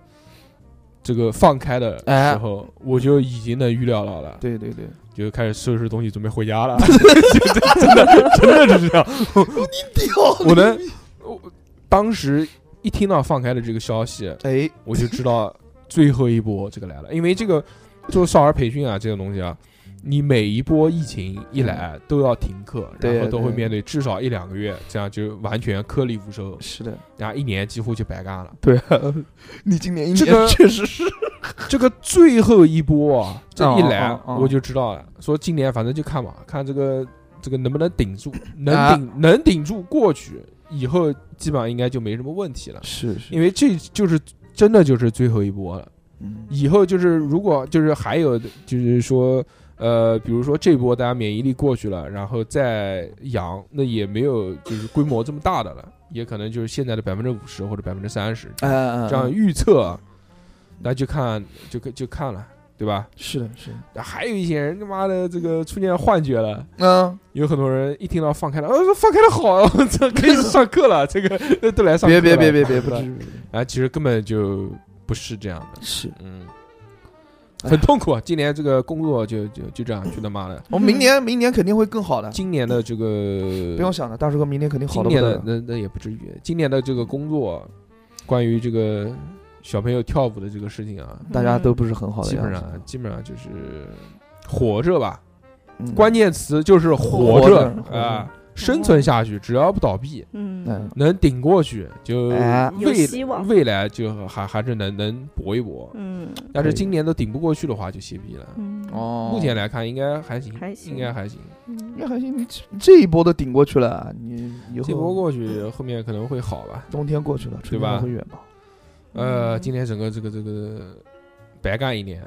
[SPEAKER 1] 这个放开的
[SPEAKER 2] 哎
[SPEAKER 1] 时候，我就已经能预料到了，
[SPEAKER 2] 对对 对，
[SPEAKER 1] 就开始收拾东西准备回家 了。真的真的是这样， 我能，我当时一听到放开的这个消息，
[SPEAKER 2] 哎，
[SPEAKER 1] 我就知道最后一波这个来了，因为这个做少儿培训啊，这个东西啊，你每一波疫情一来都要停课，
[SPEAKER 2] 嗯对
[SPEAKER 1] 然后都会
[SPEAKER 2] 对
[SPEAKER 1] 面对至少一两个月，这样就完全颗粒无收，
[SPEAKER 2] 是的，
[SPEAKER 1] 然后一年几乎就白干了。
[SPEAKER 2] 对啊，你今年一
[SPEAKER 1] 这个
[SPEAKER 2] 年确实是，
[SPEAKER 1] 这个最后一波啊，这一来
[SPEAKER 2] 哦哦哦
[SPEAKER 1] 我就知道了，说今年反正就看吧，看这个这个能不能顶住，能
[SPEAKER 2] 啊
[SPEAKER 1] 顶能顶住过去，以后基本上应该就没什么问题了。
[SPEAKER 2] 是是，
[SPEAKER 1] 因为这就是真的就是最后一波了。
[SPEAKER 2] 嗯
[SPEAKER 1] 以后就是如果就是还有就是说呃，比如说这波大家免疫力过去了，然后再阳，那也没有就是规模这么大的了，也可能就是现在的百分之五十或者百分之三十
[SPEAKER 2] 哎哎，哎
[SPEAKER 1] 这样预测啊，那就看就看就看了，对吧？
[SPEAKER 2] 是的，是的，
[SPEAKER 1] 还有一些人他妈的这个出现幻觉了。
[SPEAKER 2] 嗯，
[SPEAKER 1] 有很多人一听到放开了，呃，放开了好， 这可以上课了， 这个都来上课
[SPEAKER 2] 别
[SPEAKER 1] 了。
[SPEAKER 2] 别别别别，不
[SPEAKER 1] 对
[SPEAKER 2] 至于，
[SPEAKER 1] 啊，其实根本就不是这样的，
[SPEAKER 2] 是
[SPEAKER 1] 嗯，
[SPEAKER 2] 哎
[SPEAKER 1] 很痛苦。啊，今年这个工作就就就这样，去他妈的！
[SPEAKER 2] 我们明年明年肯定会更好的，
[SPEAKER 1] 今年的这个
[SPEAKER 2] 不用想了，大叔哥明年肯定好的
[SPEAKER 1] 今
[SPEAKER 2] 不
[SPEAKER 1] 年
[SPEAKER 2] 得
[SPEAKER 1] 的
[SPEAKER 2] 了，
[SPEAKER 1] 那那也不至于，今年的这个工作，关于这个小朋友跳舞的这个事情啊，
[SPEAKER 2] 大家都不是很好的
[SPEAKER 1] 基
[SPEAKER 2] 样
[SPEAKER 1] 本
[SPEAKER 2] 子，
[SPEAKER 1] 上基本上就是活着吧，
[SPEAKER 2] 嗯
[SPEAKER 1] 关键词就是活
[SPEAKER 2] 活
[SPEAKER 1] 着
[SPEAKER 2] 着活
[SPEAKER 1] 啊
[SPEAKER 2] 着，
[SPEAKER 1] 生存下去，只要不倒闭。
[SPEAKER 3] 嗯
[SPEAKER 2] 嗯，
[SPEAKER 1] 能顶过去，就
[SPEAKER 2] 哎
[SPEAKER 3] 有
[SPEAKER 1] 未
[SPEAKER 3] 希望
[SPEAKER 1] 未来就还还是能能搏一搏。
[SPEAKER 3] 嗯
[SPEAKER 1] 要是
[SPEAKER 2] 可以
[SPEAKER 1] 今年都顶不过去的话，就歇逼了。
[SPEAKER 3] 嗯，
[SPEAKER 2] 哦，
[SPEAKER 1] 目前来看，应该还行，
[SPEAKER 3] 还行
[SPEAKER 1] 应该还行。
[SPEAKER 3] 嗯
[SPEAKER 2] 那还行，你这这一波都顶过去了，啊你以后
[SPEAKER 1] 这波过去，后面可能会好吧。
[SPEAKER 2] 冬天过去了，春
[SPEAKER 1] 对
[SPEAKER 2] 天
[SPEAKER 1] 吧
[SPEAKER 2] 还会远吗？
[SPEAKER 3] 嗯
[SPEAKER 1] 呃，今年整个这个这个白干一 年，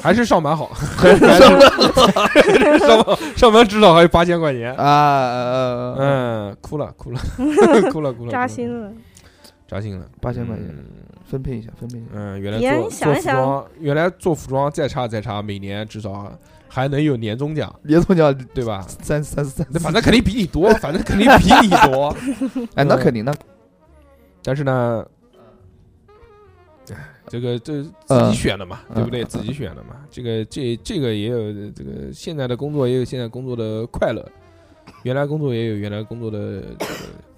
[SPEAKER 1] 还是上 班好，还是上 班上班上班至少还有八千块钱。
[SPEAKER 2] 啊，嗯，
[SPEAKER 1] 嗯，哭了哭 了哭了哭了，
[SPEAKER 3] 扎
[SPEAKER 1] 哭了
[SPEAKER 3] 心了，
[SPEAKER 1] 扎心了，
[SPEAKER 2] 8000块钱
[SPEAKER 1] 嗯
[SPEAKER 2] 分配一下，分配一下，
[SPEAKER 1] 嗯，原来
[SPEAKER 3] 别人
[SPEAKER 1] 做做
[SPEAKER 3] 想一
[SPEAKER 1] 服
[SPEAKER 3] 想
[SPEAKER 1] 装，原来做服装再差再差，每年至少还能有年终奖，
[SPEAKER 2] 别总讲
[SPEAKER 1] 对吧？
[SPEAKER 2] 三三三，
[SPEAKER 1] 那反正肯定比你多，反正肯定比你多。
[SPEAKER 2] 哎，那肯定的，
[SPEAKER 1] 但是呢，唉这个这自己
[SPEAKER 2] 嗯
[SPEAKER 1] 选的嘛，
[SPEAKER 2] 嗯
[SPEAKER 1] 对不对？
[SPEAKER 2] 嗯
[SPEAKER 1] 自己选的嘛。这个这这个也有这个现在的工作也有现在工作的快乐，原来工作也有原来工作的这个。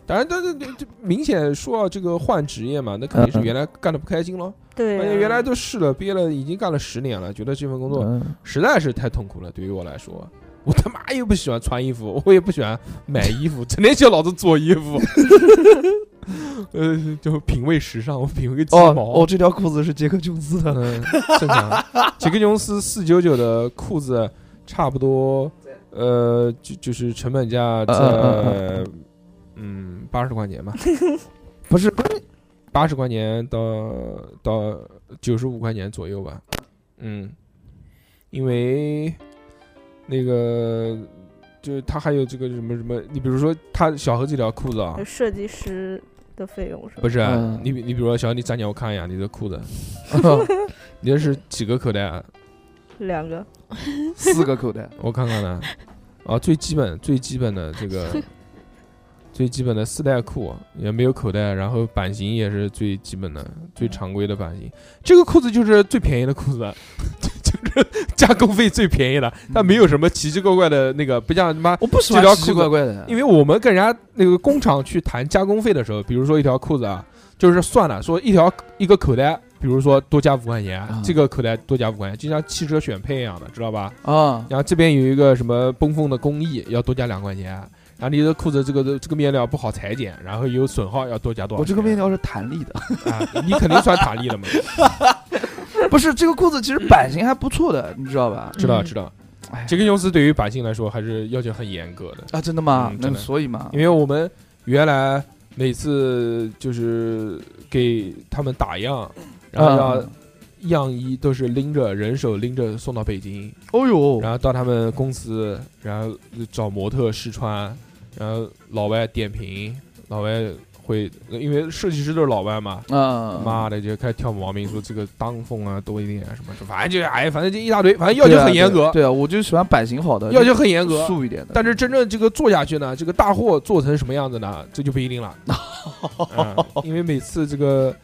[SPEAKER 1] 当然，但是这这明显说到这个换职业嘛，那肯定是
[SPEAKER 2] 嗯嗯
[SPEAKER 1] 原来干的不开心咯。
[SPEAKER 3] 对
[SPEAKER 1] 而
[SPEAKER 2] 哎
[SPEAKER 3] 啊，
[SPEAKER 1] 且原来都试了，毕业了已经干了十年了，觉得这份工作
[SPEAKER 2] 嗯
[SPEAKER 1] 实在是太痛苦了，对于我来说。我他妈又不喜欢穿衣服，我也不喜欢买衣服，整天叫老子做衣服。 呃， 就品味时尚，我品味个鸡
[SPEAKER 2] 哦
[SPEAKER 1] 毛。
[SPEAKER 2] 哦，这条裤子是杰克琼斯的，
[SPEAKER 1] 嗯，正常。杰克琼斯四九九的裤子，差不多，呃，就就是成本价
[SPEAKER 2] 嗯
[SPEAKER 1] 在
[SPEAKER 2] 嗯
[SPEAKER 1] 嗯八十块钱吧，
[SPEAKER 2] 不是
[SPEAKER 1] 八十块钱到到九十五块钱左右吧。嗯，因为那个就是他还有这个什么什么，你比如说他小何这条裤子啊，
[SPEAKER 3] 有设计师的费用是吧？
[SPEAKER 1] 不是啊、
[SPEAKER 2] 嗯
[SPEAKER 1] 你比你比如说小何，你站起来我看一眼你的裤子， 你这是几个口袋啊？
[SPEAKER 3] 两个，
[SPEAKER 2] 四个 口袋，
[SPEAKER 1] 我看看呢，啊，最基本最基本的这个最基本的四带裤也没有口袋，然后版型也是最基本的最常规的版型。这个裤子就是最便宜的裤子， 就是加工费最便宜的，它没有什么奇奇怪怪的那个，不像他妈。
[SPEAKER 2] 我不喜
[SPEAKER 1] 这条
[SPEAKER 2] 奇奇
[SPEAKER 1] 裤子
[SPEAKER 2] 怪怪的，
[SPEAKER 1] 因为我们跟人家那个工厂去谈加工费的时候，比如说一条裤子啊，就是算了，说一条一个口袋，比如说多加五块钱，
[SPEAKER 2] 啊
[SPEAKER 1] 这个口袋多加五块钱，就像汽车选配一样的，知道吧？
[SPEAKER 2] 啊，
[SPEAKER 1] 然后这边有一个什么崩缝的工艺，要多加两块钱。然后你的裤子这个这个面料不好裁剪，然后有损耗，要多加多少
[SPEAKER 2] 我这
[SPEAKER 1] 钱？
[SPEAKER 2] 个面料是弹力的，
[SPEAKER 1] 啊，你肯定穿塔利的嘛？
[SPEAKER 2] 不是这个裤子其实版型还不错的，你知道吧？
[SPEAKER 1] 知道
[SPEAKER 4] 嗯
[SPEAKER 1] 知道
[SPEAKER 2] 哎，
[SPEAKER 1] 这个用词对于百姓来说还是要求很严格的，
[SPEAKER 2] 啊，真的吗
[SPEAKER 1] 嗯？
[SPEAKER 2] 那
[SPEAKER 1] 真的
[SPEAKER 2] 所以嘛
[SPEAKER 1] 因，为我们原来每次就是给他们打样，然后
[SPEAKER 2] 啊
[SPEAKER 1] 要，样衣都是拎着人手拎着送到北京，
[SPEAKER 2] 哦呦，
[SPEAKER 1] 然后到他们公司，然后找模特试穿，然后老外点评，老外会因为设计师都是老外嘛，
[SPEAKER 2] 啊，
[SPEAKER 1] 妈的就开始挑毛病，说这个裆缝啊多一点啊什么，反正就是哎，反正就一大堆，反正要
[SPEAKER 2] 对
[SPEAKER 1] 求
[SPEAKER 2] 啊
[SPEAKER 1] 很严格，
[SPEAKER 2] 对啊，我就喜欢版型好的，
[SPEAKER 1] 要求很严格。
[SPEAKER 2] 素一点的。
[SPEAKER 1] 但是真正这个做下去呢，这个大货做成什么样子呢，这就不一 定了，嗯因为每次这个。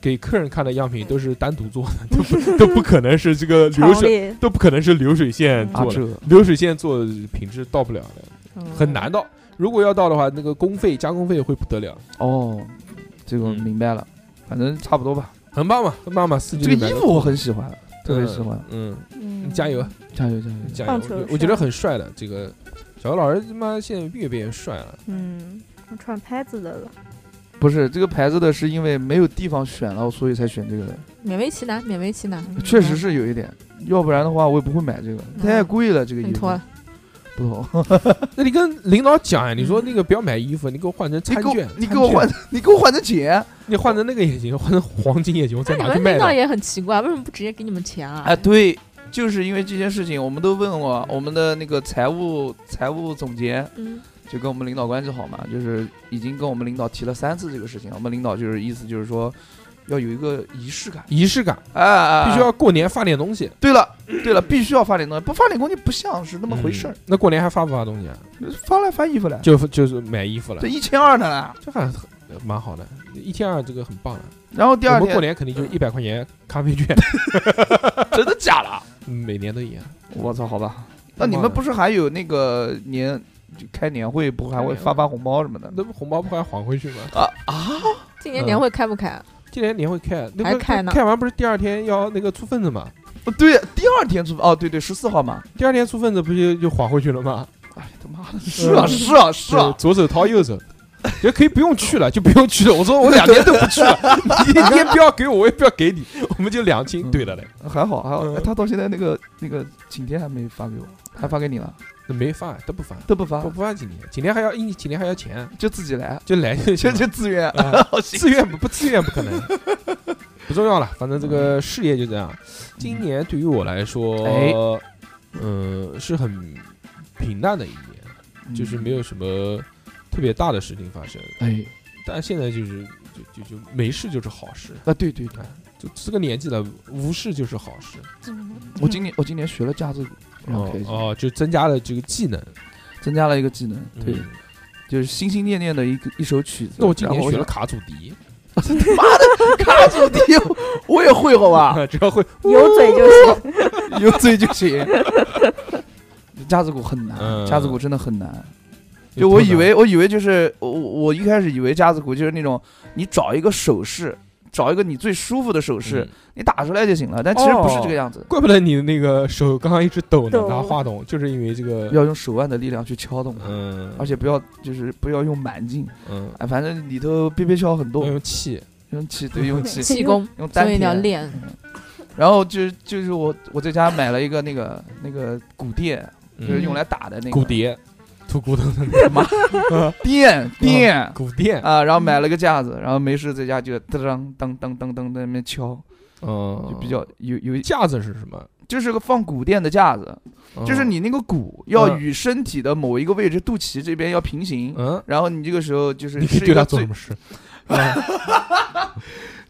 [SPEAKER 1] 给客人看的样品都是单独做 的，都不都不可能是这个流
[SPEAKER 3] 常
[SPEAKER 1] 水，
[SPEAKER 3] 理
[SPEAKER 1] 都不可能是流水线
[SPEAKER 2] 啊
[SPEAKER 1] 做的
[SPEAKER 2] 这，
[SPEAKER 1] 流水线做品质到不了的，很
[SPEAKER 4] 嗯
[SPEAKER 1] 难到。如果要到的话，那个工费加工费会不得了，
[SPEAKER 2] 哦，这
[SPEAKER 1] 嗯
[SPEAKER 2] 个我明白了，反正差不多吧。
[SPEAKER 1] 很棒嘛，很棒嘛，四季
[SPEAKER 2] 这
[SPEAKER 1] 里
[SPEAKER 2] 个
[SPEAKER 1] 面
[SPEAKER 2] 衣
[SPEAKER 1] 的
[SPEAKER 2] 服我很喜欢，特别喜欢。
[SPEAKER 1] 嗯，
[SPEAKER 3] 嗯，
[SPEAKER 1] 加油
[SPEAKER 2] 加油加油！
[SPEAKER 1] 加油
[SPEAKER 3] 棒球，
[SPEAKER 1] 我
[SPEAKER 3] 帅
[SPEAKER 1] 我觉得很帅的这个小何老师，他妈现在越变越帅了。
[SPEAKER 3] 嗯，我穿牌子的了，
[SPEAKER 2] 不是这个牌子的，是因为没有地方选了，所以才选这个的。
[SPEAKER 4] 勉为其难，勉为其难，
[SPEAKER 2] 嗯
[SPEAKER 4] 嗯
[SPEAKER 2] 确实是有一点，要不然的话我也不会买这个，太贵了。这个
[SPEAKER 4] 嗯
[SPEAKER 2] 衣
[SPEAKER 4] 你
[SPEAKER 2] 服
[SPEAKER 4] 脱了，
[SPEAKER 2] 不同，
[SPEAKER 1] 那你跟领导讲呀，你说那个不要买衣服，你给我换成
[SPEAKER 2] 你
[SPEAKER 1] 餐
[SPEAKER 2] 给我
[SPEAKER 1] 券，
[SPEAKER 2] 你给我换
[SPEAKER 1] 餐券，，
[SPEAKER 2] 你给我换成
[SPEAKER 4] 啊
[SPEAKER 2] 钱。
[SPEAKER 1] 你换成那个也行，换成黄金也行，我
[SPEAKER 4] 那
[SPEAKER 1] 再
[SPEAKER 4] 你
[SPEAKER 1] 拿去
[SPEAKER 4] 们
[SPEAKER 1] 卖哎
[SPEAKER 4] 领导
[SPEAKER 1] 的。
[SPEAKER 4] 也很奇怪，为什么不直接给你们钱啊？
[SPEAKER 2] 啊，对，就是因为这件事情，我们都问我我们的那个财务财务总监，
[SPEAKER 4] 嗯，
[SPEAKER 2] 就跟我们领导关系好嘛，就是已经跟我们领导提了三次这个事情，我们领导就是意思就是说要有一个仪式感，
[SPEAKER 1] 仪式感，
[SPEAKER 2] 哎哎，哎
[SPEAKER 1] 必须要。过年发点东西，
[SPEAKER 2] 对了对了，必须要发点东西，不发点东西不像是那
[SPEAKER 1] 那
[SPEAKER 2] 么回事儿，。
[SPEAKER 1] 嗯那过年还发不发东西啊？
[SPEAKER 2] 发来发衣服来，
[SPEAKER 1] 就就是买衣服了
[SPEAKER 2] 这，一千二的呢。
[SPEAKER 1] 这还很蛮好的，一天二这个很棒的。啊
[SPEAKER 2] 然后第
[SPEAKER 1] 我
[SPEAKER 2] 二
[SPEAKER 1] 们过
[SPEAKER 2] 天
[SPEAKER 1] 年肯定就一百块钱咖啡 券，
[SPEAKER 2] 真的假的？
[SPEAKER 1] 每年都一样。
[SPEAKER 2] 我操，好吧。那你们不是还有那个年就开年会，不还会发发红包什么的？
[SPEAKER 1] 那不红包不还还回去吗？
[SPEAKER 2] 啊啊！
[SPEAKER 4] 今
[SPEAKER 1] 嗯
[SPEAKER 4] 年年会开啊不开？
[SPEAKER 1] 今年年会开，那
[SPEAKER 4] 还
[SPEAKER 1] 不
[SPEAKER 4] 开呢
[SPEAKER 1] 开完不是第二天要那个出份子吗？
[SPEAKER 2] 对，啊第二天出哦，对对，十四号嘛。
[SPEAKER 1] 第二天出份子不就就还回去了吗？
[SPEAKER 2] 哎，他妈的，是啊是啊是啊，
[SPEAKER 1] 左手掏右手，也可以不用去了，就不用去了。我说我两年都不去 了，你一天不要给我，我也不要给你，我们就两清。
[SPEAKER 2] 嗯
[SPEAKER 1] 对了嘞，
[SPEAKER 2] 还好还好，
[SPEAKER 1] 嗯
[SPEAKER 2] 哎他到现在那个那个请帖还没发给我，还发给你了，
[SPEAKER 1] 那没发都不发，
[SPEAKER 2] 都嗯不发
[SPEAKER 1] 不，不发今年，今年还要今年还要钱，
[SPEAKER 2] 就自己来，啊
[SPEAKER 1] 就来就行
[SPEAKER 2] 就就
[SPEAKER 1] 了
[SPEAKER 2] 自愿。
[SPEAKER 1] 啊
[SPEAKER 2] 行
[SPEAKER 1] 自愿不不自愿不可能， 不重要了，反正这个事业就这样。今年对于我来
[SPEAKER 2] 哎
[SPEAKER 1] 说，嗯，是很平淡的一年，
[SPEAKER 2] 嗯
[SPEAKER 1] 就是没有什么特别大的事情发生。
[SPEAKER 2] 哎，
[SPEAKER 1] 但现在就是就就就没事就是好事，
[SPEAKER 2] 啊对对对，
[SPEAKER 1] 就这个年纪了，无事就是好事。嗯
[SPEAKER 2] 我今年我今年学了架子鼓，非常开心，
[SPEAKER 1] 哦，就增加了这个技能。
[SPEAKER 2] 增加了一个技能，对，
[SPEAKER 1] 嗯
[SPEAKER 2] 就是心心念念的一个一首曲子。
[SPEAKER 1] 那我今
[SPEAKER 2] 然
[SPEAKER 1] 年
[SPEAKER 2] 后
[SPEAKER 1] 学
[SPEAKER 2] 想
[SPEAKER 1] 了 卡祖笛，
[SPEAKER 2] 卡祖笛，我也会好啊吧？
[SPEAKER 1] 只要会，
[SPEAKER 3] 有嘴就行。
[SPEAKER 2] 有嘴就行。架子鼓很难，
[SPEAKER 1] 嗯
[SPEAKER 2] 架子鼓真的很难。就我以为，我以为就是我我一开始以为架子鼓就是那种你找一个手势，找一个你最舒服的手势
[SPEAKER 1] 嗯，，哦
[SPEAKER 2] 你打出来就行了。但其实不是这个样子，
[SPEAKER 1] 怪不得你的那个手刚刚一直抖呢，
[SPEAKER 3] 抖
[SPEAKER 1] 拿话筒，就是因为这个
[SPEAKER 2] 要用手腕的力量去敲动它，
[SPEAKER 1] 嗯，
[SPEAKER 2] 而且不要就是不要用蛮劲，
[SPEAKER 1] 嗯，
[SPEAKER 2] 哎，反正里头憋憋敲很
[SPEAKER 1] 要
[SPEAKER 2] 多，
[SPEAKER 1] 用气，
[SPEAKER 2] 用气对用气
[SPEAKER 4] 气功，
[SPEAKER 2] 用单
[SPEAKER 4] 所以你要
[SPEAKER 2] 片。
[SPEAKER 4] 练。
[SPEAKER 2] 然后就就是我我在家买了一个那个那个鼓垫，就
[SPEAKER 1] 嗯
[SPEAKER 2] 是用来打的那个
[SPEAKER 1] 骨碟，吐骨头的
[SPEAKER 2] 垫垫
[SPEAKER 1] 骨垫，
[SPEAKER 2] 啊，然后买了个架子，然后没事在家就噔噔噔噔噔噔在那边敲，
[SPEAKER 1] 嗯，
[SPEAKER 2] 就比较有有
[SPEAKER 1] 架子是什么？
[SPEAKER 2] 就是个放骨垫的架子，
[SPEAKER 1] 嗯哦
[SPEAKER 2] 就是你那个骨要与身体的某一个位置，肚脐这边要平行，
[SPEAKER 1] 嗯，
[SPEAKER 2] 然后你这个时候就是
[SPEAKER 1] 你可以
[SPEAKER 2] 是一
[SPEAKER 1] 对
[SPEAKER 2] 个
[SPEAKER 1] 他做
[SPEAKER 2] 最
[SPEAKER 1] 什 么事？啊
[SPEAKER 2] 呃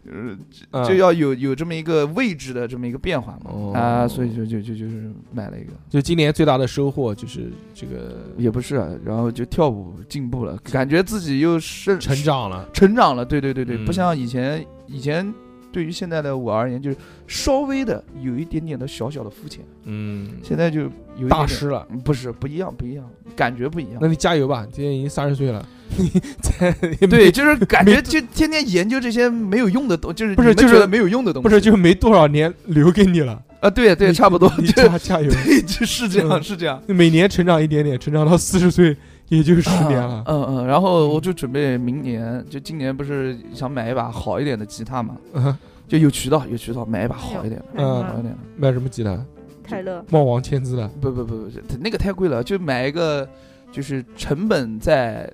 [SPEAKER 1] 嗯
[SPEAKER 2] 就要有有这么一个位置的这么一个变化嘛，
[SPEAKER 1] 哦
[SPEAKER 2] 啊，所以就就就就是买了一个，
[SPEAKER 1] 就今年最大的收获就是这个
[SPEAKER 2] 也不是啊，然后就跳舞进步了，感觉自己又是
[SPEAKER 1] 成长了，
[SPEAKER 2] 成长了，对对对对，
[SPEAKER 1] 嗯
[SPEAKER 2] 不像以前以前。对于现在的我而言，就是稍微的有一点点的小小的肤浅，
[SPEAKER 1] 嗯，
[SPEAKER 2] 现在就有一点点
[SPEAKER 1] 大师了。
[SPEAKER 2] 嗯不是不一样，不一样，感觉不一样
[SPEAKER 1] 那。你加油吧，今年已经三十 岁了，你在
[SPEAKER 2] 对，就是感觉
[SPEAKER 1] 没
[SPEAKER 2] 就天天研究这些没有用的东，就是
[SPEAKER 1] 不是
[SPEAKER 2] 你们
[SPEAKER 1] 就是
[SPEAKER 2] 觉得没有用的东西，
[SPEAKER 1] 不是就没多少年留给你了？
[SPEAKER 2] 啊？对对，
[SPEAKER 1] 你
[SPEAKER 2] 差不多，
[SPEAKER 1] 你
[SPEAKER 2] 就
[SPEAKER 1] 加加油，
[SPEAKER 2] 对，就是这样，
[SPEAKER 1] 嗯
[SPEAKER 2] 是这样。
[SPEAKER 1] 每年成长一点点，成长到四十岁也就十年
[SPEAKER 2] 啊
[SPEAKER 1] 了。
[SPEAKER 2] 嗯嗯，然后我就准备明年，就今年不是想买一把好一点的吉他嘛，
[SPEAKER 1] 嗯，
[SPEAKER 2] 就有渠道有渠道买一把好一点的，
[SPEAKER 1] 嗯
[SPEAKER 2] 好一点的。
[SPEAKER 1] 买什么吉他？
[SPEAKER 3] 泰勒，
[SPEAKER 1] 猫王签字的，
[SPEAKER 2] 不不不不，那个太贵了，就买一个就是成本在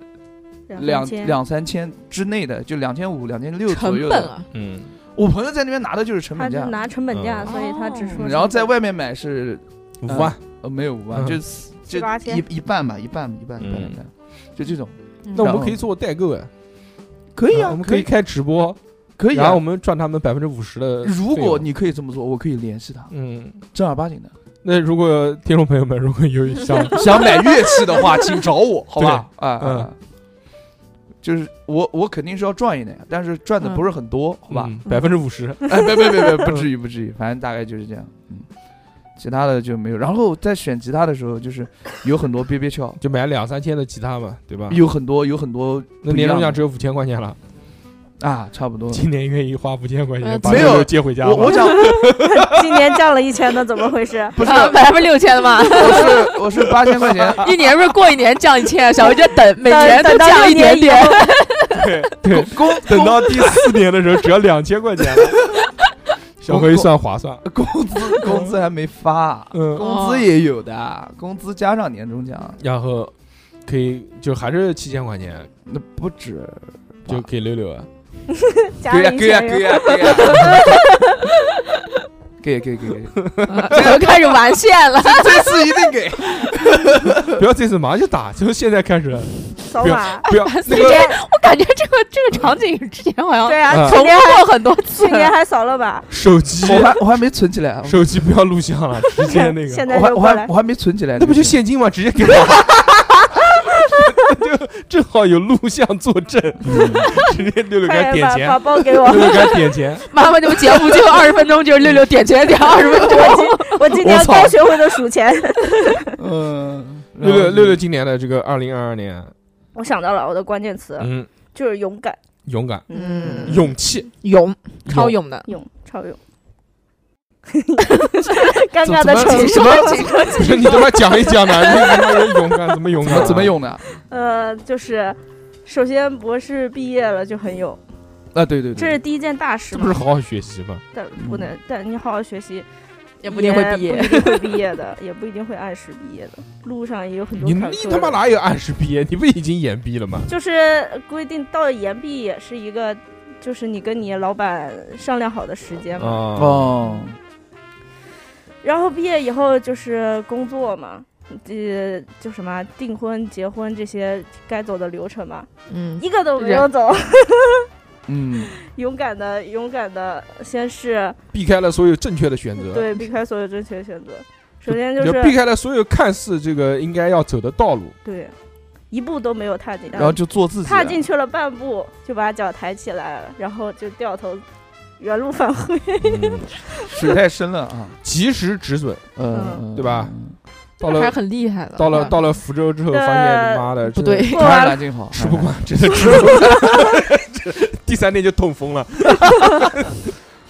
[SPEAKER 2] 两
[SPEAKER 3] 两千
[SPEAKER 2] 两三千之内的，就两千五、两千六
[SPEAKER 4] 成
[SPEAKER 2] 左右
[SPEAKER 4] 本
[SPEAKER 2] 的。
[SPEAKER 4] 啊，
[SPEAKER 1] 嗯，
[SPEAKER 2] 我朋友在那边拿的就是成
[SPEAKER 3] 他
[SPEAKER 2] 本
[SPEAKER 3] 就
[SPEAKER 2] 价，
[SPEAKER 3] 拿成本价，
[SPEAKER 1] 嗯
[SPEAKER 3] 所以他只说
[SPEAKER 4] 嗯
[SPEAKER 2] 然后在
[SPEAKER 3] 成本
[SPEAKER 2] 外面买是
[SPEAKER 1] 五万，
[SPEAKER 2] 呃，没有五万，
[SPEAKER 1] 嗯
[SPEAKER 2] 就四就
[SPEAKER 3] 七八千
[SPEAKER 2] 一一半吧，一半一半一半
[SPEAKER 1] 嗯
[SPEAKER 2] 一半，就这种
[SPEAKER 1] 那我
[SPEAKER 2] 然
[SPEAKER 1] 们
[SPEAKER 2] 后
[SPEAKER 1] 可以做代购哎，
[SPEAKER 2] 可以啊，
[SPEAKER 1] 我们可以
[SPEAKER 2] 以
[SPEAKER 1] 开直播，
[SPEAKER 2] 可以
[SPEAKER 1] 然后
[SPEAKER 2] 啊
[SPEAKER 1] 我。们赚他们百分之五十的费用。
[SPEAKER 2] 如果你可以啊这么做，我可以联系他，
[SPEAKER 1] 嗯，
[SPEAKER 2] 正儿八经 的。
[SPEAKER 1] 那如果听众朋友们如果有 想
[SPEAKER 2] 想买乐器的话，请找我，好吧？啊，啊
[SPEAKER 1] 嗯
[SPEAKER 2] 啊就是我我肯定是要赚一点，但是赚
[SPEAKER 3] 嗯
[SPEAKER 2] 的不是很多，好吧？
[SPEAKER 1] 百分之五十，
[SPEAKER 2] 哎，别别别别，不至于不至于，反正大概就是这样。嗯，其他的就没有。然后在选吉他的时候，就是有很多憋憋窍，
[SPEAKER 1] 就买两三千的吉他嘛，对吧？
[SPEAKER 2] 有很多有很多
[SPEAKER 1] 那
[SPEAKER 2] 不一
[SPEAKER 1] 年
[SPEAKER 2] 样
[SPEAKER 1] 终
[SPEAKER 2] 的
[SPEAKER 1] 奖只有五千块钱了，
[SPEAKER 2] 啊，差不多。
[SPEAKER 1] 今年愿意花五千块
[SPEAKER 4] 呃
[SPEAKER 1] 钱把
[SPEAKER 2] 没有
[SPEAKER 1] 六六接回家
[SPEAKER 2] 我我
[SPEAKER 1] 吧？
[SPEAKER 2] 想
[SPEAKER 3] 价。今年降了一千呢，怎么 回事？
[SPEAKER 2] 不是
[SPEAKER 4] 啊买不是六千的吗？
[SPEAKER 2] 我是我是八千块钱，
[SPEAKER 4] 一年不是过一年降一千，啊小薇就等每年
[SPEAKER 3] 等等
[SPEAKER 4] 都
[SPEAKER 3] 到
[SPEAKER 4] 降一
[SPEAKER 3] 六年
[SPEAKER 4] 点
[SPEAKER 3] 以
[SPEAKER 4] 点。
[SPEAKER 3] 后，
[SPEAKER 1] 对
[SPEAKER 2] 公公
[SPEAKER 1] 对，等到第四年的时候只要两千块钱了， 小何一算划算，
[SPEAKER 2] 工工资工资还没
[SPEAKER 3] 哦
[SPEAKER 2] 发，
[SPEAKER 1] 嗯，
[SPEAKER 2] 工资也有的，工资加上年终奖，
[SPEAKER 1] 然后可以就还是七千块钱
[SPEAKER 2] 那不止吧，
[SPEAKER 1] 就给六六啊，
[SPEAKER 3] 加了一千元，
[SPEAKER 2] 呀给呀，给给给，
[SPEAKER 4] 我开始玩线 了，
[SPEAKER 2] 这次一定给，
[SPEAKER 1] 不要这次马上就打，从现在开始，
[SPEAKER 3] 扫码。
[SPEAKER 1] 不要那
[SPEAKER 4] 瞬
[SPEAKER 1] 个
[SPEAKER 4] 间 我感觉这个这个场景之前好像
[SPEAKER 3] 对
[SPEAKER 1] 啊
[SPEAKER 3] 啊，去
[SPEAKER 4] 重
[SPEAKER 3] 年
[SPEAKER 4] 复过很多次
[SPEAKER 2] 啊
[SPEAKER 3] 去
[SPEAKER 4] 了。
[SPEAKER 3] 年还扫了码，
[SPEAKER 1] 手机
[SPEAKER 2] 我还我还没存起来，啊
[SPEAKER 1] 手机不要录像了，直接那
[SPEAKER 3] 现
[SPEAKER 1] 个，
[SPEAKER 3] 在
[SPEAKER 2] 我还
[SPEAKER 3] 就
[SPEAKER 2] 我
[SPEAKER 3] 过
[SPEAKER 2] 还
[SPEAKER 3] 来
[SPEAKER 2] 我，还没存起来，
[SPEAKER 1] 那不就
[SPEAKER 2] 现
[SPEAKER 1] 现金吗？直接给 他。就正好有录像作证， 直接六六给
[SPEAKER 3] 快
[SPEAKER 1] 他
[SPEAKER 3] 点
[SPEAKER 1] 点
[SPEAKER 3] 把
[SPEAKER 1] 钱
[SPEAKER 3] 把，包给我
[SPEAKER 1] 六。六给他点钱，
[SPEAKER 4] 妈妈，这个节目就二十分钟，就是六六点钱点二十 分钟。
[SPEAKER 3] 我今年
[SPEAKER 1] 我操
[SPEAKER 3] 刚学会的数钱。
[SPEAKER 2] 嗯，
[SPEAKER 1] 六六六六，今年的这个二零二二年，
[SPEAKER 3] 我想到了我的关键词，
[SPEAKER 1] 嗯，
[SPEAKER 3] 就是勇敢，
[SPEAKER 1] 勇敢、
[SPEAKER 4] 嗯
[SPEAKER 1] 勇气、
[SPEAKER 4] 勇，超勇的，
[SPEAKER 3] 勇超勇。尴
[SPEAKER 2] 怎
[SPEAKER 3] 尬的
[SPEAKER 2] 怎么
[SPEAKER 3] 程
[SPEAKER 2] 怎
[SPEAKER 3] 度，
[SPEAKER 2] 么怎
[SPEAKER 1] 勇。不是 你他妈讲一讲呢？你他妈人勇敢怎么 勇敢
[SPEAKER 2] 么
[SPEAKER 1] 啊？
[SPEAKER 2] 怎么用的？
[SPEAKER 3] 呃，就是首先博士毕业了就很勇，
[SPEAKER 2] 啊，对对
[SPEAKER 3] 这是
[SPEAKER 2] 对，
[SPEAKER 3] 第一件大事
[SPEAKER 1] 这不
[SPEAKER 3] 嘛
[SPEAKER 1] 是。好好学习吗？
[SPEAKER 3] 但不能，但你好好学习，
[SPEAKER 4] 也不一定会毕业。
[SPEAKER 3] 不一定会毕业的， 也不一定会按时毕业的。路上也有很多
[SPEAKER 1] 你
[SPEAKER 3] 坎
[SPEAKER 1] 你
[SPEAKER 3] 坷的
[SPEAKER 1] 他妈哪有按时毕业？你不已经延毕了吗？
[SPEAKER 3] 就是规定到延毕也是一个，就是你跟你老板商量好的时间嘛。
[SPEAKER 1] 啊，
[SPEAKER 2] 哦，
[SPEAKER 3] 然后毕业以后就是工作嘛，呃，就什么订婚、结婚这些该走的流程嘛，
[SPEAKER 4] 嗯，
[SPEAKER 3] 一个都没有走。
[SPEAKER 2] 嗯，
[SPEAKER 3] 勇敢的，勇敢的，先是
[SPEAKER 1] 避开了所有正确的选择，
[SPEAKER 3] 对避开所有正确选择。首先
[SPEAKER 1] 就，
[SPEAKER 3] 就是
[SPEAKER 1] 避开了所有看似这个应该要走的道路。
[SPEAKER 3] 对，一步都没有踏进，
[SPEAKER 2] 然后就做自己，
[SPEAKER 3] 踏进去了半步，就把脚抬起来了，然后就掉头原路返回。
[SPEAKER 2] 水太深了啊，
[SPEAKER 1] 及时止 损，
[SPEAKER 2] 嗯，
[SPEAKER 1] 对吧？到
[SPEAKER 4] 还是
[SPEAKER 1] 了
[SPEAKER 4] 很厉害的。
[SPEAKER 1] 到了到了福州之后，发现
[SPEAKER 3] 呃
[SPEAKER 1] 他妈的
[SPEAKER 4] 嗯不
[SPEAKER 1] 真的
[SPEAKER 4] 对，
[SPEAKER 3] 过
[SPEAKER 2] 还是
[SPEAKER 3] 完
[SPEAKER 2] 南京好，哎
[SPEAKER 1] 吃不惯，真的吃不惯， 第三天就痛风了。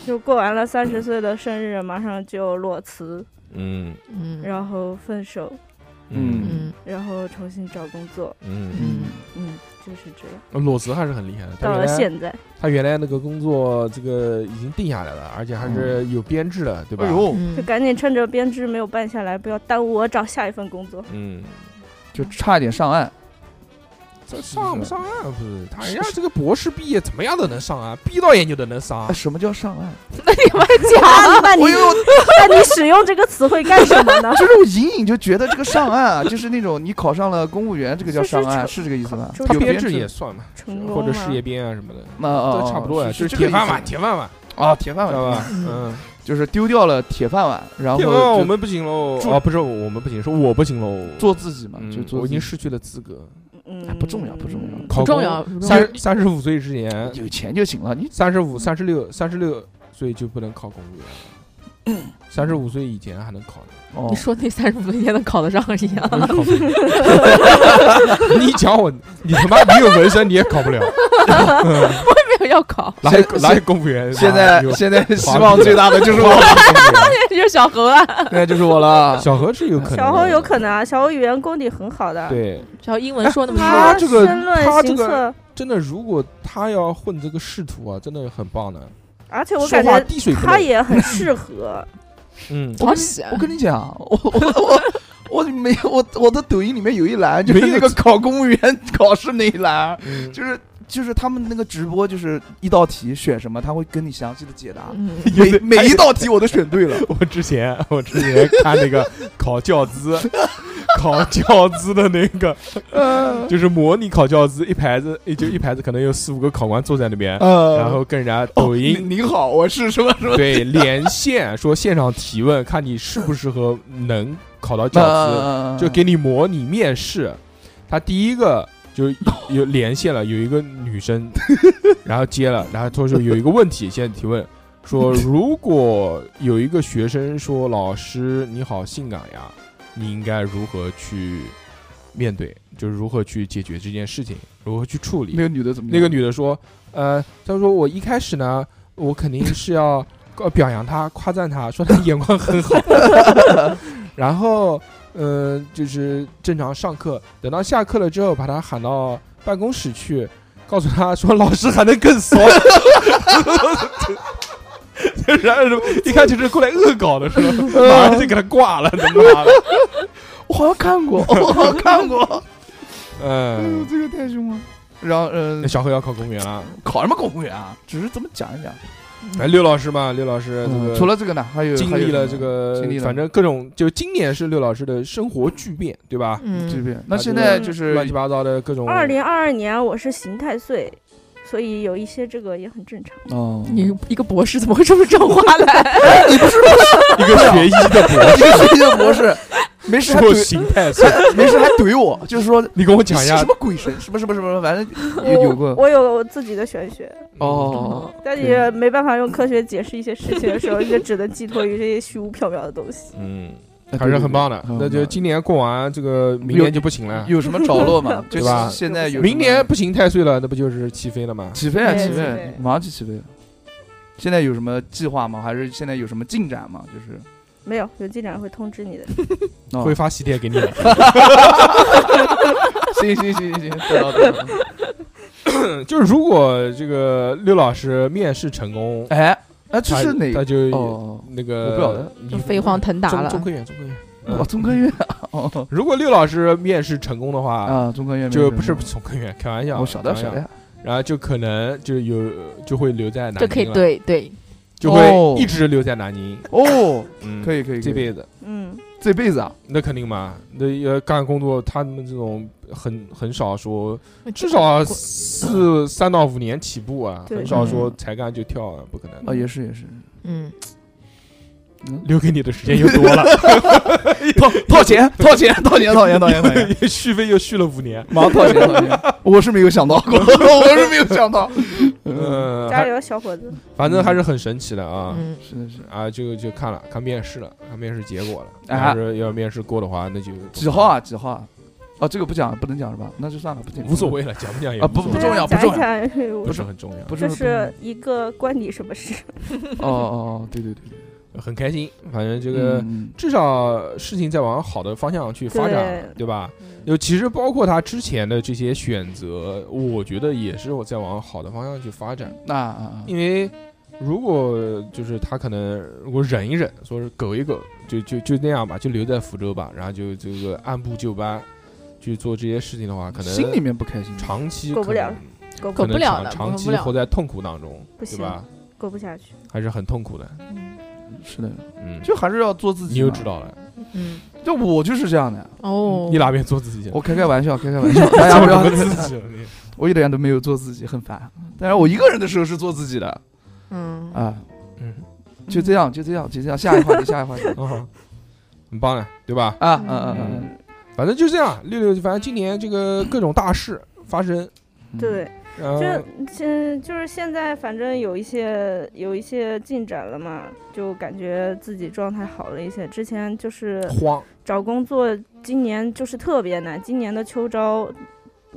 [SPEAKER 3] 就过完了三十岁的生日，马上就裸辞，
[SPEAKER 1] 嗯
[SPEAKER 4] 嗯
[SPEAKER 3] 然后分手，
[SPEAKER 2] 嗯
[SPEAKER 4] 嗯，
[SPEAKER 3] 然后重新找工作，
[SPEAKER 1] 嗯，
[SPEAKER 2] 嗯，
[SPEAKER 3] 嗯，就是这样。
[SPEAKER 1] 裸辞还是很厉害的。他
[SPEAKER 3] 嗯到了
[SPEAKER 1] 原来
[SPEAKER 3] 现在，
[SPEAKER 2] 嗯
[SPEAKER 1] 他原来那个工作，这个已经定下来了，而且还是有编制的，对吧？
[SPEAKER 2] 哎呦，
[SPEAKER 3] 就
[SPEAKER 4] 嗯
[SPEAKER 3] 赶紧趁着编制没有 办下来，不要耽误我找下一份工作。
[SPEAKER 1] 嗯，
[SPEAKER 2] 就差一点上岸，
[SPEAKER 1] 这上不上岸不是？他人家这个博士毕业怎么样都能上岸，毕到研究都能上
[SPEAKER 2] 啊
[SPEAKER 1] 岸。
[SPEAKER 2] 什么叫上岸？
[SPEAKER 4] 那你们
[SPEAKER 3] 啊
[SPEAKER 4] 讲，
[SPEAKER 1] 哎
[SPEAKER 3] 那你
[SPEAKER 2] 我有，？
[SPEAKER 3] 那你使用这个词汇干什么呢
[SPEAKER 2] 就是我隐隐就觉得这个上岸啊， 就是那种你考上了公务员，这个叫
[SPEAKER 3] 就是
[SPEAKER 2] 上岸，
[SPEAKER 3] 成
[SPEAKER 2] 是这个意思吧？
[SPEAKER 3] 成
[SPEAKER 1] 他
[SPEAKER 2] 有
[SPEAKER 1] 编
[SPEAKER 2] 编
[SPEAKER 1] 制
[SPEAKER 2] 制
[SPEAKER 1] 也算嘛，
[SPEAKER 3] 成功
[SPEAKER 1] 或者
[SPEAKER 3] 吗
[SPEAKER 1] 事业编啊什么的，
[SPEAKER 2] 那哦，
[SPEAKER 1] 都
[SPEAKER 2] 哦
[SPEAKER 1] 差不多呀。
[SPEAKER 2] 是
[SPEAKER 1] 就是
[SPEAKER 2] 这
[SPEAKER 1] 铁
[SPEAKER 2] 个意思
[SPEAKER 1] 饭碗，铁饭碗，
[SPEAKER 2] 啊，铁饭
[SPEAKER 1] 知道
[SPEAKER 2] 碗，
[SPEAKER 1] 吧？嗯，
[SPEAKER 2] 就是丢掉了铁饭碗，然后
[SPEAKER 1] 铁饭碗我
[SPEAKER 2] 就
[SPEAKER 1] 们不行喽。
[SPEAKER 2] 住
[SPEAKER 1] 啊，不是我们不行，是我不行喽。
[SPEAKER 2] 做自己嘛，
[SPEAKER 1] 嗯
[SPEAKER 2] 就做
[SPEAKER 1] 我
[SPEAKER 2] 自
[SPEAKER 1] 已经
[SPEAKER 2] 己。
[SPEAKER 1] 失去了资格，
[SPEAKER 2] 哎
[SPEAKER 3] 嗯，
[SPEAKER 2] 不重要不重要
[SPEAKER 3] 嗯
[SPEAKER 1] 考
[SPEAKER 4] 不重要，
[SPEAKER 1] 公
[SPEAKER 4] 不重要
[SPEAKER 1] 三三十五岁之前，
[SPEAKER 2] 有钱就行了，你
[SPEAKER 1] 三十五、三十六、三十六岁就不能考公务员了，三十五岁以前还能考呢。
[SPEAKER 2] 哦
[SPEAKER 4] 你，说那三十五天能考得上一样，
[SPEAKER 1] 能考不了 你讲我，你他妈没有纹身你也考不了，
[SPEAKER 4] 没有要考，
[SPEAKER 1] 哪有哪有公务员？
[SPEAKER 2] 现在
[SPEAKER 1] 有
[SPEAKER 2] 现在希望最大的就是我，
[SPEAKER 4] 这就是小猴啊，
[SPEAKER 2] 现在就是我了。
[SPEAKER 1] 小何是有可能的，
[SPEAKER 3] 小侯有可能啊，小侯语言功底很好的，，
[SPEAKER 1] 对，
[SPEAKER 4] 小英文说那么
[SPEAKER 1] 他
[SPEAKER 4] 多，
[SPEAKER 1] 这个
[SPEAKER 3] 申论
[SPEAKER 1] 他这
[SPEAKER 3] 行
[SPEAKER 1] 个
[SPEAKER 3] 测，
[SPEAKER 1] 真的，如果他要混这个仕途啊，真的很棒的。
[SPEAKER 3] 而且我
[SPEAKER 1] 说
[SPEAKER 3] 感
[SPEAKER 1] 话
[SPEAKER 3] 觉
[SPEAKER 1] 滴水不
[SPEAKER 3] 他
[SPEAKER 1] 漏，
[SPEAKER 3] 也很 适合，
[SPEAKER 1] 嗯，
[SPEAKER 4] 好险，
[SPEAKER 2] 我跟你讲，我我我我没有我我的抖音里面有一栏就是
[SPEAKER 1] 没有
[SPEAKER 2] 那个考公务员考试那一栏，
[SPEAKER 1] 嗯
[SPEAKER 2] 就是就是他们那个直播，就是一道题选什么，他会跟你详细的解答。
[SPEAKER 4] 嗯，
[SPEAKER 2] 每每一道题我都选对 了，
[SPEAKER 1] 我之前我之前看那个考教资， 考教资的那 个，就是模拟考教资，一排子也就一排子，可能有四五个考官坐在那边，
[SPEAKER 2] 呃，
[SPEAKER 1] 然后跟人家抖音、
[SPEAKER 2] 您好，我是什么什么，
[SPEAKER 1] 对连线说现场提问，看你适不适合能考到教
[SPEAKER 2] 嗯
[SPEAKER 1] 资，就给你模拟面试。他第一个就有连线了，有一个女生， 然后接了，然后他说有一个问题，现在提问说，如果有一个学生说老师你好性感呀，你应该如何去面对？就是如何去解决这件事情，如何去处理
[SPEAKER 2] 那？个女的怎么
[SPEAKER 1] 那
[SPEAKER 2] 样
[SPEAKER 1] 个女的说，呃，她说我一开始呢，我肯定是要呃表扬她、夸赞她，说她眼光很 好，然后呃就是正常上课，等到下课了之后，把她喊到办公室去，告诉她说老师还能 更骚。然后一看就是过来恶搞 的，是吧？马上就给她挂了，他妈的！
[SPEAKER 2] 我好像看 过，我好像看过，哎呦，
[SPEAKER 1] 嗯，
[SPEAKER 2] 这个太凶了。然后嗯
[SPEAKER 1] 那，小何要考公务员了。
[SPEAKER 2] 考什么公务员啊？只是怎么讲一讲。
[SPEAKER 1] 哎，刘老师嘛，刘老师这
[SPEAKER 2] 嗯
[SPEAKER 1] 个
[SPEAKER 2] 除了这个呢，还有
[SPEAKER 1] 经
[SPEAKER 2] 还有
[SPEAKER 1] 历了
[SPEAKER 2] 什
[SPEAKER 1] 这
[SPEAKER 2] 么
[SPEAKER 1] 个
[SPEAKER 2] 经历，了
[SPEAKER 1] 反正各种，就今年是刘老师的生活巨变，对吧？
[SPEAKER 2] 这
[SPEAKER 4] 嗯，
[SPEAKER 2] 边。那
[SPEAKER 1] 啊
[SPEAKER 2] 现
[SPEAKER 1] 这
[SPEAKER 2] 在
[SPEAKER 1] 个
[SPEAKER 2] 就是
[SPEAKER 1] 乱七八糟的各种。
[SPEAKER 3] 二零二二年我是刑太岁，所以有一些这个也很正常。
[SPEAKER 2] 哦，
[SPEAKER 4] 你一个博士怎么会这么正话来？
[SPEAKER 2] 你不是
[SPEAKER 1] 一个学医 的博
[SPEAKER 2] 一个学业博士，没事
[SPEAKER 1] 士
[SPEAKER 2] 还
[SPEAKER 1] 说
[SPEAKER 2] 怼，
[SPEAKER 1] 形态算，
[SPEAKER 2] 没事还怼我，就是说
[SPEAKER 1] 你跟我讲一
[SPEAKER 2] 什
[SPEAKER 1] 下
[SPEAKER 2] 么鬼神，什么什么什么，反正有有
[SPEAKER 3] 我
[SPEAKER 2] 过
[SPEAKER 3] 我有我自己的玄学，
[SPEAKER 2] 哦。
[SPEAKER 3] 但
[SPEAKER 2] 对
[SPEAKER 3] 也没办法用科学解释一些事情的时候，也只能寄托于这些虚无缥缈的东西。
[SPEAKER 1] 嗯，
[SPEAKER 2] 那
[SPEAKER 1] 还是
[SPEAKER 2] 对
[SPEAKER 1] 很棒的
[SPEAKER 2] 对对。
[SPEAKER 1] 那就今年过完这个，明
[SPEAKER 2] 有
[SPEAKER 1] 年就不行了。
[SPEAKER 2] 有什么着落 吗？就
[SPEAKER 1] 对吧
[SPEAKER 2] 是现在有
[SPEAKER 1] 明
[SPEAKER 2] 什
[SPEAKER 1] 年
[SPEAKER 2] 么
[SPEAKER 1] 不行太岁了，那不就是起飞了吗？
[SPEAKER 2] 起飞啊，
[SPEAKER 3] 对
[SPEAKER 2] 起
[SPEAKER 3] 起
[SPEAKER 2] 飞
[SPEAKER 3] 飞，
[SPEAKER 2] 马上就起飞。现在有什么计划吗？还是现在有什么进展吗？就是
[SPEAKER 3] 没有，有进展会通知你 的。
[SPEAKER 2] 哦
[SPEAKER 1] 会发喜帖给你的。
[SPEAKER 2] 行行行行行，得到得到。
[SPEAKER 1] 嗯就是如果这个刘老师面试成功，
[SPEAKER 2] 哎哎，这
[SPEAKER 1] 他
[SPEAKER 2] 是哪
[SPEAKER 1] 他
[SPEAKER 2] 个？
[SPEAKER 1] 就
[SPEAKER 2] 哦，
[SPEAKER 1] 那个
[SPEAKER 2] 我不晓得
[SPEAKER 1] 你，
[SPEAKER 4] 就飞黄腾达
[SPEAKER 1] 中
[SPEAKER 4] 了
[SPEAKER 1] 中，科院，中科院。嗯
[SPEAKER 2] 哇，中科院啊哦
[SPEAKER 1] 如果六老师面试成功的话，
[SPEAKER 2] 啊，中科院没
[SPEAKER 1] 就
[SPEAKER 2] 有哦
[SPEAKER 1] 不是
[SPEAKER 2] 人吗
[SPEAKER 1] 从根源，开玩笑，
[SPEAKER 2] 我晓得
[SPEAKER 1] 开玩
[SPEAKER 2] 晓
[SPEAKER 1] 笑
[SPEAKER 2] 得。呀，
[SPEAKER 1] 然后就可能就有就会留在南
[SPEAKER 4] 这可以
[SPEAKER 1] 宁了，
[SPEAKER 4] 对对，
[SPEAKER 1] 就
[SPEAKER 2] 哦
[SPEAKER 1] 会一直留在南宁，
[SPEAKER 2] 哦，
[SPEAKER 1] 嗯，
[SPEAKER 2] 可
[SPEAKER 1] 以
[SPEAKER 2] 以可以，
[SPEAKER 1] 这
[SPEAKER 2] 可以
[SPEAKER 1] 辈子。
[SPEAKER 3] 嗯，
[SPEAKER 2] 这辈子啊，
[SPEAKER 1] 那肯定嘛，那呃干工作，他们这种很很少说，至少啊四三到五年起步啊，
[SPEAKER 3] 对
[SPEAKER 1] 很少
[SPEAKER 2] 嗯
[SPEAKER 1] 说才干就跳啊，不可能。
[SPEAKER 2] 啊也是也 是，
[SPEAKER 4] 嗯，
[SPEAKER 1] 留给你的时间又多了，
[SPEAKER 2] 掏掏 钱掏钱掏钱掏钱掏钱掏钱，
[SPEAKER 1] 续费又续了五年，
[SPEAKER 2] 马上掏钱 掏钱，我是没有想到 过，我是没有想到，嗯，
[SPEAKER 1] 嗯，
[SPEAKER 3] 加
[SPEAKER 1] 还
[SPEAKER 3] 油，小伙子！
[SPEAKER 1] 反正还是很神奇的啊。
[SPEAKER 4] 嗯，
[SPEAKER 2] 是的是的，
[SPEAKER 1] 啊，就就看了看面试了，看面试结果了。
[SPEAKER 2] 啊
[SPEAKER 1] 但是要面试过的话，那就
[SPEAKER 2] 几号？啊几号啊，哦这个不讲不能讲是吧？那就算了不讲，
[SPEAKER 1] 无所谓了，讲不讲也
[SPEAKER 2] 啊
[SPEAKER 1] 无所
[SPEAKER 2] 不
[SPEAKER 1] 谓
[SPEAKER 2] 不重要
[SPEAKER 3] 对啊
[SPEAKER 2] 不重要
[SPEAKER 3] 讲一讲
[SPEAKER 1] 不是很重要，
[SPEAKER 2] 不是
[SPEAKER 3] 这
[SPEAKER 2] 不
[SPEAKER 3] 是一个关你什么事？
[SPEAKER 2] 哦哦哦对对对，对
[SPEAKER 1] 很开心。反正这个
[SPEAKER 2] 嗯嗯
[SPEAKER 1] 至少事情在往好的方向去发展，
[SPEAKER 3] 对
[SPEAKER 1] 对吧？就其实包括他之前的这些选择，我觉得也是我在往好的方向去发展。
[SPEAKER 2] 那啊啊
[SPEAKER 1] 因为如果就是他可能如果忍一忍，说是苟一苟，就就就那样吧，就留在福州吧，然后就这个按部就班。去做这些事情的话，可能
[SPEAKER 2] 心里面不开心，
[SPEAKER 1] 长期
[SPEAKER 3] 苟不
[SPEAKER 1] 可能
[SPEAKER 3] 了苟
[SPEAKER 1] 可
[SPEAKER 3] 不
[SPEAKER 4] 苟
[SPEAKER 1] 能
[SPEAKER 4] 不了
[SPEAKER 1] 长
[SPEAKER 4] 的苟
[SPEAKER 1] 长
[SPEAKER 4] 不
[SPEAKER 1] 期
[SPEAKER 4] 了
[SPEAKER 1] 活在痛苦当中，
[SPEAKER 3] 不
[SPEAKER 1] 对
[SPEAKER 3] 行
[SPEAKER 1] 吧？嗯
[SPEAKER 3] 苟不下去。
[SPEAKER 1] 还是很痛苦的。
[SPEAKER 4] 嗯
[SPEAKER 2] 是的，
[SPEAKER 1] 嗯，
[SPEAKER 2] 就还是要做自己。
[SPEAKER 1] 你又知，道了，
[SPEAKER 4] 嗯
[SPEAKER 2] 就我就是这样的，
[SPEAKER 4] 哦
[SPEAKER 1] 你，哪边做自己了？
[SPEAKER 2] 我开开玩笑，开开玩笑，大家
[SPEAKER 1] 做
[SPEAKER 2] 不要
[SPEAKER 1] 什么自己了你？
[SPEAKER 2] 我一点都没有做自己，很烦。但是我一个人的时候是做自己的
[SPEAKER 4] 嗯，
[SPEAKER 2] 啊，
[SPEAKER 1] 嗯，
[SPEAKER 2] 就这样，就这样，就这样。下一 话题，下一话题
[SPEAKER 1] 哦很棒了，对吧？
[SPEAKER 2] 啊，嗯嗯嗯
[SPEAKER 1] 反正就这样，六六，反正今年这个各种大事发生，呃
[SPEAKER 2] 嗯，
[SPEAKER 3] 对，
[SPEAKER 1] 然后
[SPEAKER 3] 就现就是现在，反正有一些有一些进展了嘛，就感觉自己状态好了一些。之前就是
[SPEAKER 1] 慌，
[SPEAKER 3] 找工作，今年就是特别难，今年的秋招，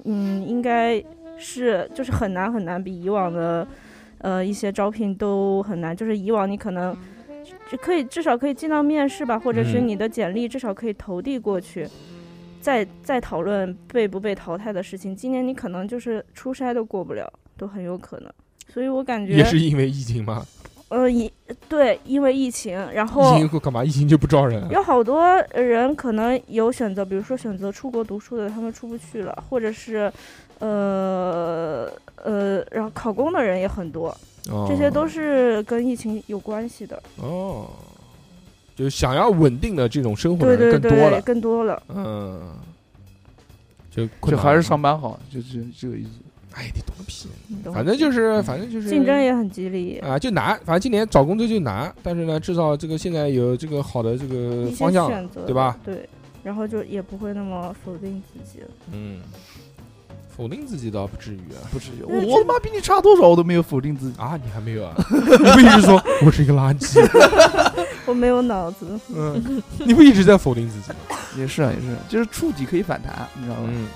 [SPEAKER 3] 嗯，应该是就是很难很难，比以往的呃一些招聘都很难。就是以往你可能只可以至少可以进到面试吧，或者是
[SPEAKER 1] 嗯
[SPEAKER 3] 你的简历至少可以投递过去。再再讨论被不被淘汰的事情，今年你可能就是初筛都过不了，都很有可能。所以我感觉
[SPEAKER 1] 也，是因为疫情嘛，
[SPEAKER 3] 呃，一对，因为疫情，然后
[SPEAKER 1] 疫情会干嘛？疫情就不招人 了，
[SPEAKER 3] 有好多人可能有选择，比如说选择出国读书的，他们出不去了，或者是，呃呃，然后考公的人也很多，
[SPEAKER 1] 哦
[SPEAKER 3] 这些都是跟疫情有关系的。
[SPEAKER 1] 哦，就是想要稳定的这种生活的
[SPEAKER 3] 对对
[SPEAKER 1] 人更多
[SPEAKER 3] 对，
[SPEAKER 1] 了，
[SPEAKER 3] 更多了。
[SPEAKER 1] 嗯，就困
[SPEAKER 2] 就
[SPEAKER 1] 难
[SPEAKER 2] 还是
[SPEAKER 1] 了
[SPEAKER 2] 上班好，就就这个意思。
[SPEAKER 1] 哎，你懂个屁！
[SPEAKER 3] 你懂
[SPEAKER 1] 反正就是，反正就是
[SPEAKER 3] 竞争也很激烈，
[SPEAKER 1] 啊，就难。反正今年找工作就难，但是呢，至少这个现在有这个好的这个
[SPEAKER 3] 一些
[SPEAKER 1] 呃方向，
[SPEAKER 3] 选择，
[SPEAKER 1] 对吧？
[SPEAKER 3] 对，然后就也不会那么否定自己了。
[SPEAKER 1] 嗯，否定自己倒不至于啊。
[SPEAKER 2] 不至于，
[SPEAKER 3] 嗯
[SPEAKER 2] 我
[SPEAKER 3] 这
[SPEAKER 2] 他妈比你差多少，我都没有否定自己。
[SPEAKER 1] 啊，你还没有啊？你不一直说 我是一个垃圾？
[SPEAKER 3] 我没有脑子，
[SPEAKER 1] 嗯，你不一直在否定自己？
[SPEAKER 2] 也是啊，也是，就是触底可以反弹，你知道吧？
[SPEAKER 1] 嗯，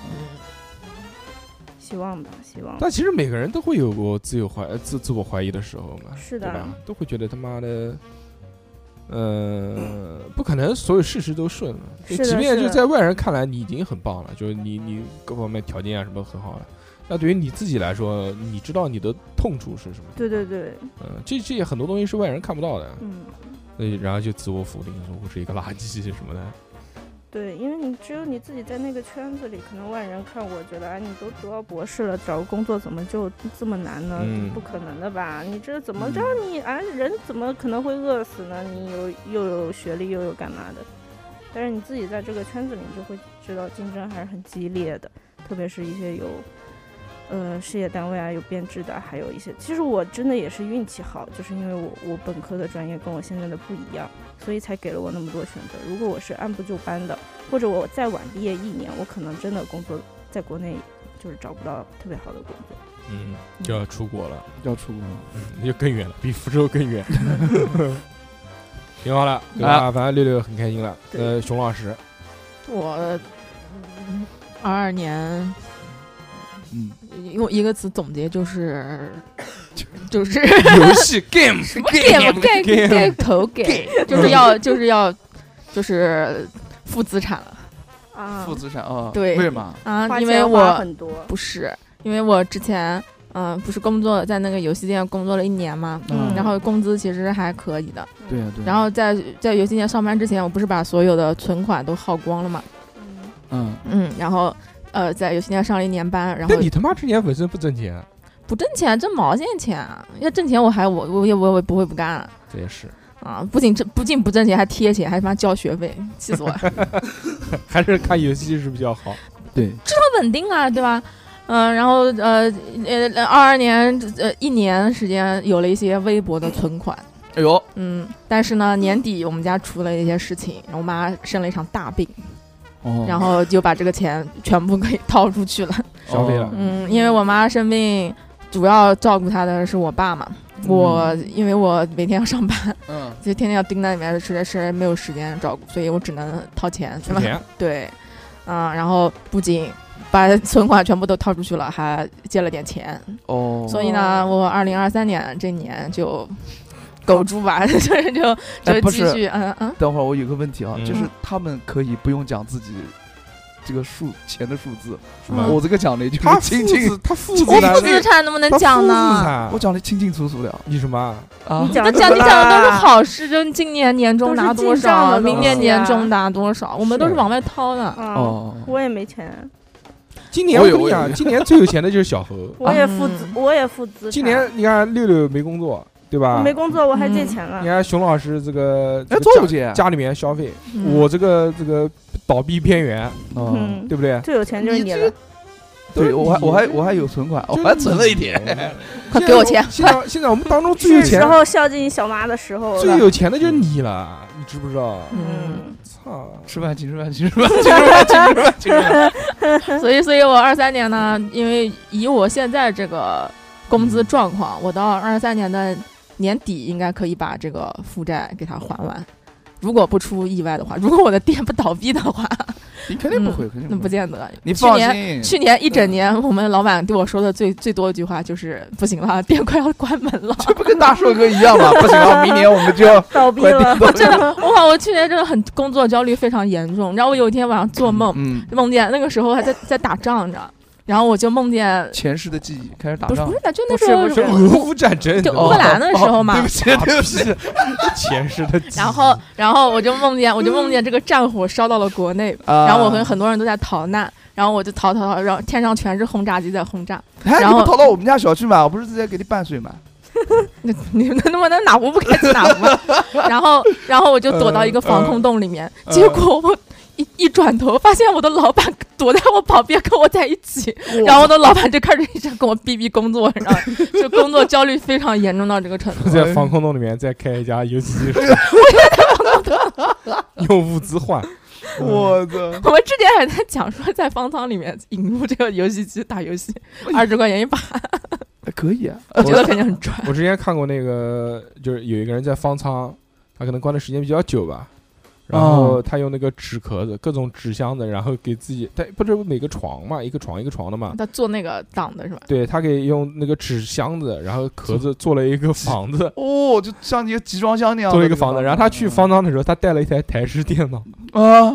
[SPEAKER 3] 希望吧，希望。
[SPEAKER 1] 但其实每个人都会有过自有怀呃自自我怀疑的时候嘛，
[SPEAKER 3] 是
[SPEAKER 1] 对
[SPEAKER 3] 的
[SPEAKER 1] 吧？都会觉得他妈的，呃，不可能所有事事都顺了，就是
[SPEAKER 3] 的
[SPEAKER 1] 即便
[SPEAKER 3] 是
[SPEAKER 1] 就
[SPEAKER 3] 的
[SPEAKER 1] 在外人看来你已经很棒了，就是你你各方面条件啊什么很好了。那对于你自己来说，你知道你的痛处是什么？
[SPEAKER 3] 对对对，
[SPEAKER 1] 嗯，这这些很多东西是外人看不到的，
[SPEAKER 3] 嗯，
[SPEAKER 1] 那然后就自我否定说我是一个垃圾什么的，
[SPEAKER 3] 对，因为你只有你自己在那个圈子里，可能外人看我觉得，哎，你都读到博士了，找个工作怎么就这么难呢？
[SPEAKER 1] 嗯
[SPEAKER 3] 不可能的吧？你这怎么着你啊？人怎么可能会饿死呢？你有又有学历又有干嘛的？但是你自己在这个圈子里，你就会知道竞争还是很激烈的，特别是一些有。呃，事业单位啊，有编制的，还有一些。其实我真的也是运气好，就是因为我我本科的专业跟我现在的不一样，所以才给了我那么多选择。如果我是按部就班的，或者我再晚毕业一年，我可能真的工作在国内就是找不到特别好的工作。
[SPEAKER 1] 嗯，就要出国了。
[SPEAKER 2] 要出国了，
[SPEAKER 1] 就更远了，比福州更远。挺好了，对吧？反正六六很开心了。
[SPEAKER 3] 对
[SPEAKER 1] 呃，熊老师，
[SPEAKER 4] 我二二年
[SPEAKER 2] 嗯，
[SPEAKER 4] 用一个词总 结就是，就是
[SPEAKER 1] 游戏 game
[SPEAKER 4] 什么嗯 game game
[SPEAKER 1] game
[SPEAKER 4] game 头 game，就是要就是要就是负资产了
[SPEAKER 3] 啊
[SPEAKER 2] 负资产啊，
[SPEAKER 4] 对
[SPEAKER 2] 为什么？
[SPEAKER 4] 啊，
[SPEAKER 3] 花
[SPEAKER 4] 因
[SPEAKER 3] 钱
[SPEAKER 4] 为
[SPEAKER 3] 花
[SPEAKER 4] 我
[SPEAKER 3] 很多，
[SPEAKER 4] 不是因为我之前嗯、不是工作在那个游戏店工作了一年嘛，
[SPEAKER 3] 嗯
[SPEAKER 4] 然后工资其实还可以的，
[SPEAKER 2] 对啊对啊，
[SPEAKER 4] 然后在在游戏店上班之前，我不是把所有的存款都耗光了嘛，
[SPEAKER 3] 嗯
[SPEAKER 2] 嗯，
[SPEAKER 4] 嗯，然后呃在游戏店上了一年班，然后
[SPEAKER 1] 那你他妈之前本身不挣钱，啊
[SPEAKER 4] 不挣钱挣毛线钱啊，要挣钱我还我我也我也不会不干啊。
[SPEAKER 1] 这也是，
[SPEAKER 4] 啊，不仅挣不仅不挣钱，还贴钱，还他妈交学费，气死我！了。
[SPEAKER 1] 还是看游戏是比较好。
[SPEAKER 2] 对，
[SPEAKER 4] 不稳定啊，对吧？嗯、然后呃呃，二二年呃一年时间有了一些微薄的存款，
[SPEAKER 2] 哎呦，
[SPEAKER 4] 嗯，但是呢年底我们家出了一些事情，然后我妈生了一场大病，
[SPEAKER 2] 哦，
[SPEAKER 4] 然后就把这个钱全部给掏出去了，
[SPEAKER 1] 消费了
[SPEAKER 4] 嗯，因为我妈生病，主要照顾她的是我爸嘛，我因为我每天要上班，
[SPEAKER 2] 嗯，
[SPEAKER 4] 就天天要盯在里面吃着吃，没有时间照顾，所以我只能掏钱，
[SPEAKER 1] 出钱，
[SPEAKER 4] 对，嗯，然后不仅把存款全部都掏出去了，还借了点钱，
[SPEAKER 2] 哦，
[SPEAKER 4] 所以呢，我二零二三年这年就苟住吧， 就是就
[SPEAKER 2] 哎
[SPEAKER 4] 就
[SPEAKER 2] 不
[SPEAKER 4] 继
[SPEAKER 2] 是
[SPEAKER 4] 续，嗯嗯，
[SPEAKER 2] 等会儿我有个问题啊，
[SPEAKER 1] 嗯
[SPEAKER 2] 就是他们可以不用讲自己这个数钱的数字，
[SPEAKER 1] 是吧？
[SPEAKER 4] 嗯
[SPEAKER 2] 我这个讲的就是
[SPEAKER 1] 他
[SPEAKER 2] 清
[SPEAKER 1] 父
[SPEAKER 2] 清，
[SPEAKER 1] 子，他父
[SPEAKER 2] 清
[SPEAKER 1] 子
[SPEAKER 2] 清
[SPEAKER 1] 来
[SPEAKER 4] 负
[SPEAKER 1] 的，
[SPEAKER 4] 资产能不能
[SPEAKER 1] 他
[SPEAKER 4] 讲
[SPEAKER 1] 父子
[SPEAKER 4] 呢？
[SPEAKER 1] 才
[SPEAKER 2] 我讲的清清楚楚的
[SPEAKER 1] 你什么？
[SPEAKER 2] 啊
[SPEAKER 3] 你。讲
[SPEAKER 4] 那
[SPEAKER 3] 得
[SPEAKER 4] 讲你
[SPEAKER 3] 出来
[SPEAKER 4] 讲的都是好事，就是今年年终
[SPEAKER 3] 都是
[SPEAKER 4] 拿多
[SPEAKER 3] 进账
[SPEAKER 4] 少，
[SPEAKER 3] 的
[SPEAKER 4] 明年
[SPEAKER 1] 东
[SPEAKER 3] 西啊
[SPEAKER 4] 年终拿多少，我们都是
[SPEAKER 1] 是
[SPEAKER 4] 往外掏的。
[SPEAKER 3] 啊，
[SPEAKER 2] 哦，
[SPEAKER 3] 我也没钱，
[SPEAKER 4] 啊
[SPEAKER 1] 今年
[SPEAKER 2] 我
[SPEAKER 1] 我
[SPEAKER 2] 有
[SPEAKER 1] 跟你
[SPEAKER 2] 我有
[SPEAKER 1] 讲，今年最有钱的就是小何。
[SPEAKER 3] 我也负资
[SPEAKER 4] 嗯，
[SPEAKER 3] 我也负资产。
[SPEAKER 1] 今年你看六六没工作，对
[SPEAKER 3] 我
[SPEAKER 1] 吧？
[SPEAKER 3] 没工作，我还借
[SPEAKER 4] 嗯
[SPEAKER 3] 钱了
[SPEAKER 1] 你。看熊老师这个，这
[SPEAKER 2] 哎，
[SPEAKER 1] 个
[SPEAKER 2] 做
[SPEAKER 1] 家
[SPEAKER 2] 不姐，
[SPEAKER 1] 家里面消费，
[SPEAKER 4] 嗯
[SPEAKER 1] 我这个这个倒闭边缘，
[SPEAKER 2] 嗯，
[SPEAKER 3] 嗯
[SPEAKER 1] 对，不对？
[SPEAKER 3] 最有钱就是
[SPEAKER 2] 你
[SPEAKER 3] 你
[SPEAKER 2] 这
[SPEAKER 3] 了。
[SPEAKER 2] 对我还我还我还有存 款，我还存了一点。
[SPEAKER 1] 点，
[SPEAKER 4] 快给我钱
[SPEAKER 1] 现在现在我们当中最有
[SPEAKER 3] 是
[SPEAKER 1] 钱
[SPEAKER 3] 时、候孝敬小妈的时候了。
[SPEAKER 1] 最有钱的就是你了，你知不知道？
[SPEAKER 4] 嗯，
[SPEAKER 3] 嗯，
[SPEAKER 1] 操！
[SPEAKER 2] 吃饭，请吃饭，请吃 饭，请吃饭，请吃饭，请吃饭。
[SPEAKER 4] 所以所以我二三年呢，因为以我现在这个工
[SPEAKER 3] 嗯
[SPEAKER 4] 资状况，我到二三年的年底应该可以把这个负债给它还完。如果不出意外的话，如果我的店不倒闭的 话，
[SPEAKER 2] 你肯定不会，肯定
[SPEAKER 4] 嗯那不
[SPEAKER 2] 会。
[SPEAKER 4] 见得。
[SPEAKER 2] 你
[SPEAKER 4] 去
[SPEAKER 2] 放
[SPEAKER 4] 年
[SPEAKER 2] 心，
[SPEAKER 4] 去年一整年，我们老板对我说的最最多一句话就是：“不行了，店快要关门 了。”
[SPEAKER 2] 这不跟大硕哥一样 吗？不行了，明年我们就要
[SPEAKER 3] 倒闭
[SPEAKER 2] 关店
[SPEAKER 3] 了。
[SPEAKER 2] 了。
[SPEAKER 4] 真的，我靠，我去年真的很工作焦虑非常严重。然后我有一天晚上做梦，
[SPEAKER 2] 嗯，
[SPEAKER 4] 梦见那个时候还在在打仗着，然后我就梦见
[SPEAKER 2] 前世的记忆开始打
[SPEAKER 4] 不是
[SPEAKER 2] 仗
[SPEAKER 4] 不。是打，就那
[SPEAKER 3] 不是
[SPEAKER 4] 时候
[SPEAKER 3] 不
[SPEAKER 1] 这
[SPEAKER 3] 是
[SPEAKER 1] 俄乌战争，对
[SPEAKER 4] 就
[SPEAKER 1] 吧
[SPEAKER 4] 乌克兰的时候嘛
[SPEAKER 2] 哦对不起，对不起，
[SPEAKER 1] 前世的记忆，
[SPEAKER 4] 然后然后我就梦见我就梦见这个战火烧到了国内，
[SPEAKER 2] 然
[SPEAKER 4] 然后我跟很多人都在逃难，然后我就逃逃逃，然后天上全是轰炸机在轰炸。
[SPEAKER 2] 哎，
[SPEAKER 4] 然
[SPEAKER 2] 你不
[SPEAKER 4] 后
[SPEAKER 2] 逃到我们家小区买，我不是直接给你拌水吗？
[SPEAKER 4] 那你们能不能哪壶不开提哪壶？然后，然后我就躲到一个防空洞里面，
[SPEAKER 1] 呃
[SPEAKER 4] 结果我一一转头，发现我的老板躲在我旁边跟我在一起，然 后我的老板就开始一直跟我逼逼工作，然后就工作焦虑非常严重到这个程度。
[SPEAKER 1] 在防空洞里面再开一家游 戏机， 用物资换，
[SPEAKER 4] 嗯
[SPEAKER 2] 我操！
[SPEAKER 4] 我们之前还在讲说，在方舱里面引入这个游戏机打游戏，二十块钱一把，
[SPEAKER 2] 哎可以啊，
[SPEAKER 4] 我觉得肯定很赚。
[SPEAKER 1] 我之前看过那个，就是有一个人在方舱，他可能关的时间比较久吧，然
[SPEAKER 2] 哦
[SPEAKER 1] 后他用那个纸壳子、各种纸箱子，然后给自己，他不是每个床嘛，一个床一个床的
[SPEAKER 2] 啊
[SPEAKER 1] 嘛，
[SPEAKER 4] 他做那个档的是吧？
[SPEAKER 1] 对他给用那个纸箱子，然后壳子做了一个 房子，
[SPEAKER 2] 哦，就像一个集装箱那样的
[SPEAKER 1] 做了
[SPEAKER 2] 那
[SPEAKER 1] 一个房子。然后他
[SPEAKER 2] 嗯
[SPEAKER 1] 去方舱的时候，他带了一台台式电脑，
[SPEAKER 2] 啊，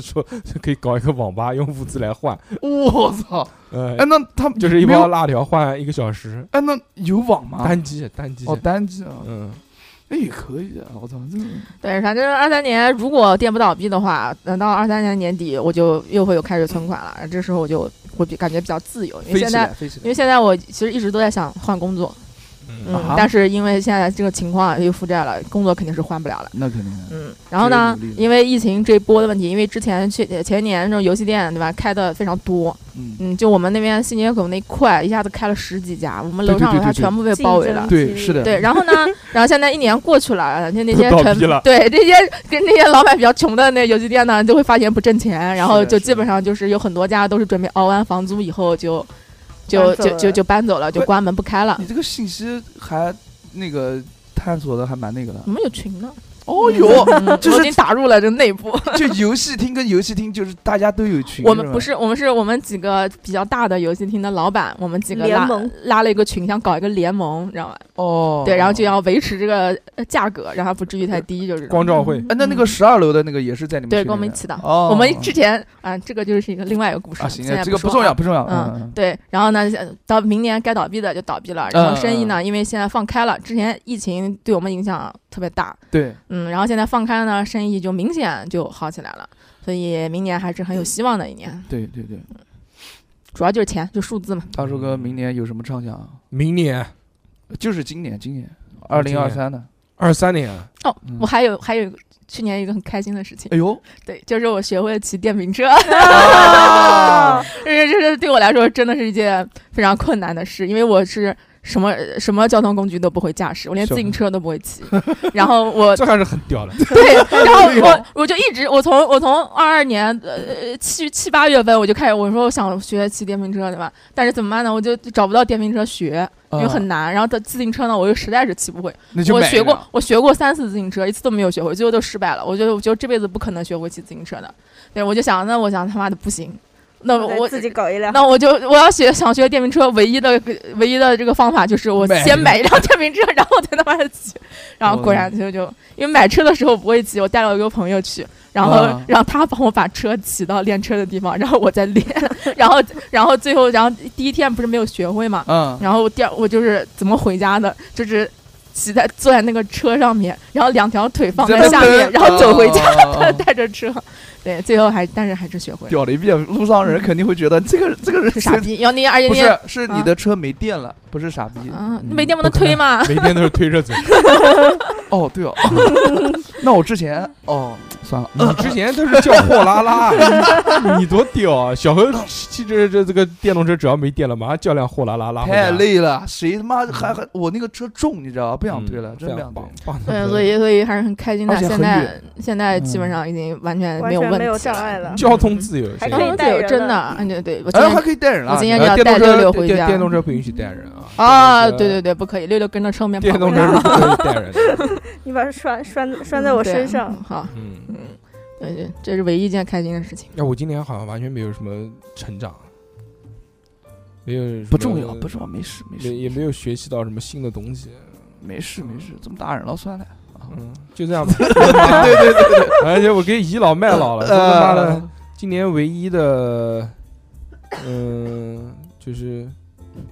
[SPEAKER 1] 说可以搞一个网吧，用物资来换，
[SPEAKER 2] 我操！
[SPEAKER 1] 呃
[SPEAKER 2] 哎，，那他们
[SPEAKER 1] 就是一
[SPEAKER 2] 没有
[SPEAKER 1] 包辣条换一个小时，
[SPEAKER 2] 哎，那有网吗？
[SPEAKER 1] 单机单机
[SPEAKER 2] 哦，，单机啊，
[SPEAKER 1] 嗯，
[SPEAKER 2] 哎，也可以啊，我操，这个
[SPEAKER 4] 对，反正二三年如果店不倒闭的话，等到二三年年底我就又会有开始存款了，这时候我就会比感觉比较自由，因为
[SPEAKER 2] 飞
[SPEAKER 4] 现
[SPEAKER 2] 起
[SPEAKER 4] 在
[SPEAKER 2] 来，飞起
[SPEAKER 4] 因为现在我其实一直都在想换工作，嗯，
[SPEAKER 2] 啊
[SPEAKER 4] 但是因为现在这个情况又负债了，工作肯定是换不了了。
[SPEAKER 2] 那肯定的，
[SPEAKER 4] 嗯，然后呢
[SPEAKER 2] 只有努力，了
[SPEAKER 4] 因为疫情这波的问题，因为之前去前年那种游戏店对吧，开的非常多，
[SPEAKER 2] 嗯，
[SPEAKER 4] 嗯，就我们那边新街口那一块一下子开了十几家，我们楼
[SPEAKER 2] 对对
[SPEAKER 4] 上
[SPEAKER 2] 对
[SPEAKER 4] 楼下
[SPEAKER 2] 对对
[SPEAKER 4] 全部被包围
[SPEAKER 3] 竞
[SPEAKER 4] 了
[SPEAKER 3] 争。
[SPEAKER 2] 对，是的，
[SPEAKER 4] 对，然后呢，然后现在一年过去了，那那些
[SPEAKER 1] 都倒闭
[SPEAKER 4] 成
[SPEAKER 1] 了
[SPEAKER 4] 对这些跟那些老板比较穷的那游戏店呢，就会发现不挣钱，然后
[SPEAKER 2] 是的
[SPEAKER 4] 就是
[SPEAKER 2] 的
[SPEAKER 4] 基本上就是有很多家都是准备熬完房租以后就就
[SPEAKER 3] 搬走
[SPEAKER 4] 就就
[SPEAKER 3] 了
[SPEAKER 4] 就搬走了，就
[SPEAKER 2] 喂
[SPEAKER 4] 关门不开了
[SPEAKER 2] 你。这个信息还那个探索的还蛮那个的
[SPEAKER 4] 我，们有群呢，
[SPEAKER 2] 哦哟，
[SPEAKER 4] 嗯
[SPEAKER 2] 就
[SPEAKER 4] 我
[SPEAKER 2] 是
[SPEAKER 4] 已经打入了这内部。
[SPEAKER 2] 就游戏厅跟游戏厅就是大家都有群，
[SPEAKER 4] 我们
[SPEAKER 2] 吧
[SPEAKER 4] 不是我们是我们几个比较大的游戏厅的老板，我们几个
[SPEAKER 3] 联
[SPEAKER 4] 拉
[SPEAKER 3] 盟
[SPEAKER 4] 拉了一个群，想搞一个联盟，你知道吧？
[SPEAKER 2] 哦，
[SPEAKER 4] 对，然后就要维持这个呃价格，让它不至于太低，就是这种
[SPEAKER 1] 光照会。
[SPEAKER 3] 嗯
[SPEAKER 2] 哎，那那个十二楼的那个也是在你们
[SPEAKER 4] 嗯对
[SPEAKER 2] 群里
[SPEAKER 4] 跟我们一
[SPEAKER 2] 面
[SPEAKER 4] 起的。
[SPEAKER 2] 哦，
[SPEAKER 4] 我们之前啊，这个就是一个另外一个故事，
[SPEAKER 2] 啊，行
[SPEAKER 4] 现在，
[SPEAKER 2] 这个
[SPEAKER 4] 不
[SPEAKER 2] 不重要，
[SPEAKER 4] 了。
[SPEAKER 2] 不重要，
[SPEAKER 4] 嗯
[SPEAKER 2] 嗯，
[SPEAKER 4] 对，然后呢，到明年该倒闭的就倒闭了，然
[SPEAKER 2] 嗯
[SPEAKER 4] 后生意呢，因为现在放开了，之前疫情对我们影响特别大，
[SPEAKER 2] 对，
[SPEAKER 4] 嗯，然后现在放开了呢，生意就明显就好起来了，所以明年还是很有希望的一年，
[SPEAKER 2] 对对对，
[SPEAKER 4] 嗯主要就是钱，就数字嘛，
[SPEAKER 2] 大叔哥，明年有什么畅想啊？
[SPEAKER 1] 明年
[SPEAKER 2] 就是今年，今年二零二三的，
[SPEAKER 1] 二三年，
[SPEAKER 4] 哦，
[SPEAKER 2] 嗯
[SPEAKER 4] 我还有还有去年一个很开心的 事情，
[SPEAKER 2] 哎呦，
[SPEAKER 4] 对，就是我学会了骑电瓶车，
[SPEAKER 2] 啊
[SPEAKER 4] 这这这对我来说真的是一件非常困难的事，因为我是。什么什么交通工具都不会驾驶，我连
[SPEAKER 2] 小
[SPEAKER 4] 自行车都不会骑。然后我
[SPEAKER 1] 这还是很屌的。
[SPEAKER 4] 对，然后我我就一直，我从我从二二年呃七七八月份我就开始，我说我想学骑电瓶车，对吧？但是怎么办呢？我就找不到电瓶车学，因为
[SPEAKER 2] 嗯
[SPEAKER 4] 很难。然后自行车呢，我又实在是骑不会。
[SPEAKER 2] 啊那就
[SPEAKER 4] 我
[SPEAKER 2] 买一
[SPEAKER 4] 学过
[SPEAKER 2] 辆，
[SPEAKER 4] 我学过三次自行车，一次都没有学会，最后都失败了。我觉得我觉得这辈子不可能学会骑自行车的。对，我就想，那我想他妈的不行，那
[SPEAKER 3] 我
[SPEAKER 4] 我
[SPEAKER 3] 自己搞一辆。
[SPEAKER 4] 那我就我要学想学电瓶车，唯一的唯一的这个方法就是我
[SPEAKER 2] 买
[SPEAKER 4] 先买一辆电瓶车，
[SPEAKER 2] 哦
[SPEAKER 4] 然后我再他妈的骑。然后果然就就因为买车的时候不会骑，我带了一个朋友去，然后
[SPEAKER 2] 啊
[SPEAKER 4] 让他帮我把车骑到练车的地方，然后我再练， 然后然后最后然后第一天不是没有学会嘛，
[SPEAKER 2] 嗯，
[SPEAKER 4] 然后第二我就是怎么回家的，就是骑在坐在那个车上面，然后两条腿放在下面，然后走
[SPEAKER 2] 哦
[SPEAKER 4] 回家，
[SPEAKER 2] 家
[SPEAKER 4] 带着车，对，最后还但是还是学会了，
[SPEAKER 2] 屌了一遍，路上人肯定会觉得这个这个人
[SPEAKER 4] 是傻，逼，要你而且
[SPEAKER 2] 不
[SPEAKER 4] 你
[SPEAKER 2] 是是你
[SPEAKER 4] 啊
[SPEAKER 2] 的车没电了，不是傻逼。
[SPEAKER 4] 啊，
[SPEAKER 1] 嗯
[SPEAKER 4] 没电不
[SPEAKER 1] 不
[SPEAKER 4] 能
[SPEAKER 1] 可
[SPEAKER 4] 推
[SPEAKER 1] 能
[SPEAKER 4] 嘛，
[SPEAKER 1] 每天都是推着走。
[SPEAKER 2] 哦，对哦，那我之前哦算了，
[SPEAKER 1] 你之前都是叫货拉拉，你 多屌啊！小何骑着这这个电动车，只要没电了，马上叫辆货拉拉拉回家。嗯
[SPEAKER 2] 太累了，谁他妈还还我那个车重，你知道吧？不
[SPEAKER 1] 不
[SPEAKER 2] 想推了，真不想推。
[SPEAKER 1] 嗯棒
[SPEAKER 4] 对，所以所以还是很开心的
[SPEAKER 2] 而。且很
[SPEAKER 4] 现在
[SPEAKER 2] 远
[SPEAKER 4] 现在基本上已经完全
[SPEAKER 3] 完
[SPEAKER 4] 没有
[SPEAKER 3] 全
[SPEAKER 4] 问
[SPEAKER 3] 没有
[SPEAKER 4] 题
[SPEAKER 3] 障碍
[SPEAKER 4] 了。
[SPEAKER 3] 了
[SPEAKER 4] 嗯。
[SPEAKER 1] 交通自由，
[SPEAKER 3] 还
[SPEAKER 1] 现在
[SPEAKER 4] 交
[SPEAKER 3] 可以
[SPEAKER 4] 通自
[SPEAKER 3] 带
[SPEAKER 4] 由
[SPEAKER 3] 人
[SPEAKER 4] 真
[SPEAKER 3] 了
[SPEAKER 4] 的，嗯对对，我今
[SPEAKER 2] 哎，
[SPEAKER 4] 天
[SPEAKER 2] 还可以带人了，
[SPEAKER 4] 我今天
[SPEAKER 1] 呃
[SPEAKER 4] 要
[SPEAKER 1] 电动
[SPEAKER 4] 带
[SPEAKER 1] 车
[SPEAKER 4] 六六
[SPEAKER 1] 电
[SPEAKER 4] 回
[SPEAKER 1] 电
[SPEAKER 4] 家
[SPEAKER 1] 电动车不允许带人啊！
[SPEAKER 4] 啊，
[SPEAKER 1] 电动车
[SPEAKER 4] 对对，对，不可以，六六跟着车后面跑
[SPEAKER 1] 电
[SPEAKER 4] 过
[SPEAKER 1] 动
[SPEAKER 4] 来。
[SPEAKER 1] 车是不能带人的。
[SPEAKER 3] 你把它拴拴拴在我
[SPEAKER 4] 嗯对啊
[SPEAKER 3] 身 上，
[SPEAKER 4] 好，
[SPEAKER 1] 嗯，哎
[SPEAKER 4] 嗯，对对，这是唯一一件开心的事情。
[SPEAKER 1] 那我今年好像完全没有什么成长，啊没有什么
[SPEAKER 2] 不重要，不重要，没事没
[SPEAKER 1] 没
[SPEAKER 2] 事
[SPEAKER 1] 也没有学习到什么新的东西。
[SPEAKER 2] 没事没事，这么大人了算了。
[SPEAKER 1] 嗯，就这 样吧。 对对对对，而且我给倚老卖老了，说他妈的。
[SPEAKER 2] 呃，
[SPEAKER 1] 今年唯一的，嗯、就是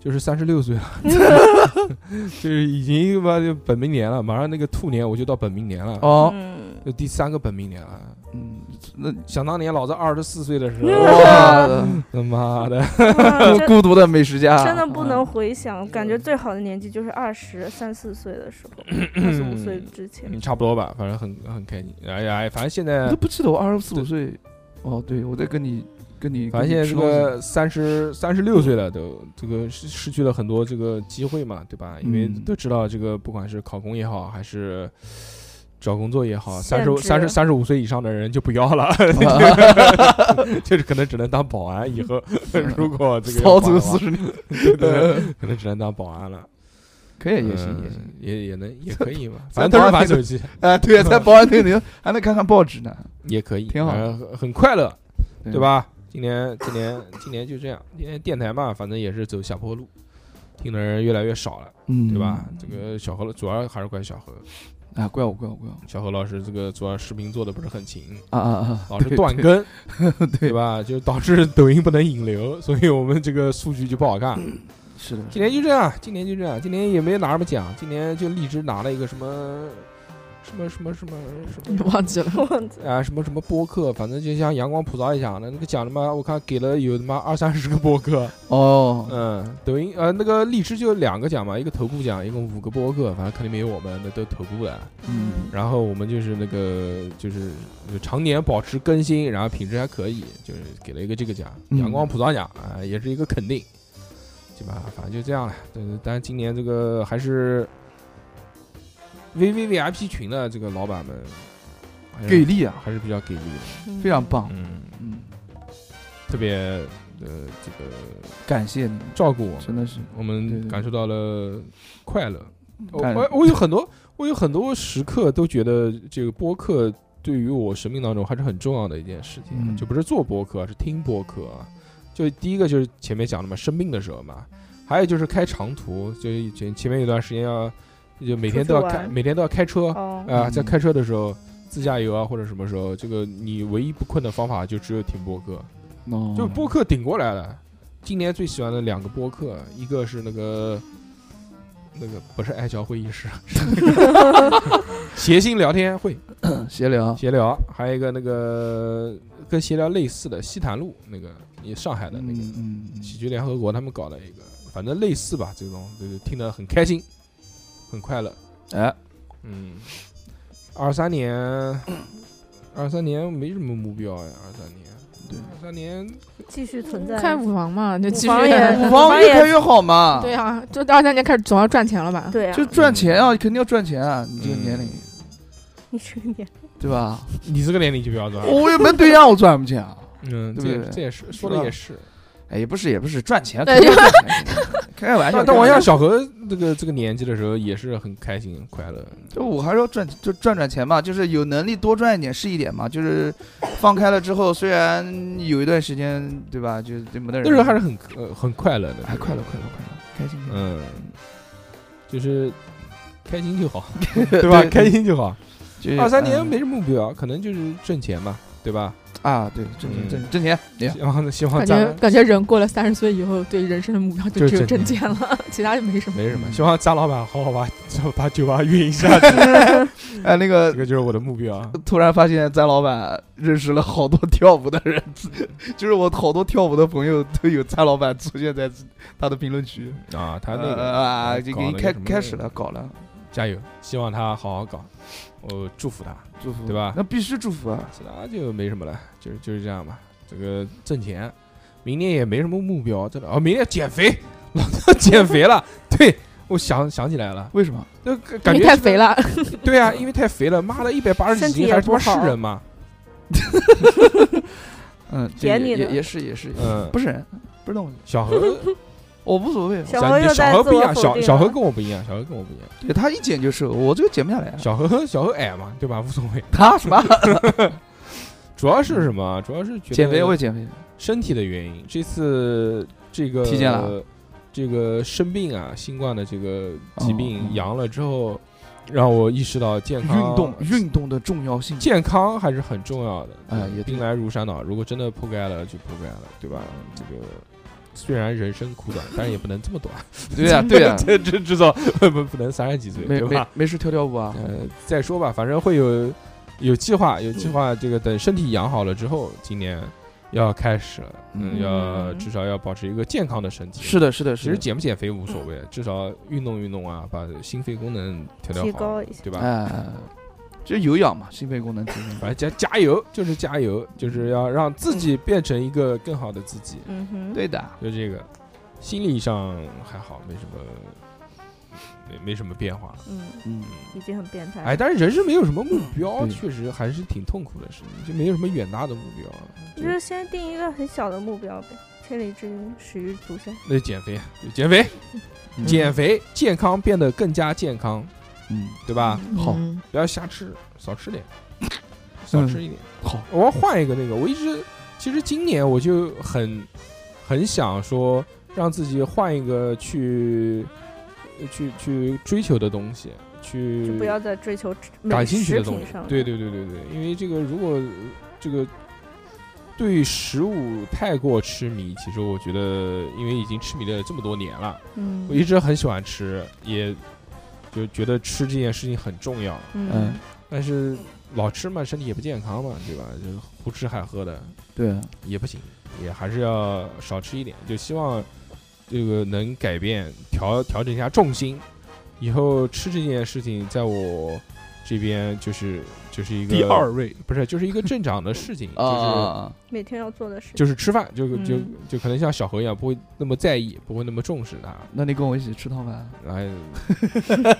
[SPEAKER 1] 就是三十六岁了，
[SPEAKER 3] 嗯
[SPEAKER 1] 就是已经他妈就本命年了，马上那个兔年我就到本命年了，
[SPEAKER 2] 哦，
[SPEAKER 3] 嗯，
[SPEAKER 1] 就第三个本命年了。
[SPEAKER 2] 嗯，那
[SPEAKER 1] 想当年老子二十四岁的时 候，
[SPEAKER 2] 哇，
[SPEAKER 1] 他妈 的，
[SPEAKER 3] 哇
[SPEAKER 2] 孤孤独的美食家，
[SPEAKER 3] 真的不
[SPEAKER 2] 嗯
[SPEAKER 1] 嗯
[SPEAKER 3] 能回想，感觉最好的年纪就是二十三四岁的时候，二十五岁之前。
[SPEAKER 1] 嗯，差不多吧，反正很很开心。哎呀，哎反正现
[SPEAKER 2] 我
[SPEAKER 1] 在
[SPEAKER 2] 都，不记得我二十四五岁。哦，对，我在跟你跟你，
[SPEAKER 1] 反正现在这
[SPEAKER 2] 跟你吃东西
[SPEAKER 1] 个三十三十六岁了都，这个失失去了很多这个机会嘛，对吧？因为
[SPEAKER 2] 嗯
[SPEAKER 1] 都知道这个，不管是考公也好，还是找工作也好，三
[SPEAKER 3] 限
[SPEAKER 1] 十三十
[SPEAKER 3] 制
[SPEAKER 1] 三十五岁以上的人就不要 了，就是可能只能当保安。以 后如果这个要
[SPEAKER 2] 逃
[SPEAKER 1] 换
[SPEAKER 2] 走
[SPEAKER 1] 的
[SPEAKER 2] 四
[SPEAKER 1] 话，
[SPEAKER 2] 十年，
[SPEAKER 1] 对对对，可能只能当保安了。
[SPEAKER 2] 可以也行
[SPEAKER 1] 嗯
[SPEAKER 2] 也行。
[SPEAKER 1] 也也能也
[SPEAKER 2] 这
[SPEAKER 1] 可以 吧，
[SPEAKER 2] 这
[SPEAKER 1] 反正都是
[SPEAKER 2] 保安
[SPEAKER 1] 玩
[SPEAKER 2] 队
[SPEAKER 1] 手机，
[SPEAKER 2] 哎，对，在保安队里还能看看报纸呢，
[SPEAKER 1] 也可以，
[SPEAKER 2] 挺好嗯
[SPEAKER 1] 反正呃很很快乐，对
[SPEAKER 2] 对？
[SPEAKER 1] 吧？今年今年今年就这样，今年电台嘛，反正也是走下坡路，听的人越来越少了。
[SPEAKER 2] 嗯，
[SPEAKER 1] 对吧？这个小何主要还是怪小何，
[SPEAKER 2] 啊，怪我，怪我，怪我
[SPEAKER 1] 小何老师这个主要视频做的不是很勤，
[SPEAKER 2] 啊啊啊！
[SPEAKER 1] 老是
[SPEAKER 2] 对
[SPEAKER 1] 断，更，
[SPEAKER 2] 对 对
[SPEAKER 1] 对吧？就导致抖音不能引流，所以我们这个数据就不好看。
[SPEAKER 2] 是的，
[SPEAKER 1] 今年就这样，今年就这样，今年也没拿什么奖，今年就荔枝拿了一个什么什么什么什么什
[SPEAKER 3] 嗯
[SPEAKER 1] 么。
[SPEAKER 4] 忘记了，
[SPEAKER 3] 我操
[SPEAKER 1] 啊，什么什么播客，反正就像阳光普照一样的那个奖，他妈我看给了有他妈二三十个播客，
[SPEAKER 2] 哦，
[SPEAKER 1] 嗯，抖音呃那个荔枝就两个奖嘛，一个头部奖，一共五个播客，反正肯定没有我们那都头部的。
[SPEAKER 2] 嗯，
[SPEAKER 1] 然后我们就是那个就是就常年保持更新，然后品质还可以，就是给了一个这个奖，
[SPEAKER 2] 嗯
[SPEAKER 1] 阳光普照奖啊、也是一个肯定，对吧？反正就这样了。对，但是今年这个还是 V V V I P 群的这个老板们还是
[SPEAKER 2] 给力啊，
[SPEAKER 1] 还是比较给力的，
[SPEAKER 2] 非常棒，
[SPEAKER 1] 嗯，
[SPEAKER 2] 嗯，
[SPEAKER 1] 特别呃这个
[SPEAKER 2] 感谢你，
[SPEAKER 1] 照顾我
[SPEAKER 2] 真
[SPEAKER 1] 们，
[SPEAKER 2] 的是，
[SPEAKER 1] 我
[SPEAKER 2] 对嗯
[SPEAKER 1] 们
[SPEAKER 2] 对
[SPEAKER 1] 感受到了快乐。我
[SPEAKER 2] 但
[SPEAKER 1] 我我有很多，我有很多时刻都觉得这个播客对于我生命当中还是很重要的一件事情，啊
[SPEAKER 2] 嗯
[SPEAKER 1] 就不是做播客，是听播客啊。就第一个就是前面讲的嘛，生病的时候嘛，还有就是开长途，就前前面有段时间要就每天都要
[SPEAKER 3] 出去
[SPEAKER 1] 开，
[SPEAKER 3] 玩
[SPEAKER 1] 每天都要开车啊、
[SPEAKER 3] 哦，
[SPEAKER 2] 嗯
[SPEAKER 1] 在开车的时候。自驾游啊，或者什么时候，这个你唯一不困的方法就只有听播客，
[SPEAKER 2] 哦
[SPEAKER 1] 就播客顶过来了。今年最喜欢的两个播客，一个是那个那个不是爱交会议室， 是那个谐星聊天会
[SPEAKER 2] 啊闲聊，
[SPEAKER 1] 闲聊，还有一个那个跟闲聊类似的西坛路那个也上海的那个
[SPEAKER 2] 嗯嗯
[SPEAKER 1] 喜剧联合国他们搞了一个，反正类似吧，这种就是听得很开心，很快乐。
[SPEAKER 2] 哎，
[SPEAKER 1] 嗯，二三年，二三年没什么目标呀，二三年，
[SPEAKER 2] 对
[SPEAKER 1] 二三年
[SPEAKER 3] 继续存在。
[SPEAKER 4] 开五房嘛，就继续
[SPEAKER 3] 五。房也
[SPEAKER 2] 五房越
[SPEAKER 3] 也
[SPEAKER 2] 开越好嘛，
[SPEAKER 4] 对，啊，就二三年开始总要赚钱了吧？
[SPEAKER 3] 对啊，
[SPEAKER 2] 就赚钱啊，肯定要赚钱啊，你这
[SPEAKER 1] 嗯
[SPEAKER 2] 个年龄，
[SPEAKER 3] 你这个年
[SPEAKER 2] 对吧？
[SPEAKER 1] 你这个年龄啊就不要赚了。
[SPEAKER 2] 我也没对象，我赚不钱啊。
[SPEAKER 1] 嗯，
[SPEAKER 2] 对
[SPEAKER 1] 这
[SPEAKER 2] 不
[SPEAKER 1] 也
[SPEAKER 2] 对
[SPEAKER 1] 这也是
[SPEAKER 2] 是
[SPEAKER 1] 说的
[SPEAKER 2] 吧
[SPEAKER 1] 也是。
[SPEAKER 2] 哎，也不是，也不是赚钱，
[SPEAKER 4] 对
[SPEAKER 2] 肯定要赚 钱开开玩笑，
[SPEAKER 1] 但但我
[SPEAKER 2] 开
[SPEAKER 1] 像
[SPEAKER 2] 玩笑
[SPEAKER 1] 小何这个这个年纪的时候，也是很开心很快乐。
[SPEAKER 2] 就我还是要赚，就赚赚钱嘛，就是有能力多赚一点是一点嘛，就是放开了之后，虽然有一段时间，对吧，就就没得人，
[SPEAKER 1] 那时候还是很呃很快乐的，
[SPEAKER 2] 哎快乐快乐快乐，开心开心，
[SPEAKER 1] 嗯，就是开心就好，
[SPEAKER 2] 对
[SPEAKER 1] 对吧？开心就好。
[SPEAKER 2] 就
[SPEAKER 1] 二三年
[SPEAKER 2] 嗯
[SPEAKER 1] 没什么目标，可能就是挣钱嘛，对吧？
[SPEAKER 2] 啊，对，挣钱
[SPEAKER 1] 嗯
[SPEAKER 2] 挣挣钱，对哎呀
[SPEAKER 1] 希望 希望
[SPEAKER 4] 感
[SPEAKER 1] 咱
[SPEAKER 4] 觉
[SPEAKER 1] 们
[SPEAKER 4] 感觉人过了三十岁以后，对人生的目标
[SPEAKER 1] 就
[SPEAKER 4] 就是只有
[SPEAKER 1] 挣
[SPEAKER 4] 挣钱了，其他就没什么。
[SPEAKER 1] 没什么，
[SPEAKER 2] 嗯
[SPEAKER 1] 希望张老板好好把 就把酒吧运营下去，
[SPEAKER 2] 哎， 那个
[SPEAKER 1] 这个就是我的目 标啊。
[SPEAKER 2] 突然发现咱老板认识了好多跳舞的人， 就是我好多跳舞的朋友都有咱老板出现在他的评论区。
[SPEAKER 1] 啊，他
[SPEAKER 2] 啊
[SPEAKER 1] 那个
[SPEAKER 2] 啊，这
[SPEAKER 1] 搞
[SPEAKER 2] 个
[SPEAKER 1] 了
[SPEAKER 2] 一
[SPEAKER 1] 个
[SPEAKER 2] 开
[SPEAKER 1] 什么
[SPEAKER 2] 开始了，搞了，
[SPEAKER 1] 加油，希望他好好搞，我祝福他。
[SPEAKER 2] 祝福
[SPEAKER 1] 对吧
[SPEAKER 2] 那必须祝福啊！
[SPEAKER 1] 其他就没什么了，就是就是这样吧。这个挣钱，明年也没什么目标，真的。哦，明年减肥， 老子要减肥了。对，我想想起来了，
[SPEAKER 2] 为什么？
[SPEAKER 1] 那个感
[SPEAKER 4] 因
[SPEAKER 1] 觉
[SPEAKER 4] 为太
[SPEAKER 1] 是
[SPEAKER 4] 肥。了，
[SPEAKER 1] 对啊，因为太肥了，妈的，一百八十
[SPEAKER 3] 身
[SPEAKER 1] 几
[SPEAKER 3] 体
[SPEAKER 1] 斤
[SPEAKER 3] 也
[SPEAKER 1] 还他妈
[SPEAKER 3] 不
[SPEAKER 1] 是
[SPEAKER 3] 好
[SPEAKER 1] 人吗？
[SPEAKER 2] 嗯，这也
[SPEAKER 3] 点你
[SPEAKER 2] 也
[SPEAKER 3] 呢
[SPEAKER 2] 也是也是，
[SPEAKER 1] 嗯
[SPEAKER 2] 不是人，不是东西，
[SPEAKER 1] 小 何，
[SPEAKER 2] 我无所谓。啊
[SPEAKER 3] 小
[SPEAKER 1] 小
[SPEAKER 3] 何又
[SPEAKER 1] 小
[SPEAKER 3] 在
[SPEAKER 1] 何
[SPEAKER 3] 自
[SPEAKER 1] 不一
[SPEAKER 3] 我
[SPEAKER 1] 样，
[SPEAKER 3] 否
[SPEAKER 1] 小
[SPEAKER 3] 定
[SPEAKER 1] 小何
[SPEAKER 3] 了。
[SPEAKER 1] 跟我不一样，小何跟我不一样，
[SPEAKER 2] 对他一减就瘦，我这个减不下来啊。
[SPEAKER 1] 小何小何矮嘛，对吧？无所谓，
[SPEAKER 2] 他 什么
[SPEAKER 1] 主要是什么？主要是觉得
[SPEAKER 2] 减肥？我也减肥。
[SPEAKER 1] 身体的原因，这次这个
[SPEAKER 2] 体检了，
[SPEAKER 1] 这个生病啊，新冠的这个疾
[SPEAKER 2] 哦
[SPEAKER 1] 病
[SPEAKER 2] 嗯
[SPEAKER 1] 阳了之后，让我意识到健康啊
[SPEAKER 2] 运动运动的重要性。
[SPEAKER 1] 健康还是很重要的
[SPEAKER 2] 哎
[SPEAKER 1] 嗯
[SPEAKER 2] 也对
[SPEAKER 1] 兵来如山倒，如果真的铺盖了就铺盖了，对吧？这个。虽然人生苦短，但是也不能这么短。，
[SPEAKER 2] 对呀对呀
[SPEAKER 1] 这这至少不不能三十几岁，
[SPEAKER 2] 没
[SPEAKER 1] 对
[SPEAKER 2] 没
[SPEAKER 1] 吧？
[SPEAKER 2] 没事跳跳舞啊。
[SPEAKER 1] 呃，再说吧，反正会有有计划，有计划。这个等身体养好了之后，今年要开始了，嗯，
[SPEAKER 2] 嗯
[SPEAKER 1] 要至少要保持一个健康的身体。
[SPEAKER 2] 是的，是的，嗯
[SPEAKER 1] 其
[SPEAKER 2] 是的。
[SPEAKER 1] 实减不减肥无所谓，至少运动运动啊，把心肺功能调调好，
[SPEAKER 3] 提高一下
[SPEAKER 1] 对吧？
[SPEAKER 2] 哎，就是有氧嘛，心肺功能提升。
[SPEAKER 1] 反正加加油，就是加油，就是要让自己变成一个更好的自己，
[SPEAKER 3] 嗯哼，
[SPEAKER 2] 对的，
[SPEAKER 1] 就这个。心理上还好，没什么，没没什么变化。
[SPEAKER 3] 嗯，
[SPEAKER 2] 嗯，
[SPEAKER 3] 已经很变态了。
[SPEAKER 1] 哎，但是人生没有什么目标，
[SPEAKER 2] 对
[SPEAKER 1] 确实还是挺痛苦的事情，就没有什么远大的目标。
[SPEAKER 3] 就是先定一个很小的目标呗，千里之云，始于足下。
[SPEAKER 1] 那就减肥，就减肥，
[SPEAKER 2] 嗯
[SPEAKER 1] 减肥，健康变得更加健康，
[SPEAKER 2] 嗯，
[SPEAKER 1] 对吧？
[SPEAKER 2] 好
[SPEAKER 4] 嗯
[SPEAKER 1] 不要瞎吃，少吃点，少吃一点。
[SPEAKER 2] 好，
[SPEAKER 1] 我要换一个那个，我一直其实今年我就很很想说，让自己换一个去呃去去追求的东西，去
[SPEAKER 3] 就不要再追求吃
[SPEAKER 1] 感
[SPEAKER 3] 美
[SPEAKER 1] 兴趣的
[SPEAKER 3] 食
[SPEAKER 1] 东
[SPEAKER 3] 品
[SPEAKER 1] 西
[SPEAKER 3] 上。了。
[SPEAKER 1] 对对对对对，因为这个如果这个对食物太过痴迷，其实我觉得，因为已经痴迷了这么多年了，
[SPEAKER 3] 嗯，
[SPEAKER 1] 我一直很喜欢吃，也就觉得吃这件事情很重要。
[SPEAKER 2] 嗯
[SPEAKER 3] 嗯，
[SPEAKER 1] 但是老吃嘛，身体也不健康嘛，对吧？就是胡吃海喝的
[SPEAKER 2] 对，
[SPEAKER 1] 也不行，也还是要少吃一点。就希望这个能改变，调调整一下重心。以后吃这件事情，在我这边就是就是一个
[SPEAKER 5] 第二位，
[SPEAKER 1] 不是就是一个正常的 事情，就是
[SPEAKER 2] 呃啊，
[SPEAKER 3] 每天要做的事。
[SPEAKER 1] 就是吃饭，就就
[SPEAKER 4] 嗯
[SPEAKER 1] 就可能像小何一样，不会那么在意，不会那么重视它。
[SPEAKER 2] 那你跟我一起吃趟饭。
[SPEAKER 1] 哎，算了，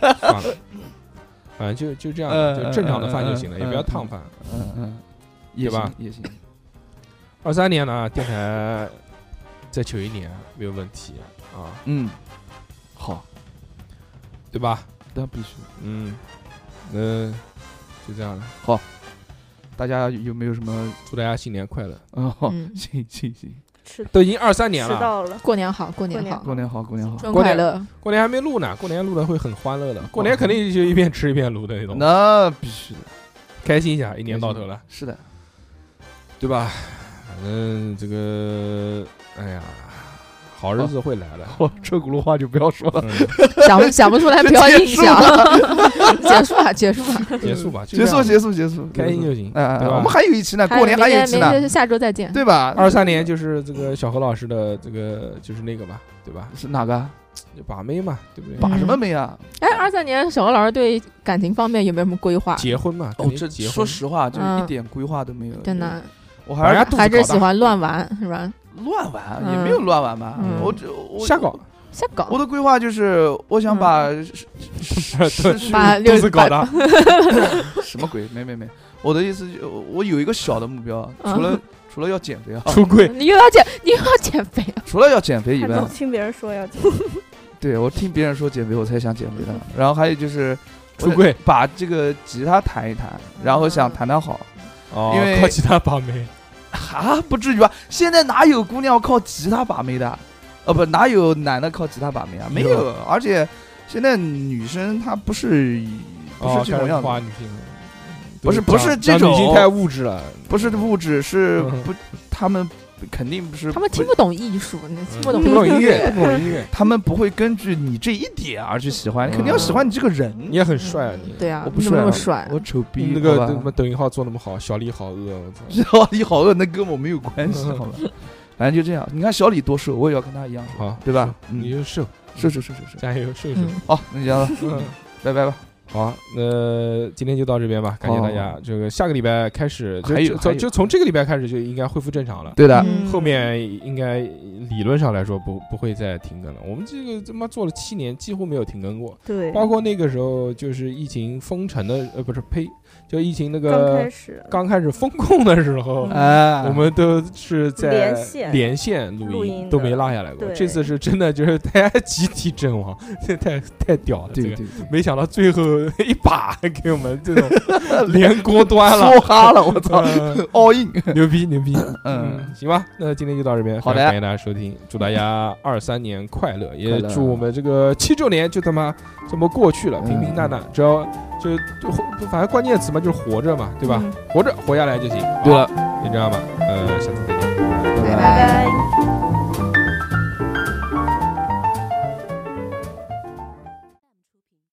[SPEAKER 1] 反正就就这样，
[SPEAKER 2] 嗯
[SPEAKER 1] 就正常的饭就行了，
[SPEAKER 2] 嗯
[SPEAKER 1] 也不要
[SPEAKER 2] 嗯
[SPEAKER 1] 烫饭。
[SPEAKER 2] 嗯嗯，
[SPEAKER 1] 对吧
[SPEAKER 2] 也行？也行。
[SPEAKER 1] 二三年呢，电台再求一年没有问题啊，
[SPEAKER 2] 嗯，好，
[SPEAKER 1] 对吧？
[SPEAKER 2] 那必须。
[SPEAKER 1] 嗯，嗯、就这样了，
[SPEAKER 2] 大家有没有什么？
[SPEAKER 1] 祝大家新年快乐！
[SPEAKER 2] 哦，
[SPEAKER 4] 嗯
[SPEAKER 2] 行行行，
[SPEAKER 3] 吃
[SPEAKER 1] 都已经二三年
[SPEAKER 3] 迟
[SPEAKER 1] 了，
[SPEAKER 3] 到了，
[SPEAKER 4] 过年好，过年
[SPEAKER 3] 过年
[SPEAKER 4] 好，
[SPEAKER 2] 过年好，过年好。
[SPEAKER 4] 春
[SPEAKER 1] 过年
[SPEAKER 4] 快乐。
[SPEAKER 1] 过年还没录呢，过年录的会很欢乐的，过年肯定就一边吃一边录的那种，
[SPEAKER 2] 那必须的，
[SPEAKER 1] 开心一下，一年到头了，
[SPEAKER 2] 是 的，
[SPEAKER 1] 对吧？反正这个，哎呀，好日子会来的。
[SPEAKER 2] 我车轱辘话就不要说了。
[SPEAKER 1] 嗯，
[SPEAKER 4] 想不想不出来，不要硬想。 结束吧，结束吧。
[SPEAKER 1] 结束吧，就
[SPEAKER 2] 结
[SPEAKER 1] 这
[SPEAKER 2] 束，
[SPEAKER 1] 样
[SPEAKER 2] 结束，结束，
[SPEAKER 1] 开心
[SPEAKER 2] 结束。
[SPEAKER 1] 就行，
[SPEAKER 2] 哎哎，
[SPEAKER 1] 对
[SPEAKER 2] 哎
[SPEAKER 1] 吧
[SPEAKER 2] 我们还有一期呢，过年还有一期
[SPEAKER 4] 明
[SPEAKER 2] 呢
[SPEAKER 4] 天，明天下周再见。
[SPEAKER 2] 对吧？
[SPEAKER 1] 二三年就是这个小何老师的这个就是那个嘛，对吧？
[SPEAKER 2] 是哪个？
[SPEAKER 1] 就把妹嘛，对不对？
[SPEAKER 2] 把什么妹啊？
[SPEAKER 4] 哎，二三年小何老师对感情方面有没有什么规划？
[SPEAKER 1] 结婚嘛，
[SPEAKER 2] 哦
[SPEAKER 1] 肯，定
[SPEAKER 2] 这
[SPEAKER 1] 结
[SPEAKER 2] 说
[SPEAKER 1] 婚，
[SPEAKER 2] 实话，就是一
[SPEAKER 4] 嗯
[SPEAKER 2] 点规划都没有。
[SPEAKER 4] 真的，
[SPEAKER 2] 我
[SPEAKER 1] 把
[SPEAKER 2] 还
[SPEAKER 1] 人家
[SPEAKER 2] 是
[SPEAKER 1] 肚子
[SPEAKER 4] 还
[SPEAKER 1] 搞
[SPEAKER 4] 是
[SPEAKER 1] 大
[SPEAKER 4] 喜欢乱玩是吧？
[SPEAKER 2] 乱玩，
[SPEAKER 4] 嗯
[SPEAKER 2] 也没有乱玩吧。
[SPEAKER 4] 嗯
[SPEAKER 2] 我只我
[SPEAKER 1] 瞎搞，
[SPEAKER 4] 瞎搞
[SPEAKER 2] 我。的规划就是，我
[SPEAKER 4] 嗯
[SPEAKER 2] 想把 失去
[SPEAKER 4] 把
[SPEAKER 1] 肚
[SPEAKER 4] 六
[SPEAKER 1] 子搞大，
[SPEAKER 2] 什么鬼？没没没，我的意思就我有一个小的目标，
[SPEAKER 4] 嗯
[SPEAKER 2] 除了除了要减肥啊，
[SPEAKER 1] 出柜，
[SPEAKER 4] 你又要减，你又要减肥啊！
[SPEAKER 2] 除了要减肥以
[SPEAKER 3] 还
[SPEAKER 2] 外
[SPEAKER 3] 总，听别人说 呀，
[SPEAKER 2] 对我听别人说减肥，我才想减肥的。然后还有就是
[SPEAKER 1] 出柜，
[SPEAKER 2] 把这个吉他弹一弹，然后想弹弹好
[SPEAKER 1] 哦
[SPEAKER 2] 因为
[SPEAKER 1] 靠其他把妹，
[SPEAKER 2] 啊，不至于吧？现在哪有姑娘靠吉他把妹的？呃，不，哪有男的靠吉他把妹啊？没有，而且现在女生她不是不
[SPEAKER 1] 哦
[SPEAKER 2] 是这种样
[SPEAKER 1] 开始
[SPEAKER 2] 子
[SPEAKER 1] 花。女性了，
[SPEAKER 2] 不是不是这
[SPEAKER 1] 讲
[SPEAKER 2] 种
[SPEAKER 1] 讲女性太物质了，
[SPEAKER 2] 不是物质，是
[SPEAKER 1] 嗯
[SPEAKER 2] 不，他们肯定不是，
[SPEAKER 4] 他们听不懂艺术，你听不懂
[SPEAKER 1] 不
[SPEAKER 4] 艺
[SPEAKER 1] 懂
[SPEAKER 4] 术
[SPEAKER 1] 音乐，嗯不懂音乐，
[SPEAKER 2] 他们不会根据你这一点而去喜欢，
[SPEAKER 1] 嗯
[SPEAKER 2] 肯定要喜欢你这个
[SPEAKER 1] 你
[SPEAKER 2] 人。
[SPEAKER 1] 也很帅啊， 你
[SPEAKER 4] 对啊
[SPEAKER 2] 我，不
[SPEAKER 4] 你怎么那么
[SPEAKER 2] 帅嗯
[SPEAKER 4] 帅？
[SPEAKER 2] 我丑逼，
[SPEAKER 1] 那个
[SPEAKER 2] 好
[SPEAKER 1] 什
[SPEAKER 2] 吧
[SPEAKER 1] 么抖音号做那么好，小丽好饿，我操！
[SPEAKER 2] 小李好饿，那跟我没有关 系，好吧？反正就这样。你看小李多瘦，我也要跟他一样瘦，
[SPEAKER 1] 好，
[SPEAKER 2] 对吧？嗯，
[SPEAKER 1] 你就瘦，
[SPEAKER 2] 瘦瘦瘦瘦瘦。
[SPEAKER 1] 加油，瘦瘦。
[SPEAKER 4] 嗯，
[SPEAKER 2] 好，那就这样了，
[SPEAKER 1] 嗯
[SPEAKER 2] 拜拜吧。
[SPEAKER 1] 好，那今天就到这边吧，感谢大家。这个下个礼拜开始，就
[SPEAKER 2] 还有
[SPEAKER 1] 就
[SPEAKER 2] 还
[SPEAKER 1] 从
[SPEAKER 2] 有
[SPEAKER 1] 就从这个礼拜开始就应该恢复正常了。
[SPEAKER 2] 对的，
[SPEAKER 4] 嗯
[SPEAKER 1] 后面应该理论上来说不不会再停更了。我们这个他妈做了七年，几乎没有停更过，
[SPEAKER 3] 对，
[SPEAKER 1] 包括那个时候就是疫情封城的，呃，不是呸，就疫情那
[SPEAKER 3] 刚开
[SPEAKER 1] 个
[SPEAKER 3] 始啊
[SPEAKER 1] 刚开始封控的时候，
[SPEAKER 4] 嗯
[SPEAKER 2] 哎，
[SPEAKER 1] 我们都是在
[SPEAKER 3] 连线
[SPEAKER 1] 连线录
[SPEAKER 3] 录音的
[SPEAKER 1] 都没落下来过。
[SPEAKER 3] 对
[SPEAKER 1] 这次是真的就是大家集体阵亡， 这太太屌了，这
[SPEAKER 2] 对
[SPEAKER 1] 个。
[SPEAKER 2] 对
[SPEAKER 1] 没想到最后一把给我们这种 连锅端了，
[SPEAKER 2] 梭哈了，我操
[SPEAKER 1] 嗯
[SPEAKER 2] ，all in。
[SPEAKER 1] 牛逼牛逼，
[SPEAKER 2] 嗯，
[SPEAKER 1] 行吧，那今天就到这边，
[SPEAKER 2] 好的
[SPEAKER 1] 非常感谢大家收听，祝大 家二三年快乐，也
[SPEAKER 2] 快乐
[SPEAKER 1] 祝我们这个七周年就他妈这么过去了，
[SPEAKER 2] 嗯
[SPEAKER 1] 平平淡淡，只要就就反正关键词嘛就是活着嘛，对吧？
[SPEAKER 4] 嗯
[SPEAKER 1] 活着活下来就行。
[SPEAKER 2] 对
[SPEAKER 1] 好
[SPEAKER 2] 了，
[SPEAKER 1] 就这样吧，呃，下次再见。
[SPEAKER 2] 拜
[SPEAKER 4] 拜
[SPEAKER 3] 拜拜。